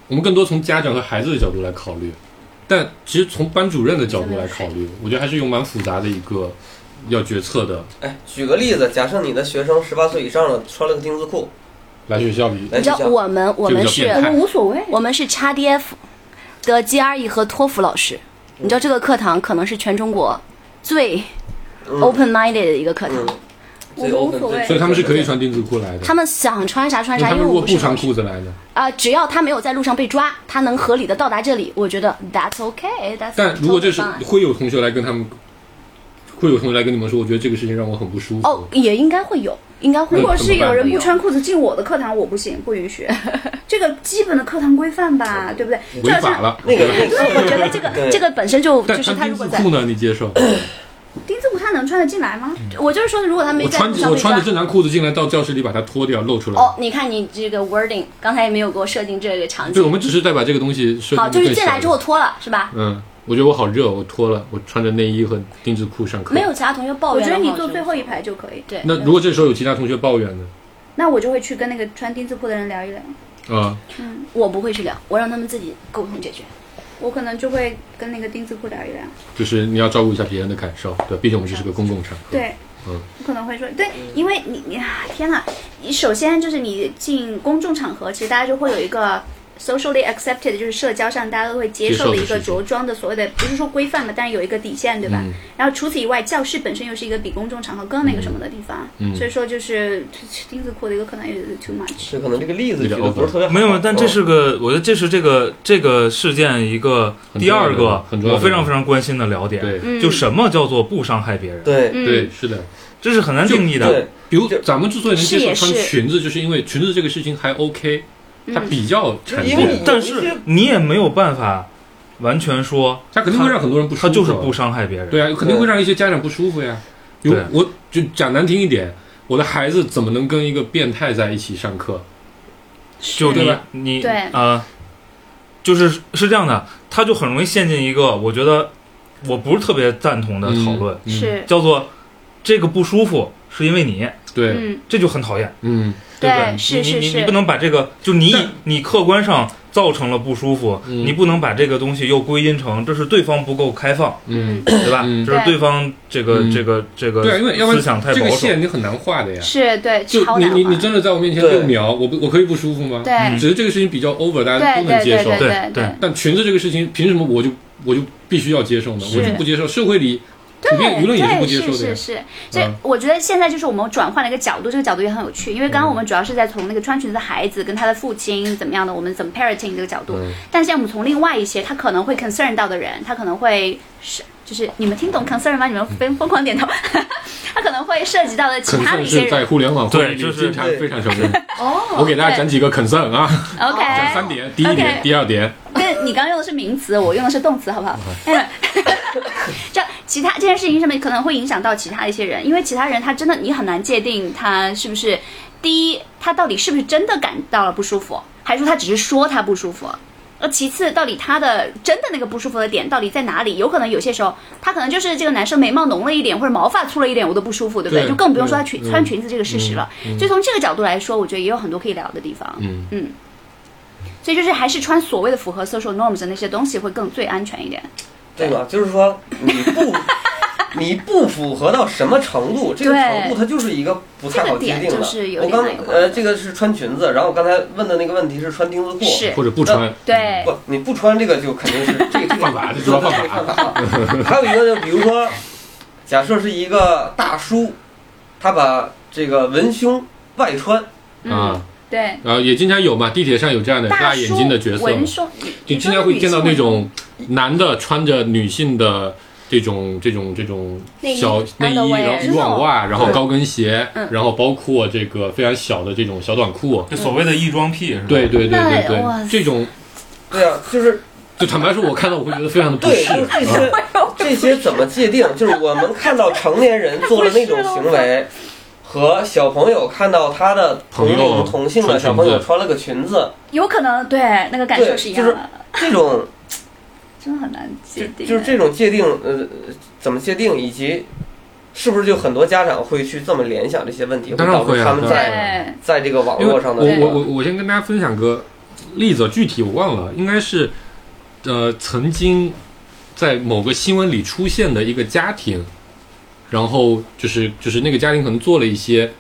S5: 我们更多从家长和孩子的角度来考虑，但其实从班主任的角度来考虑，我觉得还是有蛮复杂的一个要决策的。
S4: 哎，举个例子，假设你的学生十八岁以上了，穿了个丁字裤
S5: 来学校里，
S4: 来
S2: 你知
S4: 学
S2: 道
S4: 校，
S2: 我们我们
S5: 这个
S2: 是
S5: 叫变态
S3: 无所谓。
S2: 我们是 XDF 的 GRE 和托福老师，
S5: 嗯
S2: 你知道这个课堂可能是全中国最
S4: 嗯
S2: open minded 的一个课堂，
S4: 嗯，最
S3: 我无
S4: open，
S3: 所谓
S4: 最
S5: 所以他们是可以穿丁字裤来的。
S2: 他们想穿啥穿
S5: 那
S2: 啥，
S5: 他
S2: 因
S5: 们
S2: 为
S5: 如
S2: 我
S5: 果
S2: 不
S5: 不
S2: 是
S5: 穿
S2: 老师
S5: 裤子来的，
S2: 啊、只要他没有在路上被抓，他能合理的到达这里，我觉得 that's okay，that's
S5: 但如果这是
S2: totally fine
S5: 会有同学来跟他们，会有同学来跟你们说，我觉得这个事情让我很不舒服。
S2: 哦，也应该会有，应该会
S3: 如
S2: 有
S3: 果
S5: 那。
S3: 是有人不穿裤子进我的课堂，我不行，不允许。 [LAUGHS] 这个基本的课堂规范吧，对不对？就
S5: 违
S3: 好
S5: 法
S3: 像
S5: 了。
S4: 那个那
S2: 所以我觉得这
S4: 对
S2: 个这个本身就
S5: 但
S2: 就是
S5: 穿
S2: 他
S5: 丁
S2: 如
S5: 字
S2: 果在，
S5: 裤呢，你接受？
S3: 丁字裤它能穿得进来吗？
S5: 嗯
S2: 我就是说，如果他 [CLEARS THROAT] 没
S5: 我
S2: 在
S5: 穿
S2: 路上
S5: 我
S2: 被
S5: 穿
S2: 抓
S5: 着，正常裤子进来，到教室里把它脱掉，露出来。
S2: 哦，你看你这个 wording，刚才也没有给我设定这个场景
S5: 对，我。们只是在把这个东西设定
S2: 好，
S5: 得
S2: 就是
S5: 更
S2: 进
S5: 小
S2: 来
S5: 一
S2: 之
S5: 点
S2: 后脱了是吧？
S5: 嗯，我觉得我好热，我脱了，我穿着内衣和丁字裤上课。
S2: 没有。其他同学抱
S3: 我
S2: 怨
S3: 觉
S2: 的
S3: 得
S2: 话。
S3: 你坐
S2: 就
S3: 最后一排就可以。
S2: 对。
S5: 那如果这时候有其他同学抱怨呢？
S3: 那我就会去跟那个穿丁字裤的人聊一聊，
S5: 啊、
S2: 我不会去聊，我让他们自己沟通解决。
S3: 我可能就会跟那个丁字裤聊一聊。
S5: 就是你要照顾一下别人的感受，对，毕竟我们这是个公共场合。
S3: 对，
S5: 嗯
S3: 我可能会说，对，因为你你啊，天哪！你首先就是你进公众场合，其实大家就会有一个 socially accepted，就是社交上大家都会接受的一
S5: 接受
S3: 个
S5: 的事情
S3: 着装的所谓的，不是说规范吧，但是有一个底线，对吧？
S5: 嗯
S3: 然后除此以外，教室本身又是一个比公众场合更那个什么的地方，
S5: 嗯
S3: 所以说就是钉子裤的一个可能有点 too much。
S4: 是可能这个例子举的不是特别好，
S1: 没有，但这
S4: 嗯
S1: 是个，我觉得这是这个这个事件一个第二个
S5: 哦很重要的
S1: 我非常非常关心的聊点，
S5: 对
S2: 嗯
S1: 就什么叫做不伤害别人，
S4: 对
S3: 嗯
S5: 对，是的。
S1: 这是很难定义的。
S4: 对，
S5: 比如咱们之所以能接
S2: 是
S5: 受
S2: 也
S5: 穿
S2: 是
S5: 裙子，就是因为裙子这个事情还 OK，它比较常
S4: 因为
S5: 见，
S4: 你
S1: 但
S4: 有一些
S1: 是你也没有办法完全说
S5: 它肯定会让很多人不舒服。啊
S1: 他就是不伤害别人。
S5: 对啊，肯定会让一些家长不舒服呀。有
S1: 对
S5: 我就讲难听一点，我的孩子怎么能跟一个变态在一起上课？
S1: 就
S5: 对
S1: 你
S5: 吧
S1: 你
S3: 对
S1: 呃，就是是这样的，他就很容易陷进一个我觉得我不是特别赞同的讨论，
S5: 嗯，
S3: 是，
S1: 叫做这个不舒服是因为你，
S5: 对，
S3: 嗯，
S1: 这就很讨厌，
S5: 嗯，
S1: 对不
S3: 对
S1: 对？
S3: 是是
S1: 你你你
S3: 是
S1: 你不能把这个就你
S5: 但
S1: 你客观上造成了不舒服，
S5: 嗯
S1: 你不能把这个东西又归因成这是对方不够开
S5: [COUGHS]
S1: 放，
S5: 嗯，
S1: 对吧？
S5: 嗯
S1: 这是
S3: 对
S1: 对方这个
S5: 嗯
S1: 这个这
S5: 对啊，因
S1: 个
S5: 为要不
S1: 思想太
S5: 然这
S1: 保
S5: 个
S1: 守。
S5: 线你很难画的呀。
S3: 是对，
S5: 就
S3: 超
S5: 你
S3: 难
S5: 你你
S3: 玩。
S5: 真的在我面前
S4: 对
S5: 六秒，我不我可以不舒服吗？
S3: 对、
S1: 嗯
S5: 只是这个事情比较 over，大家
S3: 对
S5: 都能
S3: 对
S5: 接
S3: 对
S5: 受
S3: 对。
S1: 对
S3: 对
S1: 对
S5: 但裙子这个事情，凭什么我就我就必须要接受呢？
S3: 是
S5: 我就不接受，社会里普遍
S3: 对，
S5: 舆论也
S3: 对
S5: 不接受的
S3: 是是
S5: 呀。
S3: 是，这、
S5: 嗯
S3: 我觉得现在就是我们转换了一个角度，这个角度也很有趣，因为刚刚
S5: 嗯
S3: 我们主要是在从那个穿裙子的孩子跟他的父亲怎么样的，我们怎么 parenting 这个角度，
S5: 嗯
S3: 但现在我们从另外一些他可能会 concern 到的人，他可能会是就是你们听懂 concern 吗？你
S5: 嗯
S3: 们疯疯狂点头， [LAUGHS] 他可能会涉及到的其
S5: 肯
S3: 他的
S5: 盛
S3: 一些
S5: 是 [LAUGHS] 在
S3: 人
S5: 互联网会议
S1: 对就
S5: 里
S1: 是
S5: 经常
S4: 对
S5: 非常常见。
S2: 哦
S5: 我给大家讲几个肯盛啊，
S3: ，OK，
S5: 讲 [LAUGHS] 三点，第一
S3: 哎 OK
S5: 点，第二点，
S3: 但你刚用的是名词，我用的是动词，好不好？这其他这件事情上面可能会影响到其他一些人，因为其他人他真的你很难界定他是不是第一，他到底是不是真的感到了不舒服，还是说他只是说他不舒服。呃，其次，到底他的真的那个不舒服的点到底在哪里？有可能有些时候，他可能就是这个男生眉毛浓了一点，或者毛发粗了一点，我都不舒服，对不对？
S5: 对
S3: 就更不用说他
S5: 对
S3: 裙
S5: 嗯
S3: 穿裙子这个事实了。所以从这个角度来说，我觉得也有很多可以聊的地方。
S5: 嗯
S3: 嗯，所以就是还是穿所谓的符合 social norms 的那些东西会更最安全一点。
S4: 对吗？就是说你不你不符合到什么程度，这个
S3: 对
S4: 程度它就是一个不太好界定的。
S3: 这个点就是有
S4: 我
S3: 点
S4: 刚
S3: 那个吧
S4: 呃，这个是穿裙子，然后我刚才问的那个问题是穿钉子裤，
S3: 是
S5: 或者不
S3: 哦
S5: 穿，
S3: 对，
S4: 不你不穿这个就肯定是这个
S5: 犯法这主要犯法
S4: 犯法了。还有一个就比如说，假设是一个大叔，他把这个文胸外穿，
S3: 嗯
S5: 啊，，
S3: 对，
S5: 然后也经常有嘛，地铁上有这样的
S3: 大
S5: 辣
S3: 叔
S5: 眼睛的角色嘛
S3: 文，说，
S5: 就
S3: 你
S5: 经
S3: 说
S5: 常会见到
S3: 女
S5: 那
S3: 性
S5: 种男的穿着女性的这种这种这种
S3: 内衣嗯
S5: 小内衣，
S3: underwear
S5: 然后渔网袜，然后高跟鞋，然后包括这个非常小的这种小短裤。
S1: 就所谓的异装癖是吧？
S5: 对对对对
S3: 那哇
S5: 对，
S3: 塞
S5: 这种
S4: 对啊，就是
S5: 就坦白说，我看到我会觉得非常的不
S4: 对，
S5: 适
S4: 就是这 [LAUGHS]
S5: 啊。
S4: 些这些怎么界 [LAUGHS] 定？就是我们看到成年人做的那种行为，和小朋友看到他的同
S5: 朋友
S4: 龄同性的
S5: 穿裙子
S4: 小朋友穿了个裙子，
S3: 有可能对那个感
S4: 对
S3: 受是一样
S4: 就是
S3: 的，
S4: 这种
S3: 真的很难界定。
S4: 就是这种界定，呃，怎么界定，以及是不是就很多家长会去这么联想这些问题，
S5: 当然
S4: 导致
S5: 会啊
S4: 他们
S5: 当然
S4: 在
S3: 对，
S4: 在这个网
S5: 因为
S4: 络
S5: 我
S4: 上的
S5: 我
S4: 这
S5: 我
S4: 个
S5: 我先跟大家分享个例子，具体我忘了，应该是呃曾经在某个新闻里出现的一个家庭，然后就是就是那个家庭可能做了一些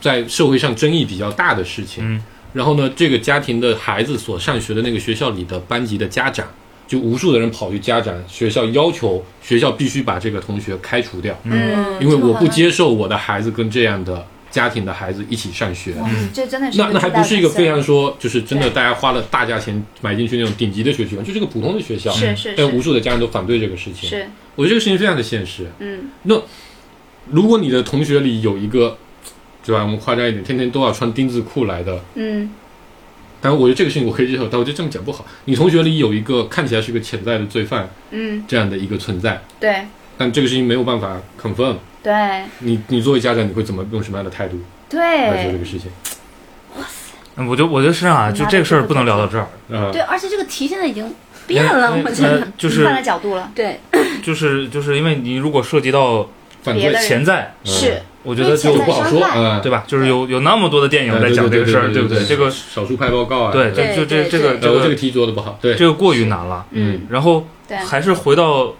S5: 在社会上争议比较大的事情，
S1: 嗯
S5: 然后呢，这个家庭的孩子所上学的那个学校里的班级的家长，就无数的人跑去家长学校要求学校必须把这个同学开除掉，
S3: 嗯，
S5: 因为我不接受我的孩子跟这样的家庭的孩子一起上学。
S3: 哇，这真的是
S5: 那那还不是一个非常
S3: 是
S5: 说，就是真的
S3: 对
S5: 大家花了大价钱买进去那种顶级的学区房，就是个普通的学校。嗯
S3: 是是
S5: 但无
S3: 是
S5: 数的家长都反对这个事情。
S3: 是，
S5: 我觉得这个事情非常的现实。
S3: 嗯，
S5: 如果你的同学里有一个，对吧？我们夸张一点，天天都要穿丁字裤来的，
S3: 嗯，
S5: 但我觉得这个事情我可以接受。但我觉得这么讲不好。你同学里有一个看起来是个潜在的罪犯
S3: 嗯，
S5: 这样的一个存在，
S3: 对
S5: 但这个事情没有办法 confirm。
S3: 对
S5: 你你作为家长，你会怎么用什么样的态度来做这
S3: 对
S5: 个事情？
S1: 嗯，我就我觉得是啊，就这个事儿不能聊到这儿，
S5: 啊、
S2: 对，而且这个题现在已经
S5: 变了我觉
S1: 呃，就是
S2: 换了角度了。
S3: 对，
S1: 就是就是因为你如果涉及到
S5: 反
S3: 别
S5: 对
S3: 的人
S1: 潜在，
S5: 嗯
S3: 是
S1: 我觉得
S5: 就
S1: 就
S2: 潜在
S5: 不好说
S2: 伤害
S5: 啊。
S1: 对吧？就是有有那么多的电影在
S5: 哎对
S1: 讲这个事儿，
S5: 对
S1: 不对？这个
S5: 少数派报告啊，
S1: 对，
S5: 对，呃
S1: 这就这
S3: 对
S1: 这个
S3: 对
S1: 这
S5: 这个
S1: 个
S5: 题做的不好，对，
S1: 这个过于难了。
S5: 嗯，
S1: 然后
S3: 对，
S1: 还是回到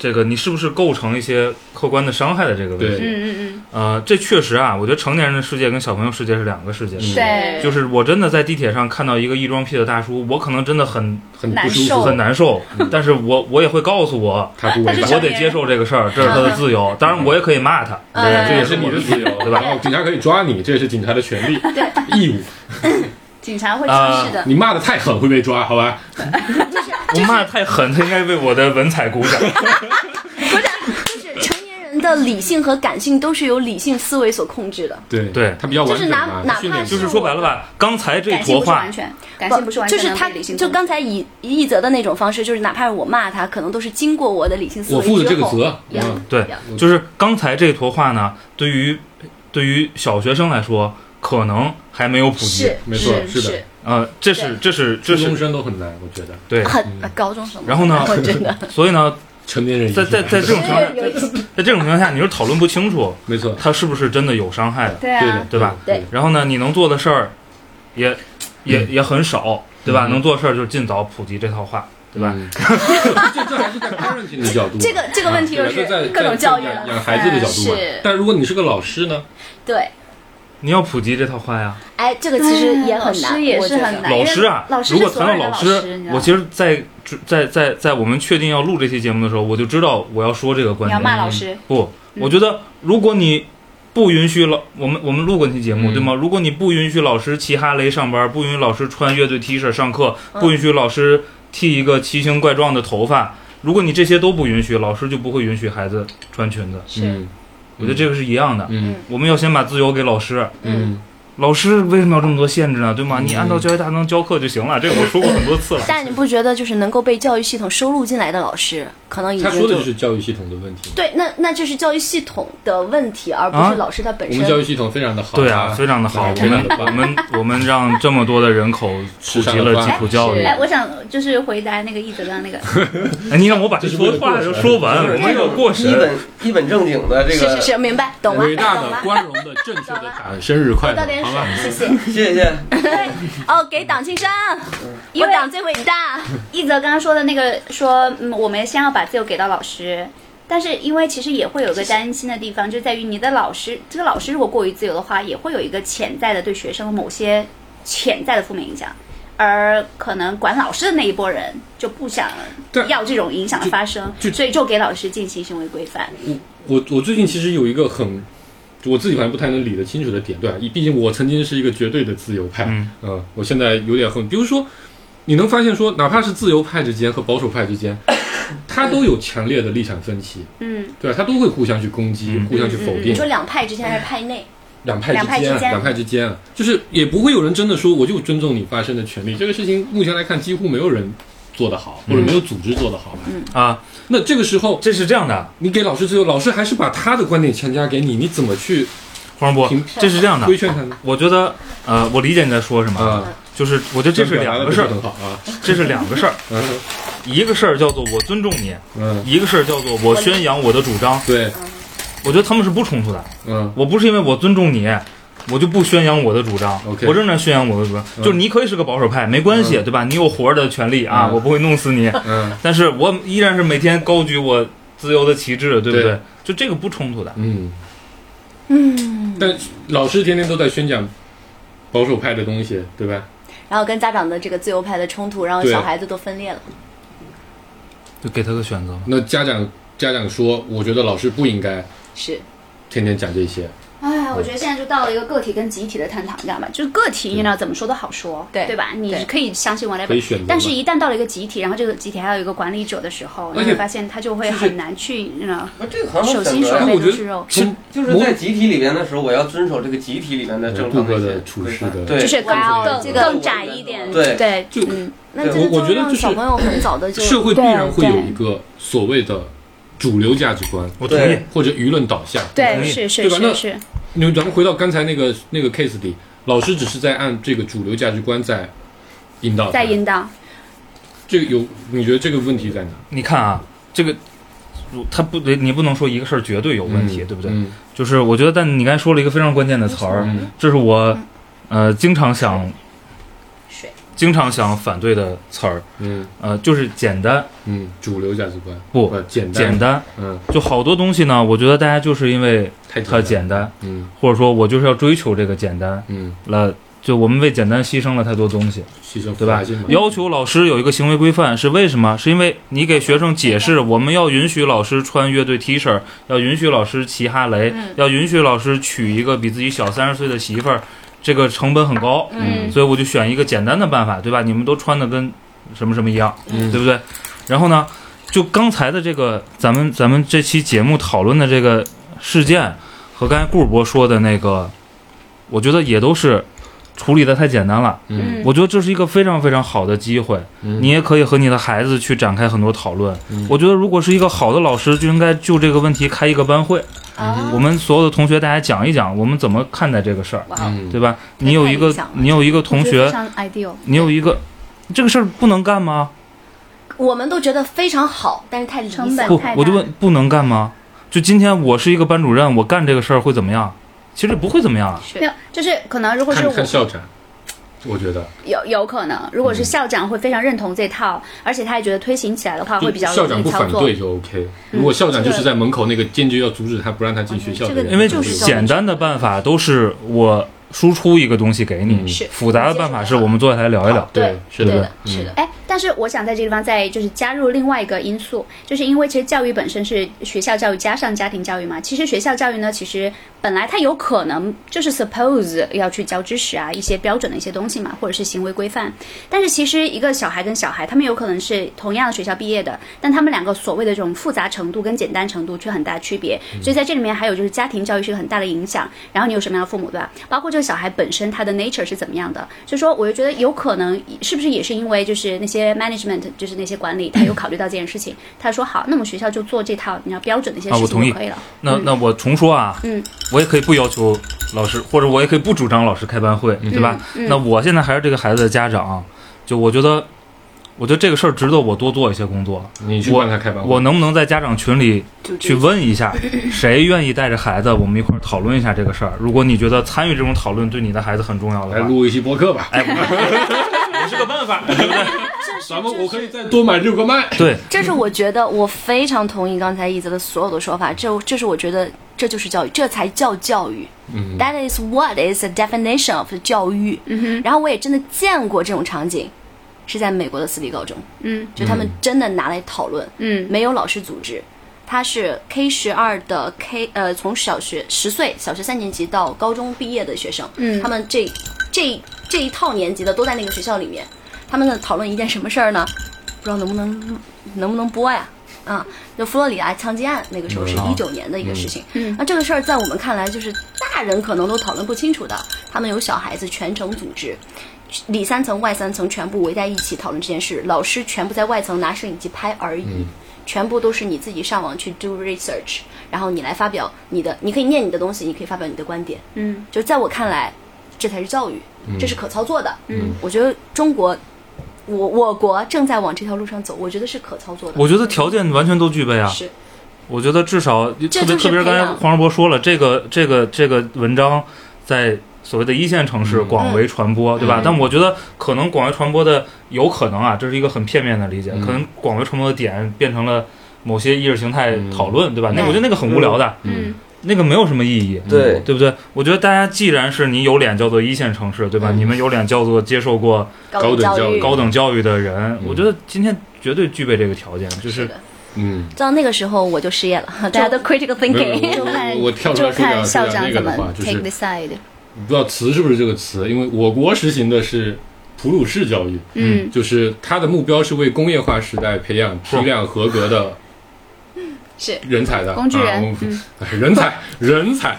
S1: 这个，你是不是构成一些客观的伤害的这个问
S5: 对
S1: 题？
S3: 嗯嗯
S1: 呃，这确实啊，我觉得成年人的世界跟小朋友世界是两个世界。
S3: 嗯，
S5: 嗯
S3: 对，
S1: 就是我真的在地铁上看到一个异装癖的大叔，我可能真的很
S5: 很
S3: 难
S5: 不舒
S3: 受
S5: 服，
S1: 很难受，但是我我也会告诉我，
S5: 嗯他不
S3: 但
S5: 违
S3: 是
S5: 法，
S1: 我得接受这个事儿，这是他的自由。当然，我也可以骂他，
S5: 对，这也
S1: 也
S5: 是你的自由，
S1: 对吧
S5: 然后警察可以抓你，这也是警察的权利、义务。
S3: 警察会出事的，
S5: 你骂的太狠会被抓，好吧？
S1: 我骂得太狠，他应该为我的文采鼓掌。
S3: [LAUGHS]
S2: 就是成年人的理性和感性都是由理性思维所控制的。
S5: 对
S1: 对
S5: 他比较完整嘛
S2: 就是哪哪怕
S5: 训练
S1: 就是
S5: 过
S1: 说白了吧，刚才这
S3: 感性
S1: 坨
S3: 不是
S1: 话
S3: 完，全，感性不是完
S2: 就
S3: 全
S2: 是
S3: 能
S2: 他
S3: 被理性，
S2: 就
S3: 控制
S2: 刚才以以一泽的那种方式，就是哪怕是我骂他，可能都是经过我的理性思
S5: 我
S2: 维
S5: 负的这
S2: 之
S5: 个
S2: 后。
S5: 责，
S2: 呀
S5: 嗯，
S1: 对，就是刚才这坨话呢，对于对于小学生来说，可能还没有普及
S3: 是。
S5: 没错
S3: 是
S5: 是的
S1: 呃，这是这是这
S5: 初中
S1: 是
S5: 生都很难，我觉得
S1: 对。
S2: 很呃
S5: 嗯
S2: 高中生，
S1: 然后
S2: [LAUGHS]
S1: 呢
S2: 我真
S5: [LAUGHS]
S2: 的
S1: 所以呢，
S5: 成年人一
S1: 在在在这种情况下，
S3: 有一些
S1: 在这种情况下，你是讨论不清楚
S5: 没错，
S1: 他是不是真的有伤害的。
S3: 对
S5: 对的
S3: 啊，，
S1: 对吧
S5: 对的？
S1: 然后呢，你能做的事儿也也也很少，对吧？
S5: 嗯
S1: 能做的事儿就是尽早普及这套话，对吧？
S5: [LAUGHS] 嗯？这这还是在 parenting 的角度，
S2: 这个这个问题
S5: 对
S2: 又
S5: 吧
S2: 是
S5: 在在
S2: 各种
S5: 在
S2: 教育
S5: 养
S2: 了，
S5: 养孩子的角度嘛
S3: 是。
S5: 但如果你是个老师呢？
S2: 对，
S1: 你要普及这套话呀，
S2: 哎，这个其实
S3: 嗯
S2: 也很
S3: 老
S2: 难，
S3: 师也
S2: 我
S3: 是
S2: 觉得
S3: 很难哎
S1: 老师啊
S3: 因为老，师
S1: 如果
S3: 是所
S1: 谈
S3: 有
S1: 到
S3: 人的
S1: 老
S3: 老师你知道
S1: 我其实在，在在在我们确定要录这期节目的时候，我就知道我要说这个观
S3: 你要
S1: 点。
S3: 骂老师，
S1: 不，
S3: 嗯
S1: 我觉得如果你不允许老我们我们录过那期节目、
S5: 嗯
S1: 对吗？如果你不允许老师骑哈雷上班，不允许老师穿乐队 T 恤上课，
S3: 嗯
S1: 不允许老师剃一个奇形怪状的头发，如果你这些都不允许，老师就不会允许孩子穿裙子。
S3: 是，
S1: 我觉得这个是一样的。
S5: 嗯
S1: 我们要先把自由给老师，
S5: 嗯，
S1: 老师为什么要这么多限制呢？对吗？
S5: 嗯
S1: 你按照教育大纲教课就行了，这个我说过很多次了。
S2: 但你不觉得就是能够被教育系统收录进来的老师，可能已
S5: 他
S2: 经
S5: 说的
S2: 就
S5: 就是教育系统的问题。
S2: 对，那那这是教育系统的问题，而不
S1: 啊
S2: 是老师他本
S5: 我
S2: 身
S5: 们。教育系统非常的好，
S1: 对啊，非常的好，我
S5: 非常
S1: 们
S5: 的棒
S1: 我们我们让这么多的人口普及了基础教育
S5: 对
S3: [LAUGHS] 哎，。我想就是回答那个一泽刚那个，
S1: 哎，你让我把这说话就说完，
S4: 就是
S1: 我没
S4: 这
S1: 有过
S4: 种一
S1: 神。
S4: 本一本正经的这
S2: 是
S4: 个
S2: 是是，明白，懂了，
S5: 伟大
S2: 懂
S5: 的、
S2: 了。
S5: 光荣的、正确的党，生日快
S2: 到点
S5: 乐！好吧，
S3: 谢谢。
S4: 谢谢。
S2: 哦，给党庆生，
S3: 嗯因
S2: 我
S3: 为
S2: 党最伟大。
S3: 一泽刚刚说的那个说，嗯，我们先要把自由给到老师，但是因为其实也会有个担心的地方，就在于你的老师，这个老师如果过于自由的话，也会有一个潜在的对学生的某些潜在的负面影响，而可能管老师的那一波人就不想
S5: 对
S3: 要这种影响的发生，
S5: 就就
S3: 所以就给老师进行行为规范。
S5: 我我最近其实有一个很，我自己好像不太能理得清楚的点，对吧？毕竟我曾经是一个绝对的自由派，
S1: 嗯
S5: 呃我现在有点恨。比如说，你能发现说，哪怕是自由派之间和保守派之间，他都有强烈的立场分歧，
S3: 嗯，
S5: 对吧？他都会互相去攻击，
S1: 嗯
S5: 互相去否
S3: 嗯
S5: 定。
S2: 你说两派之间还是派内？
S5: 两派之
S3: 两派之
S5: 间啊，
S3: 间
S5: 两派之间啊，就是也不会有人真的说我就尊重你发声的权利。这个事情目前来看，几乎没有人做得好，或者
S1: 嗯
S5: 没有组织做得好。
S3: 嗯
S1: 啊，
S5: 那这个时候，
S1: 这是这样的，
S5: 你给老师自由，老师还是把他的观点强加给你，你怎么去
S1: 黄世博
S5: 评，
S1: 这是这样的
S5: 规，劝他呢？
S1: 我觉得，呃，我理解你在说什么，
S5: 啊，
S1: 就是我觉得这是两个事儿，
S5: 很好啊。
S1: 这是两个事儿，
S5: 嗯
S1: 一个事儿叫做我尊重你，
S5: 嗯，
S1: 一个事儿叫做我宣扬我的主张，
S5: 对，
S1: 我觉得他们是不冲突的。
S5: 嗯
S1: 我不是因为我尊重你，我就不宣扬我的主张
S5: OK
S1: 我仍然宣扬我的主张。
S5: 嗯
S1: 就是你可以是个保守派，没关系，
S5: 嗯
S1: 对吧？你有活着的权利啊，
S5: 嗯
S1: 我不会弄死
S5: [LAUGHS]
S1: 你。
S5: 嗯
S1: 但是我依然是每天高举我自由的旗帜，对不对？
S5: 对
S1: 就这个不冲突的。
S5: 嗯，
S2: 嗯，
S5: 但老师天天都在宣讲保守派的东西，对吧？
S2: 然后跟家长的这个自由派的冲突，然后
S5: 对
S2: 小孩子都分裂了。
S1: 就给他个选择嘛。
S5: 那家长家长说，我觉得老师不应该
S2: 是，
S5: 天天讲这些。
S3: 哎，我觉得现在就到了一个个体跟集体的探讨，你知道吗？就是个体，你知道怎么说都好说，
S2: 对
S3: 对吧？你
S2: 对
S3: 可以相信我来，
S5: 可以选择
S3: 但是一旦到了一个集体，然后这个集体还有一个管理者的时候，
S5: 而
S3: 你
S5: 且
S3: 会发现他就会很难去，你知道，
S4: 不是这个很好
S3: 手
S4: 选
S3: 心
S4: 择啊
S3: 手
S4: 呀
S5: 哎
S3: 背
S5: 我觉得
S3: 都是肉，
S5: 从
S4: 就是在集体里边的时候，我要遵守这个集体里面的正常
S5: 顾
S4: 一
S5: 客
S4: 些
S5: 的处
S4: 规
S5: 事
S4: 范
S5: 的
S4: 对，
S3: 就是
S2: 我
S3: 高
S2: 们
S3: 这
S2: 这
S3: 个
S2: 个
S3: 更窄一点，
S4: 对
S3: 对，
S5: 就
S3: 嗯，
S2: 那
S4: 对
S2: 这个
S5: 我我觉
S2: 就
S5: 得
S2: 让
S5: 就是
S2: 小朋友很早的就
S5: 社会必然会
S3: 对
S5: 有一个所谓的主流价值观
S1: 我同意
S4: 对。
S5: 或者舆论导向。
S1: 同
S3: 对，
S1: 意
S3: 是是
S5: 对吧那
S3: 是是，
S5: 因为咱们回到刚才那个那个 case 里，老师只是在按这个主流价值观在引导他，
S3: 在引导，
S5: 这个有你觉得这个问题在哪？
S1: 你看啊，这个他不对，你不能说一个事儿绝对有问题，
S5: 嗯
S1: 对不对？
S5: 嗯
S1: 就是我觉得，但你刚才说了一个非常关键的词儿，
S5: 嗯
S1: 这是我呃经常想
S2: 水，
S1: 经常想反对的词儿，
S5: 嗯
S1: 呃，就是简单
S5: 嗯，主流价值观
S1: 不
S5: 呃简单
S1: 简单，
S5: 嗯
S1: 就好多东西呢，我觉得大家就是因为
S5: 太
S1: 它
S5: 简
S1: 简单，
S5: 单嗯
S1: 或者说我就是要追求这个简单
S5: 嗯，
S1: 了，就我们为简单牺牲了太多东西，
S5: 牺牲
S1: 对吧
S5: 复杂性嘛？
S1: 要求老师有一个行为规范是为什么？是因为你给学生解释，我们要允许老师穿乐队 T 恤，要允许老师骑哈雷，
S2: 嗯
S1: 要允许老师娶一个比自己小三十岁的媳妇儿，这个成本很高，
S3: 嗯
S1: 所以我就选一个简单的办法，对吧？你们都穿的跟什么什么一样，
S5: 嗯
S1: 对不对？然后呢，就刚才的这个咱们咱们这期节目讨论的这个事件，和刚才顾主播说的那个，我觉得也都是处理的太简单了。
S5: 嗯
S3: 嗯
S1: 我觉得这是一个非常非常好的机会，
S5: 嗯
S1: 你也可以和你的孩子去展开很多讨论。
S5: 嗯
S1: 我觉得如果是一个好的老师，就应该就这个问题开一个班会，
S5: 嗯
S2: 啊
S1: 我，们所有的同学大家讲一讲，我们怎么看待这个事儿，
S2: 哇，
S5: 嗯
S1: 对吧？你有一
S2: 太
S1: 个
S2: 理想了
S1: 你有一个同
S3: 我觉得非
S1: 学，
S3: 常 ideal，
S1: 你有一个这个事儿不能干吗？
S2: 我们都觉得非常好，但是太理想
S3: 成
S2: 了。
S3: 本
S1: 不
S3: 太，大
S1: 我就问不能干吗？就今天我是一个班主任，我干这个事儿会怎么样？其实不会怎么样啊。
S3: 没有，就是可能如果是
S5: 看
S3: 我
S5: 看嗯校长，我觉得
S3: 有有可能，如果是校长会非常认同这套，而且他也觉得推行起来的话会
S5: 就
S3: 比较
S5: 校
S3: 容
S5: 长
S3: 易
S5: 不
S3: 操
S5: 反
S3: 作嗯
S5: 对，就 OK。如果校长就是在门口那个坚决要阻止他不让他进学校的人，
S1: 因为
S3: 就是嗯这种
S1: 简单的办法都是我输出一个东西给你
S5: 嗯
S3: 是，
S1: 复杂的办法是我们坐下来聊一聊。
S5: 对是
S2: 对
S5: 的嗯
S2: 的，，
S1: 嗯
S2: 是的。
S3: 哎，但是我想在这个地方再就是加入另外一个因素，就是因为其实教育本身是学校教育加上家庭教育嘛。其实学校教育呢，其实本来它有可能就是 suppose 要去教知识啊，一些标准的一些东西嘛，或者是行为规范。但是其实一个小孩跟小孩，他们有可能是同样的学校毕业的，但他们两个所谓的这种复杂程度跟简单程度却很大区别。
S5: 嗯
S3: 所以在这里面还有就是家庭教育是一个很大的影响，然后你有什么样的父母对吧？包括这个小孩本身他的 nature 是怎么样的，所以说我就觉得有可能是不是也是因为就是那些 management 就是那些管理他有考虑到这件事情，他说好，那么学校就做这套你要标准的一些
S1: 啊
S3: 事
S1: 我同
S3: 情
S1: 意
S3: 就可以了。
S1: 那那我重说啊，
S3: 嗯，
S1: 我也可以不要求老师，或者我也可以不主张老师开班会，对吧？
S3: 嗯
S1: 啊那我现在还是这个孩子的家长，就我觉得我觉得这个事儿值得我多做一些工作。
S5: 你去帮他开班会
S1: 我能不能在家长群里
S2: 就这
S1: 去问
S2: [LAUGHS]
S1: 一下，谁愿意带着孩子，我们一块儿讨论一下这个事儿？如果你觉得参与这种讨论对你的孩子很重要
S5: 来
S1: 的话，
S5: 录一期播客吧。
S1: 哎，我也是个
S5: [LAUGHS]
S1: 办法，对不对？
S5: 咱们我可以再多买六个麦。
S1: 对，
S2: 这是我觉得我非常同意刚才一泽的所有的说法，这这是我觉得这就是教育，这才叫教育。That
S1: 嗯
S2: is what is the definition of 教育。
S3: 嗯
S2: 然后我也真的见过这种场景，是在美国的私立高中，
S3: 嗯
S2: 就他们真的拿来讨论，
S3: 嗯
S2: 没有老师组织，它是 K 十二的 K 呃，从小学十岁，小学三年级到高中毕业的学生，
S3: 嗯
S2: 他们这这这一套年级的都在那个学校里面，他们呢讨论一件什么事儿呢？不知道能不能能不能播呀？啊，就佛罗里达枪击案那个时候是
S1: 嗯
S2: 一九年的一个事情，
S3: 嗯
S2: 那这个事儿在我们看来就是大人可能都讨论不清楚的，他们有小孩子全程组织，里三层外三层全部围在一起讨论这件事，老师全部在外层拿摄影机拍而已，全部都是你自己上网去 do research，然后你来发表你的，你可以念你的东西，你可以发表你的观点。
S3: 嗯
S2: 就在我看来，这才是教育，
S5: 嗯
S2: 这是可操作的。
S3: 嗯，
S2: 我觉得中国，我我国正在往这条路上走，我觉得是可操作的。
S1: 我觉得条件完全都具备啊。
S2: 是
S1: 我觉得至少
S2: 这
S1: 特别
S2: 就是
S1: 特别是刚
S2: 培
S1: 才
S2: 养
S1: 黄世博说了，这个这个这个文章在所谓的一线城市
S5: 嗯
S1: 广为传播，对吧
S2: 嗯？
S1: 但我觉得可能广为传播的有可能啊，这是一个很片面的理解，
S5: 嗯
S1: 可能广为传播的点变成了某些意识形态讨论，对吧？那
S2: 嗯
S1: 我觉得那个很无聊的，
S3: 嗯
S1: 那个没有什么意义。
S4: 对，
S1: 对不对？我觉得大家既然是你有脸叫做一线城市，对吧？
S5: 嗯
S1: 你们有脸叫做接受过
S5: 高
S2: 等
S5: 等教
S2: 育
S5: 育
S1: 高等教育的人，
S2: 嗯
S1: 我觉得今天绝对具备这个条件，就是是
S2: 的。
S5: 嗯，
S2: 到那个时候我就失 [LAUGHS] 业了，大家
S3: 大家
S2: 都
S3: 都 critical
S5: 没
S3: thinking，
S5: 有
S3: 就看
S5: 我我跳出来
S3: 就
S5: 说点
S3: 看校
S5: 说点那
S3: 长
S5: 个
S3: 怎
S5: 的话
S3: 么
S5: 就是
S3: take the side。
S5: 不知道词是不是这个词，因为我国实行的是普鲁士教育，
S3: 嗯
S5: 就是它的目标是为工业化时代培养批量合格的
S2: 是
S5: 人才的
S3: 工具人嗯
S5: 啊我哎 [LAUGHS] 人才，人才，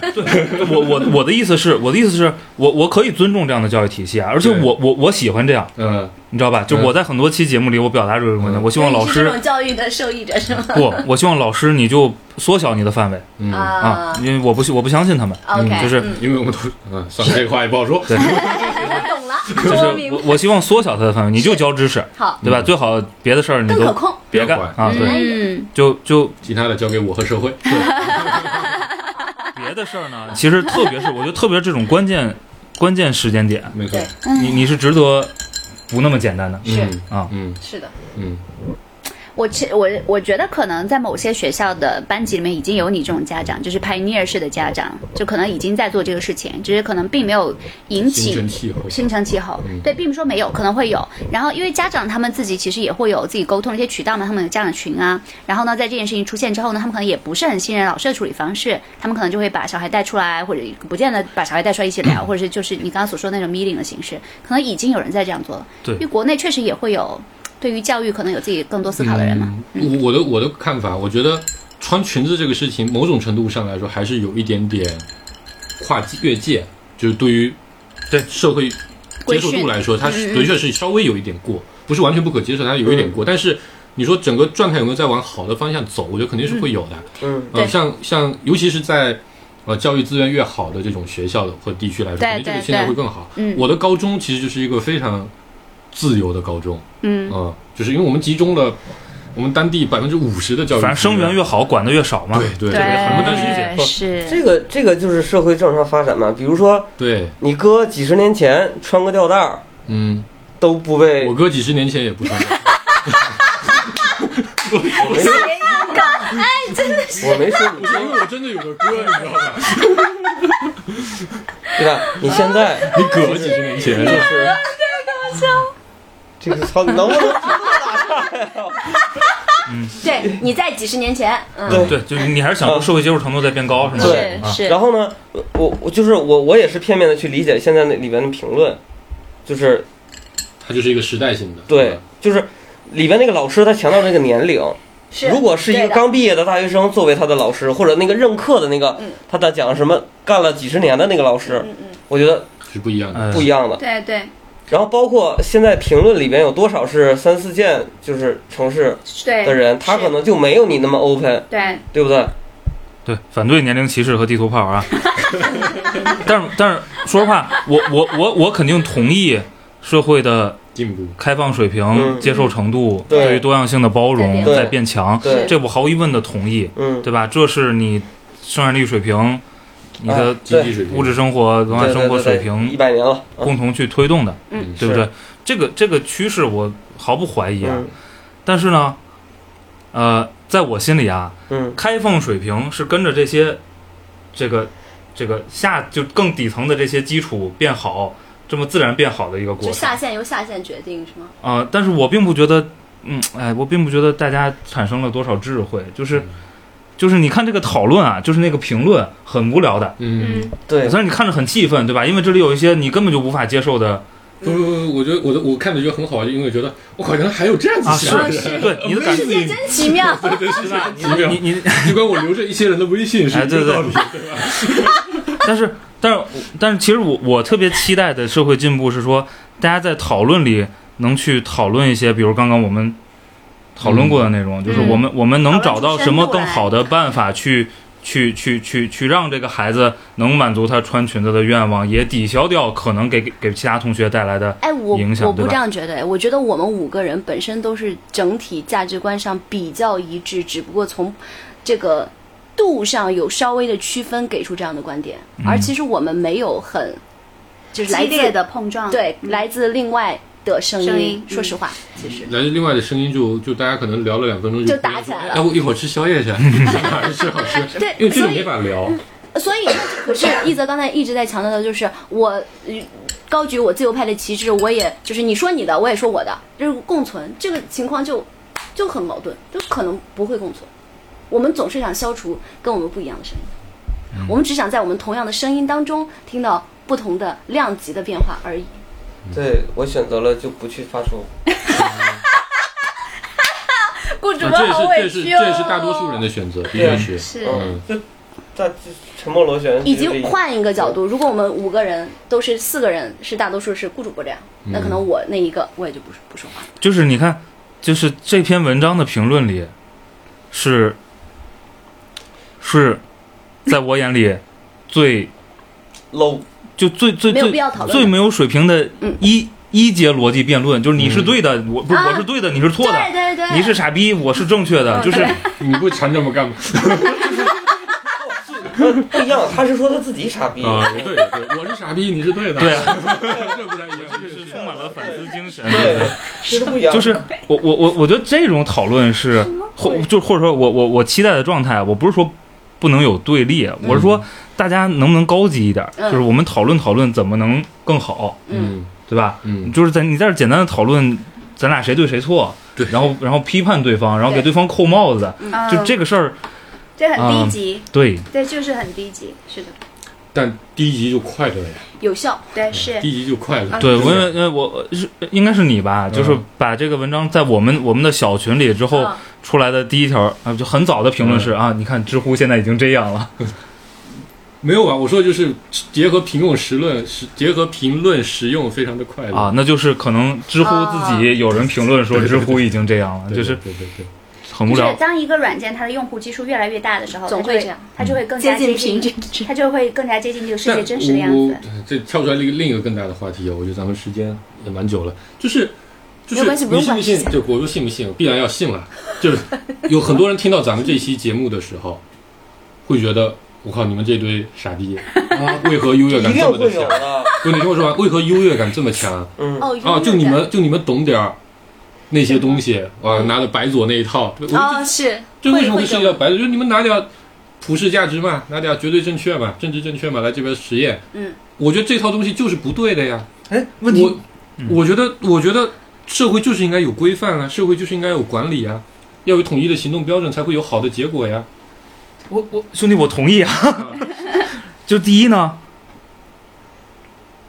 S1: 我我 [LAUGHS] 我的意思是，我的意思是我我可以尊重这样的教育体系啊，而且
S5: 对
S1: 我我我喜欢这样，
S5: 嗯，
S1: 你知道吧？就
S5: 嗯
S1: 我在很多期节目里，我表达这种观点，
S5: 嗯
S1: 我希望老
S2: 你是这
S1: 师
S2: 种教育的受益者是吗？
S1: 不，我希望老师你就缩小你的范围
S2: [LAUGHS]
S5: 嗯
S1: 啊，因为我不信我不相信他们，
S2: ，OK，
S1: 就是
S2: 嗯
S5: 因为我们都嗯，算了，这话也不好说。
S1: 对，
S2: 哎我懂 [LAUGHS] 了，
S1: 就
S2: 我
S1: 是
S2: 明
S1: 我
S2: 白。
S1: 我希望缩小他的范围，你就教知识，
S2: 好，
S1: 对吧？最好别的事儿你
S2: 更可
S1: 都
S2: 控。
S1: 别干
S5: 不要
S1: 啊，对，
S3: 嗯
S1: 就就
S5: 其他的交给我和社会。
S1: 别的事儿呢， [LAUGHS] 其实特别是我觉得特别是这种关键关键时间点，
S5: 没错，
S2: 对
S4: 嗯
S1: 你你是值得不那么简单的
S2: 是
S5: 嗯
S1: 啊，
S5: 嗯
S2: 是的，
S5: 嗯，
S3: 我其我我觉得可能在某些学校的班级里面已经有你这种家长，就是 pioneer 式的家长，就可能已经在做这个事情，只是可能并没有引
S5: 形
S3: 起
S5: 成气候。
S3: 形成气候，
S1: 嗯
S3: 对，并不是说没有，可能会有。然后因为家长他们自己其实也会有自己沟通的一些渠道嘛，他们有家长群啊。然后呢，在这件事情出现之后呢，他们可能也不是很信任老师的处理方式，他们可能就会把小孩带出来，或者不见得把小孩带出来一起
S1: 嗯
S3: 聊，或者是就是你刚刚所说的那种 meeting 的形式，可能已经有人在这样做了。
S1: 对
S3: 因为国内确实也会有对于教育可能有自己更多思考的人嘛。
S5: 嗯我我的我的看法，我觉得穿裙子这个事情，某种程度上来说，还是有一点点跨界越界，就是对于
S1: 对
S5: 社会接受度来说，它是的确是稍微有一点过，不是完全不可接受，它有一点过。但是你说整个状态有没有在往好的方向走？我觉得肯定是会有的。
S4: 嗯，
S5: 呃，
S3: 对
S5: 像像尤其是在呃教育资源越好的这种学校的和地区来说，
S3: 对
S5: 肯定这个
S3: 对
S5: 现象
S3: 对
S5: 会更好。
S3: 嗯
S5: 我的高中其实就是一个非常自由的高中，
S3: 嗯
S5: 嗯、就是因为我们集中了我们当地百分之五十的教育资源，
S1: 反正生源越好，管的越少嘛。
S5: 对对
S1: 这个也很不能理解
S3: 对，是，
S4: 这个这个就是社会正常发展嘛。比如说，
S5: 对，
S4: 你哥几十年前穿个吊带儿
S5: 嗯，
S4: 都不被
S5: 我哥几十年前也不穿，
S4: 我没说，哎，真的是，我没说你，
S5: 因为我真的有个哥，你知道吧？
S4: 对吧？你现在
S5: 你哥几十年前
S4: 就，是，这个操，能不能
S2: 对，你在几十年前，嗯，
S4: 对
S1: 对，就是你还是想说社会接受程度在变高，是吗？
S4: 对
S1: 啊
S3: 是
S4: 然后呢，我我就是我我也是片面的去理解现在那里边的评论，就是
S5: 它就是一个时代性的，呃
S4: 对，就是里边那个老师他强调这个年龄。
S2: 是
S4: 如果是一
S2: 对
S4: 个
S2: 的
S4: 刚毕业的大学生作为他的老师，或者那个任课的那个
S2: 嗯
S4: 他在讲什么干了几十年的那个老师，
S2: 嗯嗯，
S4: 我觉得
S5: 是不一样的。
S1: 呃
S4: 不一样的。
S3: 对对
S4: 然后包括现在评论里边有多少是三四线就是城市
S3: 对
S4: 的人，他可能就没有你那么 open，
S3: 对，
S4: 对不对？
S1: 对，反对年龄歧视和地图炮啊。 [LAUGHS] 但是但是，说实话，我我我我肯定同意社会的
S5: 进步。
S1: 开放水平、
S4: 嗯
S1: 接受程度、
S4: 对
S1: 于多样性的包容
S2: 对
S4: 对
S1: 在变强，
S4: 对
S1: 这我毫无疑问的同意，
S4: 嗯，
S1: 对吧？这是你生产力水平、你的
S4: 啊
S5: 经济水平
S1: 物质生活、文化生活水
S4: 一
S1: 平
S4: 百年了，嗯
S1: 共同去推动的，
S3: 嗯
S1: 对不对？这个这个趋势我毫不怀疑啊。
S4: 嗯
S1: 但是呢，呃，在我心里啊，
S4: 嗯
S1: 开放水平是跟着这些这个这个下就更底层的这些基础变好，这么自然变好的一个
S2: 就
S1: 过程
S2: 下限由下限决定是吗？
S1: 啊、呃但是我并不觉得，嗯，哎，我并不觉得大家产生了多少智慧，
S4: 嗯
S1: 就是。就是你看这个讨论啊，就是那个评论很无聊的，
S5: 嗯，
S3: 嗯，
S4: 对
S1: 虽然你看着很气愤，对吧？因为这里有一些你根本就无法接受的
S5: 不不不，我觉得我的我看着觉得很好玩，就因为觉得我靠，原来还有这样子
S1: 啊，
S5: 想的，
S1: 是对你的感
S2: 世
S1: 觉，
S2: 界真奇妙，
S5: 对
S1: [LAUGHS]
S5: 对是
S1: 对
S5: 这
S1: 吧
S5: 样？子
S1: 你
S5: 妙。
S1: 你你
S5: 尽管我留着一些人的微信是
S1: 哎
S5: 一
S1: 对
S5: 个
S2: [LAUGHS]
S1: 对
S5: 道理，
S1: 但是，但是我，但是，其实我我特别期待的社会进步是说，大家在讨论里能去讨论一些，比如刚刚我们讨论过的内
S2: 嗯
S1: 容，就是我们我们能找到什么更好的办法去。去去去去让这个孩子能满足他穿裙子的愿望，也抵消掉可能给给其他同学带来的
S2: 哎，我
S1: 影响
S2: 我不
S1: 对吧
S2: 这样觉得，哎我觉得我们五个人本身都是整体价值观上比较一致，只不过从这个度上有稍微的区分，给出这样的观点。
S1: 嗯
S2: 而其实我们没有很就是来
S3: 激
S2: 自
S3: 烈的碰撞，
S2: 对
S3: 嗯
S2: 来自另外的声
S3: 声音
S2: 说
S3: 嗯
S2: 实话，其实
S5: 来自另外的声音就就大家可能聊了两分钟
S2: 就打起来了
S5: 哎，我一会儿吃宵
S1: [LAUGHS]
S5: 夜去， [LAUGHS] 哪儿吃好吃？因为
S2: 对，
S5: 这
S2: 所
S5: 种没
S2: 以嗯
S5: 法聊，
S2: 所以可是一泽刚才一直在强调的就是我。呃高举我自由派的旗帜，我也就是你说你的，我也说我的，就是共存这个情况就就很矛盾，就可能不会共存。我们总是想消除跟我们不一样的声音，
S5: 嗯
S2: 我们只想在我们同样的声音当中听到不同的量级的变化而已。
S4: 对，我选择了就不去发出，
S2: 顾主
S5: 啊这也是这也
S2: 哦
S5: 是这也是大多数人的选择，的确是。
S3: 是
S5: 嗯，
S4: 就在沉默螺旋
S2: 以
S4: 其
S2: 及
S4: 实也
S2: 换一个角度，如果我们五个人都是四个人，是大多数是顾主播这样，那可
S5: 嗯
S2: 能我那一个我也就不不说话了。
S1: 就是你看，就是这篇文章的评论里，是是在我眼里最
S4: low，
S1: 就最最
S2: 没有
S1: 最
S2: 必要讨论的
S1: 最没有水平的
S2: 嗯
S1: 一、一阶逻辑辩论，就是你是对的，我不是、
S2: 啊
S1: 我是对的，你是错的，
S2: 对对对，哦
S1: 你是傻逼，我是正确的，就是
S5: 你不缠着我干嘛？
S4: 不一样，他是说他自己傻逼，
S5: [LAUGHS] 啊，对对，我是傻逼，你是对的，
S1: 对
S5: 啊， [LAUGHS] 这不太一样，这
S1: [LAUGHS] 是
S5: 是
S1: 充满了反思
S2: [LAUGHS]
S1: 精神。
S4: 对，这是不一样，
S1: 就是我我我我觉得这种讨论是或就或者说我我我期待的状态，我不是说不能有对立，我是说大家能不能高级一点，
S2: 嗯
S1: 就是我们讨论讨论怎么能更好，
S5: 嗯
S1: 对吧？
S5: 嗯，
S1: 就是在你在这简单的讨论，咱俩谁对谁错，
S5: 对
S1: 然后然后批判对方，然后给对方扣帽子，
S3: 嗯
S1: 就这个事儿，
S3: 这很
S1: 嗯
S3: 低级，
S1: 对，
S3: 对，就是很低级，是的，
S5: 但第一集就快乐呀，
S2: 有效，
S3: 对是
S5: 第。一集就快乐，
S1: 对，
S5: 就
S1: 我
S5: 是
S1: 因为我是应该是你吧，
S5: 嗯
S1: 就是把这个文章在我们我们的小群里之后
S2: 嗯
S1: 出来的第一条啊，就很早的评论是
S5: 嗯
S1: 啊，你看知乎现在已经这样了，
S5: 没有啊，我说的就是结合评论实论，实结合评论实用，非常的快乐
S1: 啊，，那就是可能知乎自己有人评论说知乎已经这样了，
S5: 对
S1: 就是
S5: 对对对，
S1: 很无
S3: 就
S1: 聊
S3: 是。当一个软件它的用户基数越来越大的时候，
S2: 总
S3: 它就
S2: 会这样，嗯
S3: 它就会更
S2: 接
S3: 加
S2: 近
S3: 接
S2: 平
S3: 近，
S2: 均值。
S3: 它就会更加接近这个世
S5: 但
S3: 界真实的样
S5: 我
S3: 子
S5: 我。这跳出来另另一个更大的话题啊，我觉得咱们时间也蛮久了，就是。就
S2: 没有关系
S5: 是
S2: 不用管时
S5: 你信不信？
S2: 间
S5: 就我说信不信，必然要信了。 [LAUGHS] 就是有很多人听到咱们这期节目的时候，会觉得我靠，你们这堆傻逼啊，为何优越
S4: 一
S5: 感
S4: 定
S5: 这么的
S4: 会有
S5: [LAUGHS] 强？
S4: 的，
S5: 不，你听我说完，为何优越感这么强
S4: 嗯，
S2: 哦，
S5: 啊？就你们，就你们懂点儿那些东西啊，拿着白左那一套，我
S2: 啊、
S5: [LAUGHS]
S2: 是
S5: 就为什么会涉及到
S2: 会
S5: 白左？就是你们拿点儿普世价值嘛，拿点儿绝对正确嘛，政治正确嘛，来这边实验。
S2: 嗯，
S5: 我觉得这套东西就是不对的呀。
S4: 哎，
S5: 问题，
S1: 嗯
S5: 我觉得，我觉得社会就是应该有规范啊，社会就是应该有管理啊，要有统一的行动标准，才会有好的结果呀。
S1: 我我兄弟，我同意啊。 [LAUGHS] 就第一呢，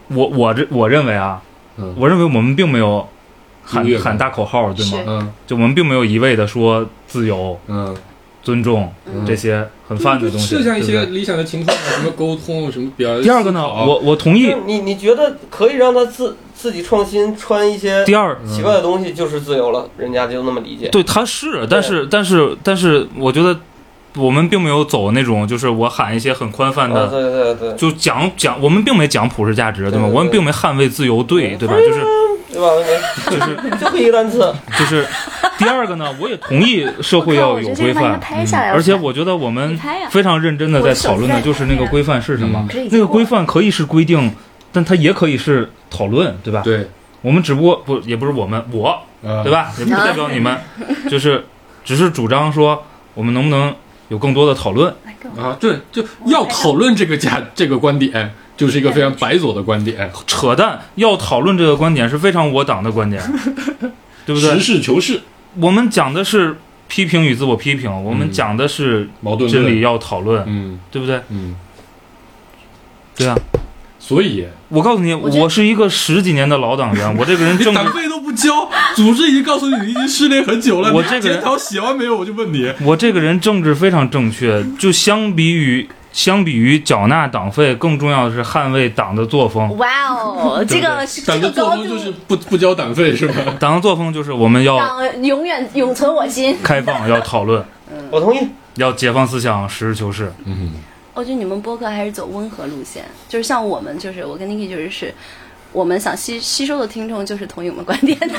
S1: 我我这我认为啊，
S5: 嗯
S1: 我认为我们并没有喊
S5: 优越感
S1: 喊大口号，对吗？
S2: 是
S5: 嗯
S1: 就我们并没有一味的说自由、
S5: 嗯，
S1: 尊重、
S5: 嗯
S1: 这些很泛的东西。
S5: 设想一
S1: 对
S5: 些
S1: 不对
S5: 理想的情况，啊什么沟通，什么表达。
S1: 第二个呢，
S5: 思考
S1: 我我同意
S4: 就。是你你觉得可以让他自自己创新，穿一些
S1: 第二，
S5: 嗯
S4: 奇怪的东西就是自由了，人家就那么理解，
S1: 对他是，但是但是但是，我觉得我们并没有走那种就是我喊一些很宽泛
S4: 啊，
S1: 的，
S4: 对对对，
S1: 就讲讲，我们并没讲普世价值，
S4: 对
S1: 吗？
S4: 对
S1: 我们并没捍卫自由，对
S4: 对
S1: 吧？就是
S4: 对吧？就是就会一个单词，
S1: 就是第二个呢，我也同意社会要有规范，嗯
S3: 拍下来了，
S1: 而且我觉得我们
S3: 你拍呀
S1: 非常认真的在讨论的就是那个规范是什么
S5: 嗯。
S2: 可是已经
S1: 那个
S2: 过
S1: 规
S2: 了
S1: 范可以是规定，但它也可以是讨论，对吧？
S5: 对，
S1: 我们只不过不也不是我们我
S5: 呃
S1: 对？吧？也不代表你们，
S3: 嗯
S1: 就是只是主张说我们能不能有更多的讨论。
S3: 来跟我
S5: 啊，对，就要讨论这个价这个观点，就是一个非常白左的观点，
S1: 扯淡！要讨论这个观点是非常我党的观点，对不
S5: 实
S1: 对？
S5: 事求是，
S1: 我们讲的是批评与自我批评，我们
S5: 嗯
S1: 讲的是
S5: 矛盾
S1: 真
S5: 论
S1: 理，要讨论，
S5: 嗯
S1: 对不对？
S5: 嗯，
S1: 对啊，
S5: 所以
S1: 我告诉你，
S3: 我觉得
S1: 我是一个十几年的老党
S5: [LAUGHS]
S1: 员，我这个人
S5: 你
S1: 政治
S5: 党费都不交，组织已经告诉你你已经失联很久了，
S1: 我
S5: 你
S1: 这个人
S5: 检讨写完没有？我就问你，
S1: 我这个人政治非常正确，就相比于相比于缴纳党费，更重要的是捍卫党的作风。
S2: 哇哦，这个是这
S5: 党
S2: 个
S5: 的作
S2: 高
S5: 风
S2: 度
S5: 就是，不不交党费是吧？
S1: 党的作风就是我们要
S2: 党永远永存我心。
S1: 开放，要讨论，
S3: 嗯
S4: 我同意。
S1: 要解放思想，实事求是。
S5: 嗯，
S2: 我觉哦得你们播客还是走温和路线，就是像我们，就是我跟 Niki 就是是，我们想吸吸收的听众就是同意我们观点的。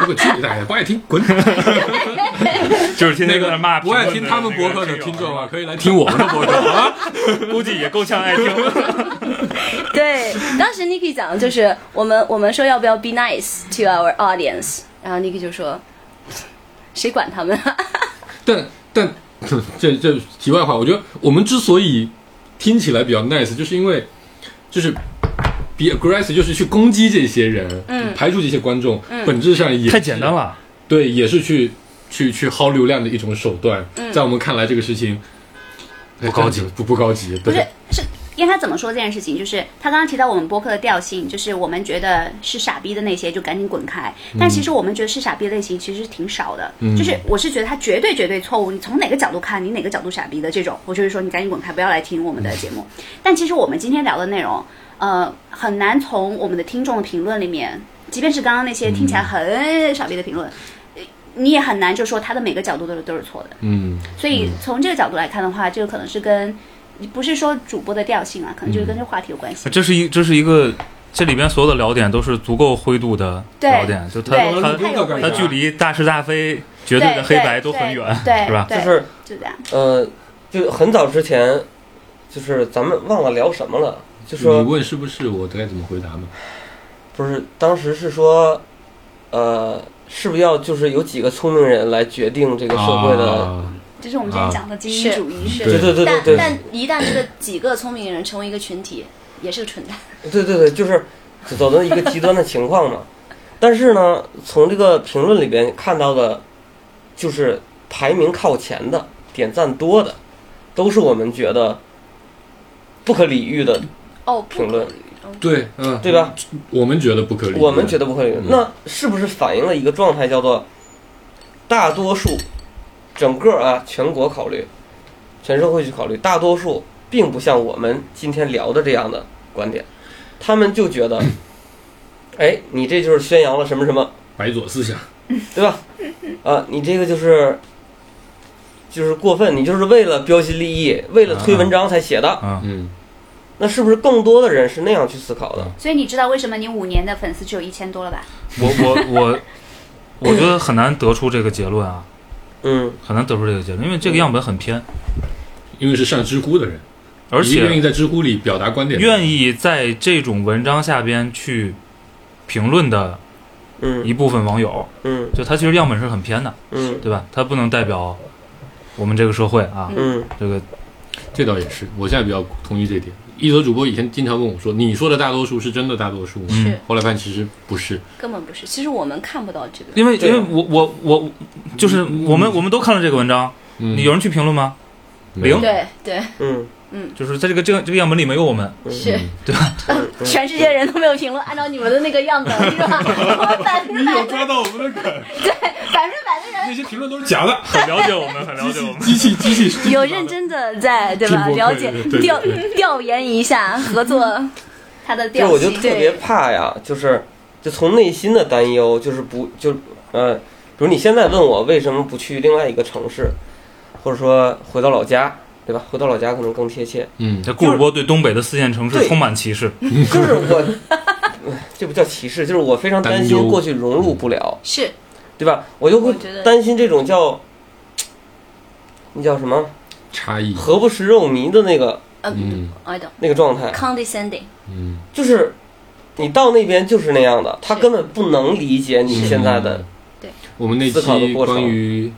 S5: 如果去你大爷，不爱听滚！
S1: 就是天
S5: 那
S1: 天在
S5: 个
S1: 那骂
S5: 不爱听他们博客的听众啊，，可以来听我们的博客啊。
S1: [LAUGHS] 估计也够呛爱听。
S5: [LAUGHS]
S2: 对， [LAUGHS] 当时 Niki 讲的就是我们我们说要不要 be nice to our audience，然后 Niki 就说， [LAUGHS] 谁管他们啊？
S5: 但但这这题外话，我觉得我们之所以听起来比较 nice，就是因为就是 be aggressive，就是去攻击这些人，
S2: 嗯
S5: 排除这些观众，
S2: 嗯
S5: 本质上也是
S1: 太简单，了，
S5: 对，也是去去去薅流量的一种手段。
S2: 嗯
S5: 在我们看来，这个事情哎
S1: 不高级，
S5: 不不高级，
S3: 不是
S5: 对，
S3: 是因为他怎么说这件事情，就是他刚刚提到我们播客的调性，就是我们觉得是傻逼的那些就赶紧滚开，但其实我们觉得是傻逼的类型其实挺少的，
S5: 嗯
S3: 就是我是觉得他绝对绝对错误，你从哪个角度看，你哪个角度傻逼的这种，我就是说你赶紧滚开，不要来听我们的节目。 [LAUGHS] 但其实我们今天聊的内容，呃，很难从我们的听众的评论里面，即便是刚刚那些听起来很傻逼的评论。呃你也很难就说他的每个角度都是都是错的，
S5: 嗯，
S3: 所以从这个角度来看的话，这个可能是跟不是说主播的调性啊，可能就是
S5: 嗯
S3: 跟这个话题有关
S5: 啊
S3: 系。
S1: 这是一这是一个，这里边所有的聊点都是足够灰度的
S3: 对
S1: 聊点，就它
S3: 对
S1: 它
S3: 太有
S1: 它
S3: 味道
S1: 距离大是大非、绝对的黑白都很远，
S3: 对，
S1: 是吧？
S3: 对，
S4: 就是
S3: 就这样。
S4: 呃，就很早之前，就是咱们忘了聊什么了，就
S5: 你
S4: 说
S5: 问是不是我该怎么回答吗？
S4: 不是当时是说，呃，是不是要就是有几个聪明人来决定这个社会的？
S5: 啊
S3: 这是我们之前讲的精英主义是
S4: 对对对对对
S2: 但但一旦这个几个聪明人成为一个群体，也是个蠢蛋。
S4: 对对对，就是走到一个极端的情况嘛。但是呢，从这个评论里边看到的，就是排名靠前的、点赞多的，都是我们觉得不可理喻的，
S2: 哦，不
S4: 评论
S2: 可以哦
S5: 对，嗯，
S4: 对吧？
S5: 我们觉得不可理喻，
S4: 我们觉得不可理喻
S5: 嗯。
S4: 那是不是反映了一个状态，叫做大多数，整个啊全国考虑，全社会去考虑，大多数并不像我们今天聊的这样的观点，他们就觉得，哎，你这就是宣扬了什么什么，
S5: 白左思想，
S4: 对吧？啊，你这个就是。就是过分，你就是为了标新立异，为了推文章才写的，
S1: 嗯，
S5: 嗯，
S4: 那是不是更多的人是那样去思考的？
S1: 啊
S3: 所以你知道为什么你五年的粉丝只有一千多了吧？
S1: 我我我，我觉得很难得出这个结论啊，
S4: 嗯，
S1: 很难得出这个结论，因为这个样本很偏，
S5: 因为是上知乎的人，
S1: 而
S5: 一个愿
S1: 且
S5: 意在知乎里表达观点，
S1: 愿
S5: 意，
S1: 意在这种文章下边去评论的
S4: 嗯
S1: 一部分网友，
S4: 嗯
S1: 就他其实样本是很偏的，
S4: 嗯
S1: 对吧？他不能代表我们这个社会啊，
S4: 嗯
S1: 这个
S5: 这倒也是，我现在比较同意这点。一手主播以前经常问我说：“你说的大多数是真的大多数吗？”
S1: 嗯
S2: 是
S5: 后来发现其实不是，
S2: 根本不是。其实我们看不到这个。
S1: 因为因
S4: 对啊
S1: 为我我我就是我们我们都看了这个文章，
S5: 嗯，
S1: 你有人去评论吗？
S5: 没有
S1: 零
S2: 对对，
S4: 嗯
S1: 就是在这个这个这个样本里没有我们，
S4: 嗯，
S2: 是
S5: 嗯
S4: 嗯
S2: 全世界人都没有评论，按照你们的那个样本是吧？我百分之百的
S5: 到我们的梗，
S2: 百分之百的人
S5: 那些评论都是假的，
S1: [LAUGHS] 很了解我们，很了解 [LAUGHS] 我们。
S5: 机器机器机器
S2: 有认真的在对吧？
S5: 听播
S2: 了
S5: 客
S2: 解
S5: 对对对
S2: 调调研一下，合作
S3: 他的
S4: 就
S3: 调
S4: 是我就
S3: 性
S4: 特别怕呀，就是就从内心的担忧，就是不就呃，比如你现在问我为什么不去另外一个城市，或者说回到老家，对吧？回到老家可能
S5: [LAUGHS]
S4: 更贴切。
S5: 嗯，
S1: 这顾主播对东北的四线城市充满歧视，
S4: 就是我，这不叫歧视，就是我非常担
S5: 担忧
S4: 心过去融入不了，
S3: 是
S4: 对吧？我就
S3: 我
S4: 会
S3: 觉得
S4: 担心这种叫，那叫什么
S5: 差异，
S4: 何不食肉糜的那个
S2: 呃、
S5: 嗯
S2: i don't
S4: 那个状态，
S2: condescending，
S5: 嗯，
S4: 就是你到那边就是那样的，他
S3: 是
S4: 根本不能理解你现在的
S5: 嗯，
S3: 对
S5: 我们那
S4: 思考
S5: 期
S4: 的过程
S5: 关于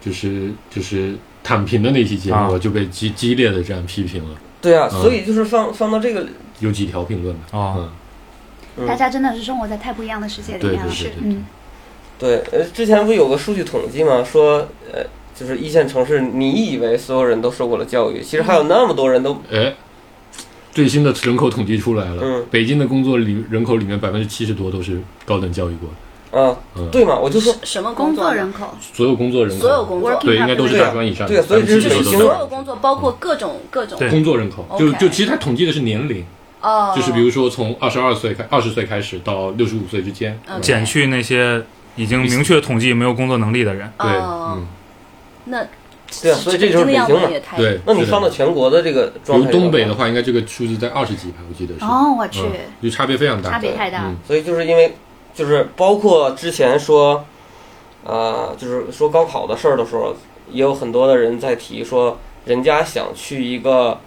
S5: 就是就是躺平的那期节目
S1: 啊
S5: 就被激激烈的这样批评了，
S4: 对啊，
S5: 嗯
S4: 所以就是放放到这个，
S5: 有几条评论吧，
S1: 哦
S5: 嗯，
S4: 嗯
S3: 大家真的是生活在太不一样的世界里
S5: 对对对
S3: 面了，
S5: 对对，
S3: 嗯，
S4: 对，呃，之前不有个数据统计吗？说，呃，就是一线城市，你以为所有人都受过了教育，其实还有那么多人都，
S5: 哎，最新的人口统计出来了，
S4: 嗯
S5: 北京的工作里人口里面百分之七十多都是高等教育过的，
S4: 啊，
S5: 嗯，，
S4: 对嘛，我就说，
S2: 什么
S3: 工作
S2: 作呢
S3: 人口
S5: 所有工作人口，
S2: 所有工作
S5: 对，应该都是
S4: 对啊
S5: 大专以上的，
S4: 对啊所以这
S5: 百分之
S2: 就
S5: 七十
S2: 是
S5: 都
S4: 对
S2: 所
S4: 对
S2: 有工作，包括各种各种
S1: 对
S5: 工作人口，就
S2: OK
S5: 就其实它统计的是年龄，
S2: 哦，
S5: 就是比如说从二十二岁开二十岁开始到六十五岁之间，
S2: 嗯
S1: 减哦去那些已经明确统计没有工作能力的人，
S5: 对，
S2: 哦
S5: 嗯，
S2: 那
S4: 对啊，所以这就是
S2: 北
S4: 北
S2: 京的
S4: 京
S2: 样
S4: 嘛
S2: 本。也太
S5: 对。
S4: 那你
S5: 是的
S4: 放到全国的这个
S5: 比
S4: 状
S5: 如
S4: 态，
S5: 东北的，话，应该这个数字在二十几吧，我记得是。
S3: 哦，我去，
S5: 嗯，就差别非常大。
S3: 差别太大
S5: 嗯，
S4: 所以就是因为，就是包括之前说，啊、就是说高考的事儿的时候，也有很多的人在提说，人家想去一个，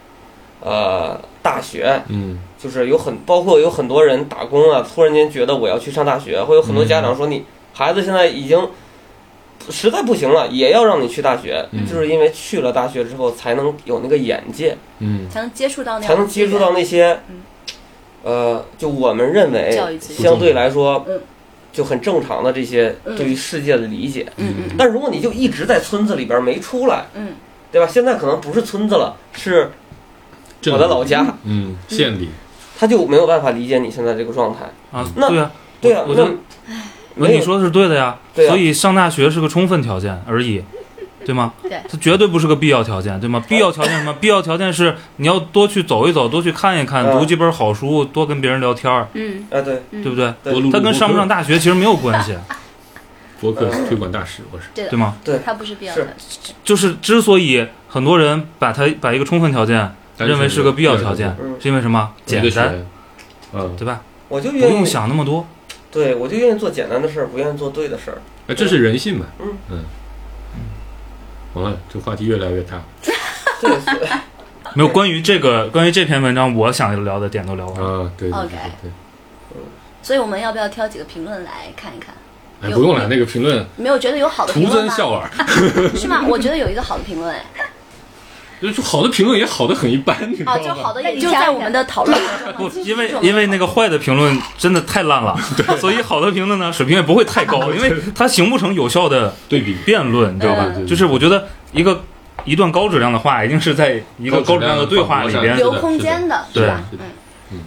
S4: 呃，大学，
S5: 嗯，
S4: 就是有很包括有很多人打工啊，突然间觉得我要去上大学，会有很多家长说
S5: 嗯
S4: 你孩子现在已经实在不行了，也要让你去大学，
S5: 嗯
S4: 就是因为去了大学之后才能有那个眼界，
S5: 嗯，
S2: 才能接触到那样
S4: 才能
S2: 的
S4: 接触到那些
S2: 嗯，
S4: 呃，就我们认为
S2: 教育资源
S4: 相对来说
S2: 嗯
S4: 就很正常的这些
S2: 嗯
S4: 对于世界的理解。
S2: 嗯嗯嗯
S4: 但如果你就一直在村子里边没出来，
S2: 嗯，
S4: 对吧？现在可能不是村子了，是
S5: 镇
S4: 我
S5: 里
S4: 的老，家，
S5: 嗯，县里，
S4: 他就没有办法理解你现在这个状态。
S1: 啊，
S4: 那
S1: 对啊，
S4: 对啊，
S1: 我
S4: 那
S1: 就
S4: 没
S1: 你
S4: 有
S1: 说的是对的呀，
S4: 对啊
S1: 所以上大学是个充分条件而已，对吗？
S2: 对
S1: 它绝对不是个必要条件，对 [LAUGHS] 吗？必要条件是什么？必要条件是你要多去走一走，多去看一看，
S4: 嗯
S1: 读几本好书，多跟别人聊天儿，
S3: 嗯，
S4: 啊，对，
S3: 嗯
S1: 对不对？
S4: 对
S5: 多录
S1: 它跟上不上大学其实没有
S2: [LAUGHS]
S1: 关系，
S5: 博客推广大使，我是，
S2: 对
S1: 对
S2: 的，
S1: 吗？
S2: 它不是必要
S4: 是
S2: 的，
S1: 就是之所以很多人把它把一个充分条件
S5: 单纯的
S1: 认为是个必要条件
S4: 必要条件，嗯
S1: 是因为什么？简
S5: 一个
S1: 单，
S5: 学，嗯，
S1: 对吧？
S4: 我就
S1: 不
S4: 愿
S1: 用
S4: 意，
S1: 想那么多。
S4: 对我就愿意做简单的事儿，不愿意做对的事儿。
S5: 哎，这是人性嘛，
S4: 嗯
S5: 嗯，完了，这话题越来越大，
S4: 对，所以
S1: 没有关于这个关于这篇文章，我想聊的点都聊完
S4: 哦
S1: 了。
S5: 啊，对对
S2: OK
S5: 对对，
S2: 所以我们要不要挑几个评论来看一看？
S5: 哎，不用了，那个评论
S2: 没有觉得有好的
S5: 徒
S2: 评论
S5: 增
S2: 吗？
S5: 笑耳，
S2: 是吗？我觉得有一个好的评
S1: [LAUGHS]
S2: 论哎，
S5: 就是好的评论也好的很一般，你知道
S2: 啊，
S5: 吧？
S2: 就好的
S3: 那
S2: 也
S3: 你
S2: 就
S3: 加
S2: 在
S3: 一个
S2: 我们的讨论当中，
S1: 不
S2: 啊其，实
S1: 因为
S2: 这种
S1: 因为那个坏的评论真的太烂了，
S5: [LAUGHS]
S1: 所以好的评论呢水平也不会太高，因为它形不成有效的
S5: 对比，
S1: 辩论，你知道吧
S5: 嗯对？对
S1: 就是我觉得一个一段高质量的话，一定是在一个
S5: 高
S1: 高
S5: 质量
S1: 质量
S5: 的
S1: 的对话里边
S5: 访，
S2: 留空间的
S5: 是的
S2: 是吧？
S5: 是的
S2: 嗯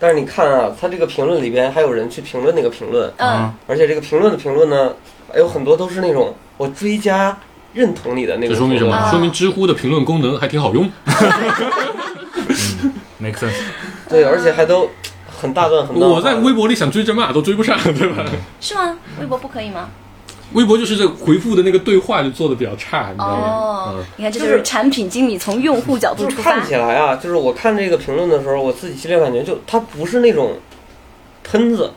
S4: 但是你看啊，他这个评论里边还有人去评论那个评论，
S2: 嗯
S1: 啊，
S4: 而且这个评论的评论呢，还有很多都是那种我追加认同你的那
S5: 这
S4: 个
S5: 说
S4: 评
S5: 明
S4: 论。
S5: 什么？
S2: 啊
S5: 说明知乎的评论功能还挺好用，
S1: ，make sense。
S4: 对，而且还都很大段很大段。
S5: 我在嗯微博里想追真骂都追不上，对吧？
S2: 是吗？微博不可以吗？
S5: 微博就是这回复的那个对话就做的比较差，你知道吗？
S2: 哦
S5: 嗯，
S2: 你看这就
S4: 就是
S2: 是产品经理从用户角度
S4: 就是
S2: 出发
S4: 看，起来啊，就是我看这个评论的时候，我自己心里感觉就他不是那种喷子，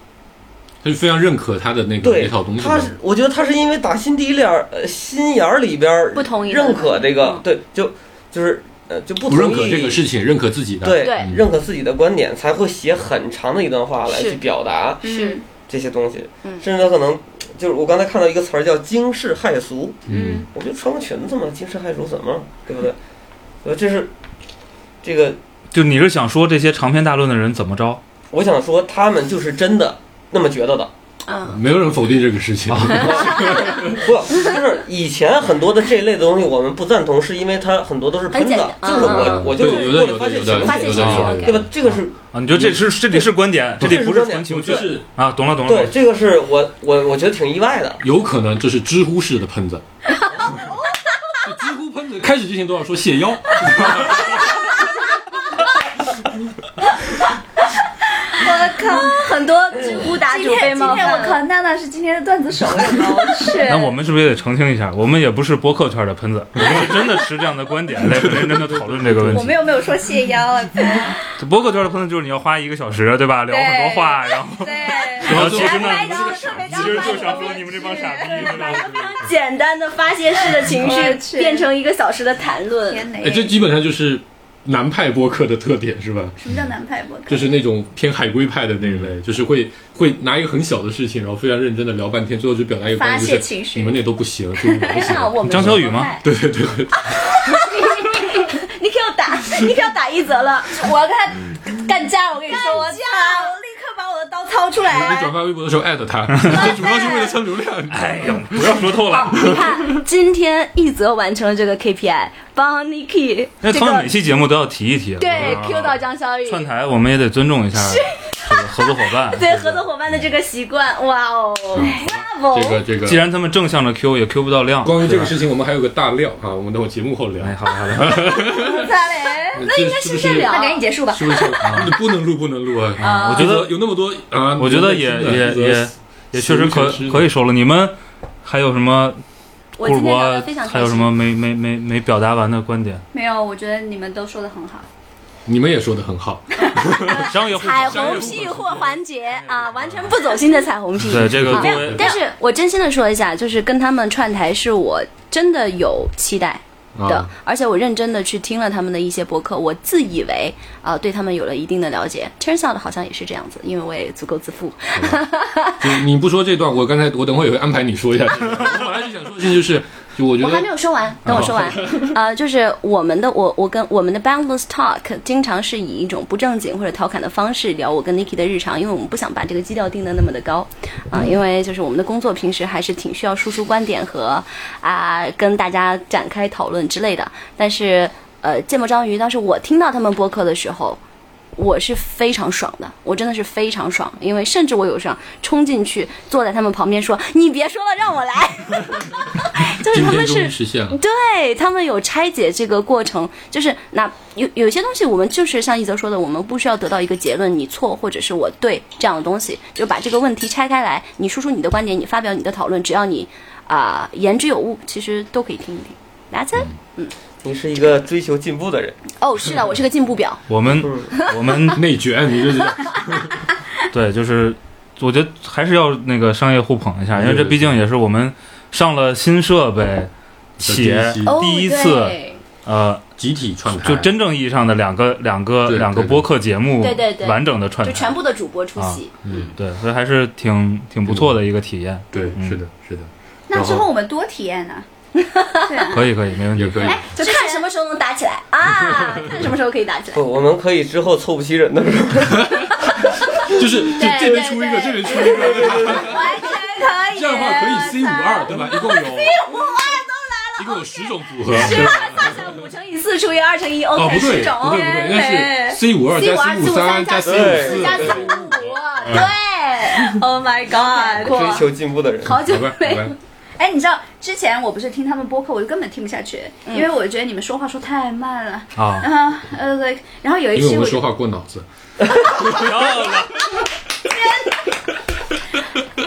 S5: 他就非常认可他的那个
S4: 对
S5: 那套东，西嘛
S4: 他。是我觉得他是因为打心底里儿呃心眼儿里边儿
S2: 不同意的
S4: 认可这个
S2: 嗯，
S4: 对，就就是呃就不
S5: 不认
S4: 同
S5: 可
S4: 意
S5: 这个事情，认可自己的。
S4: 对，
S2: 对
S4: 认可自己的观点，才会写很长的一段话来
S2: 是
S4: 去表达
S2: 是
S3: 嗯
S4: 这些东西。
S2: 嗯
S4: 甚至他可能就是我刚才看到一个词儿叫惊世骇俗，
S5: 嗯，
S4: 我就穿个裙子嘛，惊世骇俗怎么了
S2: [LAUGHS]
S4: 对不对？呃，这是这个
S1: 就你是想说这些长篇大论的人怎么着？
S4: 我想说，他们就是真的那么觉得的。
S2: 嗯，
S5: 没有人否定这个事情。
S4: 不，就是以前很多的这一类的东西，我们不赞同，是因为它很多都是喷
S2: 很简
S4: 子
S2: 单，
S4: 就是我
S5: 嗯
S4: 我就是
S5: 对有
S4: 为
S5: 的
S4: 了发泄
S5: 有的
S4: 情
S2: 发泄
S4: 绪
S2: 情
S5: 有
S2: 绪
S5: 的有的
S4: 对
S2: ，OK，
S4: 吧？这个是
S1: 啊，你觉得这是这里是观点，这
S4: 对
S1: 里不
S4: 这
S1: 是
S4: 是
S1: 纯
S4: 观点
S1: 情绪
S5: 就是
S1: 啊？懂了
S2: 嗯
S1: 懂了，懂
S4: 对
S1: 了，
S4: 这个是我我我觉得挺意外的。
S5: [LAUGHS] 有可能这是知乎式的喷子。就知乎喷子开始之前都要说谢 [LAUGHS] 邀，
S2: 很多知乎答主
S3: 主被冒犯了。
S6: 看娜娜是今天的段子手，
S5: [LAUGHS]
S6: 有没有？是
S1: 那我们是不是也得澄清一下？我们也不是播客圈的喷子， [LAUGHS] 我们是真的持这样的观点来很认真的讨论这个问
S6: 我们
S1: 题。
S6: 又没有说谢邀啊，
S1: 播客圈的喷子就是你要花一个小时，对吧？聊很多话，然后 [LAUGHS]
S6: 对，
S1: 然后其
S5: 哎
S1: 实呢，
S6: 拍张哎特别
S1: 其实就想说你们这帮傻逼，对吧？
S2: 简单的发泄式的情
S6: 我
S2: 绪
S6: 去
S2: 变成一个小时的谈论，
S6: 天哪！
S5: 哎，这基本上就是南派播客的特点是吧？
S6: 什么叫南派博客？
S5: 就是那种偏海归派的那一类，就是会会拿一个很小的事情，然后非常认真的聊半天，最后就表达一个观点，
S6: 发泄
S5: 就是
S6: 情绪
S5: 你们那都不行，就是我不
S2: 很
S5: 行。
S2: 好，我们
S1: 张小雨吗？
S5: 对对对对，
S2: [LAUGHS] 你可要打，你可要打一泽了，
S6: 我要跟他干架，我跟你说，我操，立刻把我的刀掏出
S5: 你
S6: 来
S5: 转。发微博的时候艾特他，这主要是为了蹭流量。
S1: 哎呦，不要说透了。
S2: 你看，今天一泽完成了这个 KPI，帮 Niki
S1: 那
S2: 这
S1: 从
S2: 个
S1: 每期节目都要提一提，
S2: 对
S1: 啊
S2: Q 到张小雨，
S1: 串台，我们也得尊重一下这个合作伙伴。
S2: [LAUGHS] 对合作伙伴的这个习惯，哇哦
S5: 这
S2: ，bravo！
S5: 个这
S1: 既
S5: 个，
S1: 然他们正向的 Q 也 Q 不到量，
S5: 关于这个
S1: 对吧
S5: 事情，我们还有个大料啊，我们等会节目后聊。
S1: 哎，好的好的，
S6: 咋嘞？
S5: 那应该是
S2: 这聊，
S6: 那赶紧结束吧。
S5: 是不是？你不能录，不能录啊！
S1: 我觉得
S5: 有那么多啊，
S1: 我觉得也
S5: 真的
S1: 也也也确实可可以收了。你们还有什么
S2: 我
S1: 顾
S2: 今
S1: 主
S2: 天
S1: 播
S2: 聊得非常开心
S1: 还有什么没没没没表达完的观点？
S3: 没有，我觉得你们都说的很好。
S5: 你们也说的很好，
S1: 商业互
S2: 彩虹屁或环节啊，完全不走心的彩虹屁。
S1: 对这个
S2: 啊
S1: 各位
S2: 但是我真心的说一下，就是跟他们串台是我真的有期待的，
S5: 啊，
S2: 而且我认真的去听了他们的一些播客，我自以为啊、对他们有了一定的了解，turns out 好像也是这样子，因为我也足够自负。
S5: 就你不说这段，我刚才我等会也会安排你说一下。我本来就想说的事情就是，就我觉
S2: 我还没
S5: 得
S2: 有说完，等我说完。 [LAUGHS] 呃，就是我们的我我跟我们的 Boundless Talk 经常是以一种不正经或者调侃的方式聊我跟 Niki 的日常，因为我们不想把这个基调定的那么的高啊、
S5: 嗯
S2: 因为就是我们的工作平时还是挺需要输出观点和啊、跟大家展开讨论之类的。但是呃，芥末章鱼当时我听到他们播客的时候。我是非常爽的，我真的是非常爽，因为甚至我有时候冲进去坐在他们旁边说：“你别说了，让我来。” [LAUGHS] 就是
S5: 今
S2: 他
S5: 天
S2: 们
S5: 终于
S2: 是
S5: 实现了。
S2: 对他们有拆解这个过程，就是那有有些东西，我们就是像一泽说的，我们不需要得到一个结论，你错或者是我对这样的东西，就把这个问题拆开来，你输出你的观点，你发表你的讨论，只要你啊、言之有物，其实都可以听一听。That's it。
S4: 你是一个追求进步的人，
S2: 哦，是的，我是个进步表，
S1: 我们我们
S5: 内卷，你这是
S1: 对，就是我觉得还是要那个商业互捧一下，因为这毕竟也是我们上了新设备且
S5: 集
S2: 哦
S1: 第一次
S2: 对
S1: 呃
S5: 集体串台，
S1: 就真正意义上的两个两个
S5: 对
S1: 两个
S5: 对
S1: 播客节目
S2: 对对对
S1: 完整的串
S2: 就全
S1: 台，
S2: 部的主播出席。
S1: 对，所以还是挺挺不错的一个体验，
S5: 对，
S1: 嗯
S5: 是的，是的，
S3: 那之后我们多体验呢、
S1: 可以可以，没问
S5: 也
S1: 题。
S5: 可以。
S2: 就看什么时候能打起来啊！看什么时候可以打起来
S4: 不，。我们可以之后凑不齐人的时候，
S5: 就是就
S6: 对
S5: 这边出一个，
S6: 对
S5: 这边出一个，对吧？
S6: 完全可以，
S5: 这样的话可以 C 五二，对吧？一共有 C 五二都来了，一共有十种组合。对吧
S2: 算算五乘以四除以二乘以
S5: 哦，
S2: OK
S5: 不
S2: 十
S5: 对，
S2: 种
S5: 不对，不对，应该是 C 五二
S2: C 五
S5: 加
S2: 二
S5: C 五三加 C
S2: 四
S5: 五四，
S2: 加四
S5: 对
S2: 五五，对，
S6: ，Oh my
S2: [LAUGHS]
S6: God！
S4: 追求进步的人。
S2: 好久
S5: 好吧，好
S2: 没
S5: 吧。
S3: [LAUGHS] 哎，你知道之前我不是听他们播客，我就根本听不下去，因为我觉得你们说话说太慢了。
S1: 啊，
S3: 然后呃，对然后有一
S5: 因为
S3: 期
S5: 我
S3: 我
S5: 们
S3: 就
S5: 说话过脑子，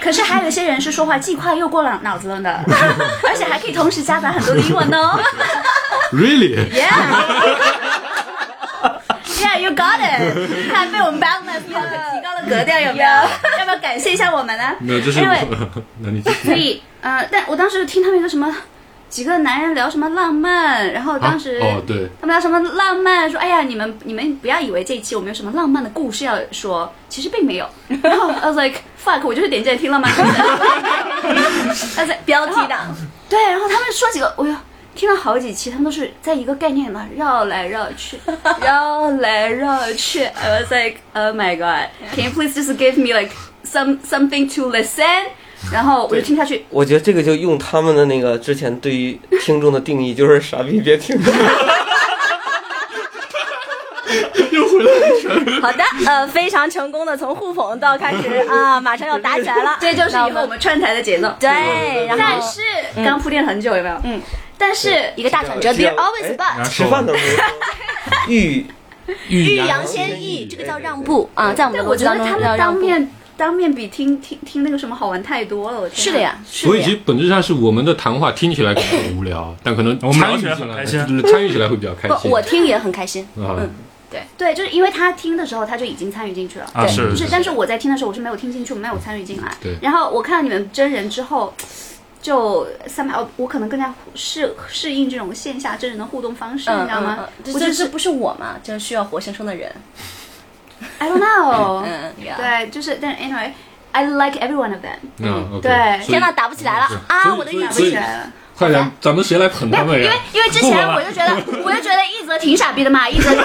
S3: 可是还有一些人是说话既快又过脑脑子了的， [LAUGHS] 而且还可以同时夹杂很多的英文哦。
S5: Really？
S3: Yeah, [LAUGHS] yeah, you got it！看 [LAUGHS] 被我们 balance 提高了格调，有没有？要不要感谢一下我们呢？
S5: 没有，这是我。那你继续
S3: 所以，呃，但我当时听他们一个什么，几个男人聊什么浪漫，然后
S5: 啊
S3: 当时、
S5: 哦，对，
S3: 他们聊什么浪漫，说哎呀，你们你们不要以为这一期我们有什么浪漫的故事要说，其实并没有。然后 I was like fuck，我就是点进来听浪漫故事。I was like
S2: 标题党，
S3: 对，然后他们说几个，我哟，听了好几期，他们都是在一个概念嘛，绕来绕去，绕来绕去。I was like, oh my god, can you please just give me like some something to listen？然后我就听下去，
S4: 我觉得这个就用他们的那个之前对于听众的定义，就是傻逼别 [LAUGHS] 听。
S5: 又回来了。
S2: 好的，呃，非常成功的从互捧到开始啊，马上要打起来 [LAUGHS] 了，
S3: 这就是以后我们串台的节奏。
S2: 嗯对，然
S3: 但
S2: 后
S3: 是刚铺垫很久，有没有？嗯。但是
S2: 一个大转折，There
S4: 哎
S2: always but，
S4: 吃饭
S2: [LAUGHS]
S4: 的时候，欲
S5: 欲
S2: 欲扬先抑，这个叫让步啊，在我们
S3: 对，
S2: 的
S3: 我
S2: 逻辑
S3: 觉
S2: 当
S3: 得
S2: 中
S3: 他
S2: 叫让
S3: 们当
S2: 步。
S3: 面当面比听听听那个什么好玩太多了。我天
S2: 是的呀，是
S5: 所
S2: 的
S5: 以其
S2: 呀。
S5: 实本质上是我们的谈话听起来可能无
S1: [LAUGHS]
S5: 聊，但可能
S1: 我们
S5: 参
S1: 聊
S5: 与
S1: 起
S5: 起
S1: 来
S5: 来
S1: 很开心啊
S5: 参与起来会比较开
S2: 不，
S5: 心。
S2: 我听也很开心。
S5: 啊，
S2: 嗯
S3: 对对，就是因为他听的时候他就已经参与进去了。
S1: 啊，
S2: 对
S1: 是
S3: 不是，但是我在听的时候我是没有听进去，我没有参与进来。
S5: 对
S3: 然后我看到你们真人之后，就三百，哦我可能更加适适应这种线下真人的互动方式，你
S2: 嗯
S3: 知道
S2: 嗯，
S3: 吗
S2: 嗯？这
S3: 我就
S2: 这
S3: 是
S2: 这不是我嘛？这需要活生生的人。
S3: I don't
S2: [LAUGHS]
S3: know，
S2: 嗯，呀
S3: 对，就是但是 anyway。I like every one of them。
S5: 嗯，OK，
S3: 对
S5: 所以
S2: 天呐，打不起来了
S5: 所
S2: 啊！
S5: 以
S2: 我的
S5: 所以
S2: 运
S3: 想
S2: 气
S3: 不
S5: 所以
S3: 起来了，
S5: 快点，咱们谁来捧他们
S3: 因
S5: 呀
S3: 为？因为之前我就觉得， [LAUGHS] 我就觉得一泽挺傻逼的嘛，一泽。因为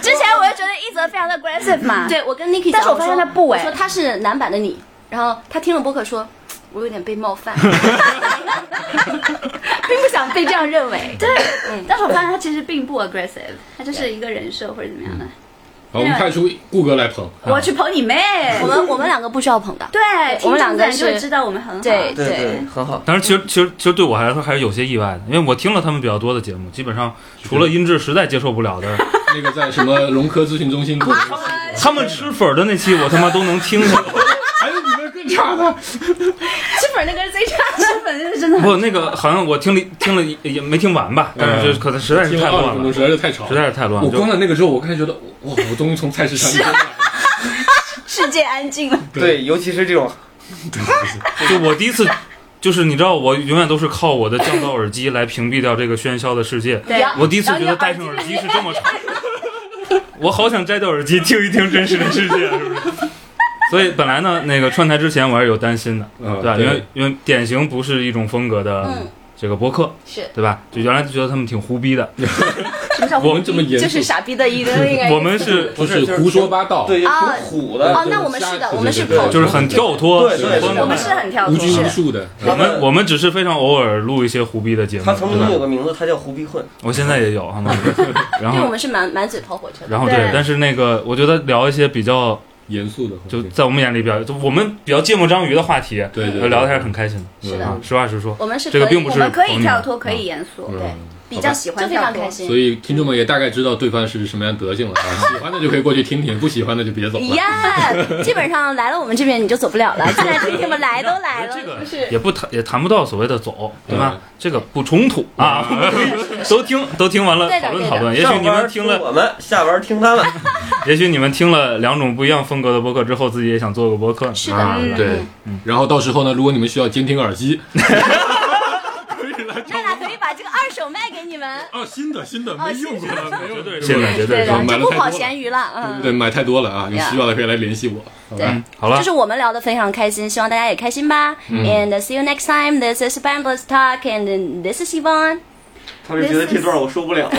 S3: 之前我就觉得一泽非常的 aggressive 嘛，
S2: 对我跟 Niki，
S3: 但是
S2: 讲
S3: 我发现
S2: 说
S3: 他不哎
S2: 我说他是男版的你，然后他听了播客说，我有点被冒犯，并不想被这样认为。对，
S3: 但是我发现他其实并不 aggressive，他就是一个人设或者怎么样的。
S5: 好，我们派出顾哥来
S2: [LAUGHS]
S5: 捧。
S2: 嗯
S3: 我去捧你妹！
S2: 我们我们两个不需要捧的。
S3: 对，
S2: 我们
S3: 听众
S2: 两个
S3: 自然就会
S2: 是
S3: 知道我们很好。
S2: 对
S4: 对对，很好。
S1: 当然，其实其实其实对我来说还是有些意外的，因为我听了他们比较多的节目，基本上除了音质实在接受不了的，
S5: 那个在什么融科咨询中心
S2: 啊
S5: [LAUGHS] 做的，
S1: 他们吃粉儿的那期我他妈都能听下来。
S5: 还有比那更差的，
S2: 吃粉那个是最差的，
S3: 身份就是真的很
S1: 不，那个好像我听了听了也没听完吧，但是就可能实在是
S5: 听
S1: 太
S5: 了二十
S1: 乱
S5: 分钟
S1: 了，
S5: 实在是太吵。
S1: 实在是太乱
S5: 嗯我
S1: 了。
S5: 关
S1: 就
S5: 了那个之后，我开始觉得，哇，我终于从菜市场里
S2: 啊
S5: 出来了。
S6: 世界安静了。
S4: 对，尤其是这种，
S1: [LAUGHS] 就我第一次，就是你知道，我永远都是靠我的降噪耳机来屏蔽掉这个喧嚣的世界。
S3: 对
S1: 我第一次觉得戴上耳机是这么吵，我好想摘掉耳机听一听真实的世界，是不是？所以本来呢，那个串台之前我还是有担心的，
S5: 嗯
S1: [LAUGHS] 对吧？啊
S5: 对
S1: 因为因为典型不是一种风格的这个播客，
S2: 是
S1: 对吧？就原来就觉得他们挺胡逼的，
S5: 我们这么严肃，
S2: 就是傻逼的一个那
S1: [LAUGHS]
S2: 个。
S1: 我们是
S5: 不
S4: 不是就是是
S5: 胡说八道，
S4: 对，挺
S2: 啊
S4: 虎的。
S2: 哦，那我们是的，
S5: 对
S2: 我们是
S5: 对
S2: 口
S5: 对
S1: 就
S2: 头
S1: 是很跳脱，
S4: 对
S1: 是
S4: 对
S1: 风
S4: 对
S1: 格
S3: 我们是很跳
S5: 无
S1: 嗯
S3: 脱，
S5: 拘无
S3: 是
S5: 束的。
S1: 我们我们只是非常偶尔录一些胡逼的节目，
S4: 他曾
S1: 对
S4: 经有
S1: 吧？
S4: 个名字，他叫胡逼混。
S1: 我现在也有，好 [LAUGHS] 吗？然
S2: 对我
S1: 后
S2: 们是满满嘴跑火车的。
S1: 然后对
S3: 对，
S1: 但是那个我觉得聊一些比较
S5: 严肃的，
S1: 就在我们眼里比较就我们比较芥末章鱼的话题，
S5: 对对
S1: 呃聊的还是很开心的。
S5: 是
S1: 啊，实话实说，
S2: 我们是
S1: 这个
S2: 可以
S1: 并不
S3: 我
S1: 是
S3: 们可以
S1: 朋友
S3: 跳脱，可以严肃，
S5: 嗯
S3: 对，比
S1: 好
S3: 较
S1: 吧
S3: 喜
S2: 就
S3: 欢
S2: 非
S3: 跳
S2: 常
S3: 脱
S2: 开。心。
S5: 所以听众们也大概知道对方是什么样德性了啊，喜欢的就可以过去听听，不喜欢的就别走了。
S2: 呀，
S1: [LAUGHS]
S2: 基本上来了我们这边你就走不了了。进来听听吧，来都来了，
S1: 这个 [LAUGHS]
S2: 是
S1: 也不谈也谈不到所谓的走，对吧
S5: 嗯？
S1: 这个不冲突啊，
S2: [LAUGHS]
S1: 都听都听完了
S2: 对的
S1: 讨论
S2: 对的
S1: 讨论，也许
S4: 上
S1: 你
S4: 班
S1: 们听了，
S4: 我们，下班听他们。
S1: 也许你们听了两种不一样风格的播客之后，自己也想做个播客呢，
S2: 是
S5: 啊
S1: 嗯
S2: 的，，嗯
S5: 对，然后到时候呢，如果你们需要监听耳机，
S2: 娜娜可以把这个二手卖给你们，
S5: 哦，新的新的
S2: 没用
S5: 过的，没有
S1: 现在绝对
S2: 对
S1: 是
S5: 我
S2: 的，
S5: 们买
S2: 就
S5: 了
S2: 不
S5: 太
S2: 跑
S5: 多了
S2: 咸鱼了，嗯。
S5: 对，买太多了啊，有
S2: Yeah
S5: 需要的可以来联系我。好吧
S1: 嗯，好了
S2: 这，是我们聊得非常开心，希望大家也开心吧。And
S1: 嗯
S2: see you next time. This is Bamblers Talk, and this is Yvonne.
S4: [LAUGHS] 他们觉得这段我受不了。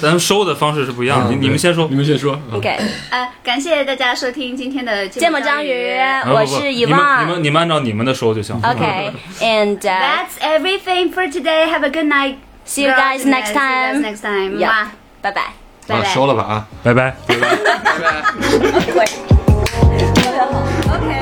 S1: 咱们收的方式是不一样的，你
S5: 嗯
S1: 你们先说
S5: 你。们先说。啊
S2: OK，
S3: 呃，感谢大家收听今天的《
S2: 芥末章鱼，
S1: 啊
S2: 我
S1: 不不
S2: 是
S1: 你们你
S2: Yvonne。
S1: 们你们按照你们的收就行。
S2: OK，and、uh,
S3: That's everything for today. Have a good night.
S2: see you guys next
S3: See you guys
S2: time.
S3: next time.
S2: Yeah，
S3: Yeah.
S2: 拜拜。
S3: 拜
S5: 啊，
S3: 拜。
S5: 收了吧啊。
S1: 拜拜。
S4: 拜拜。
S3: OK。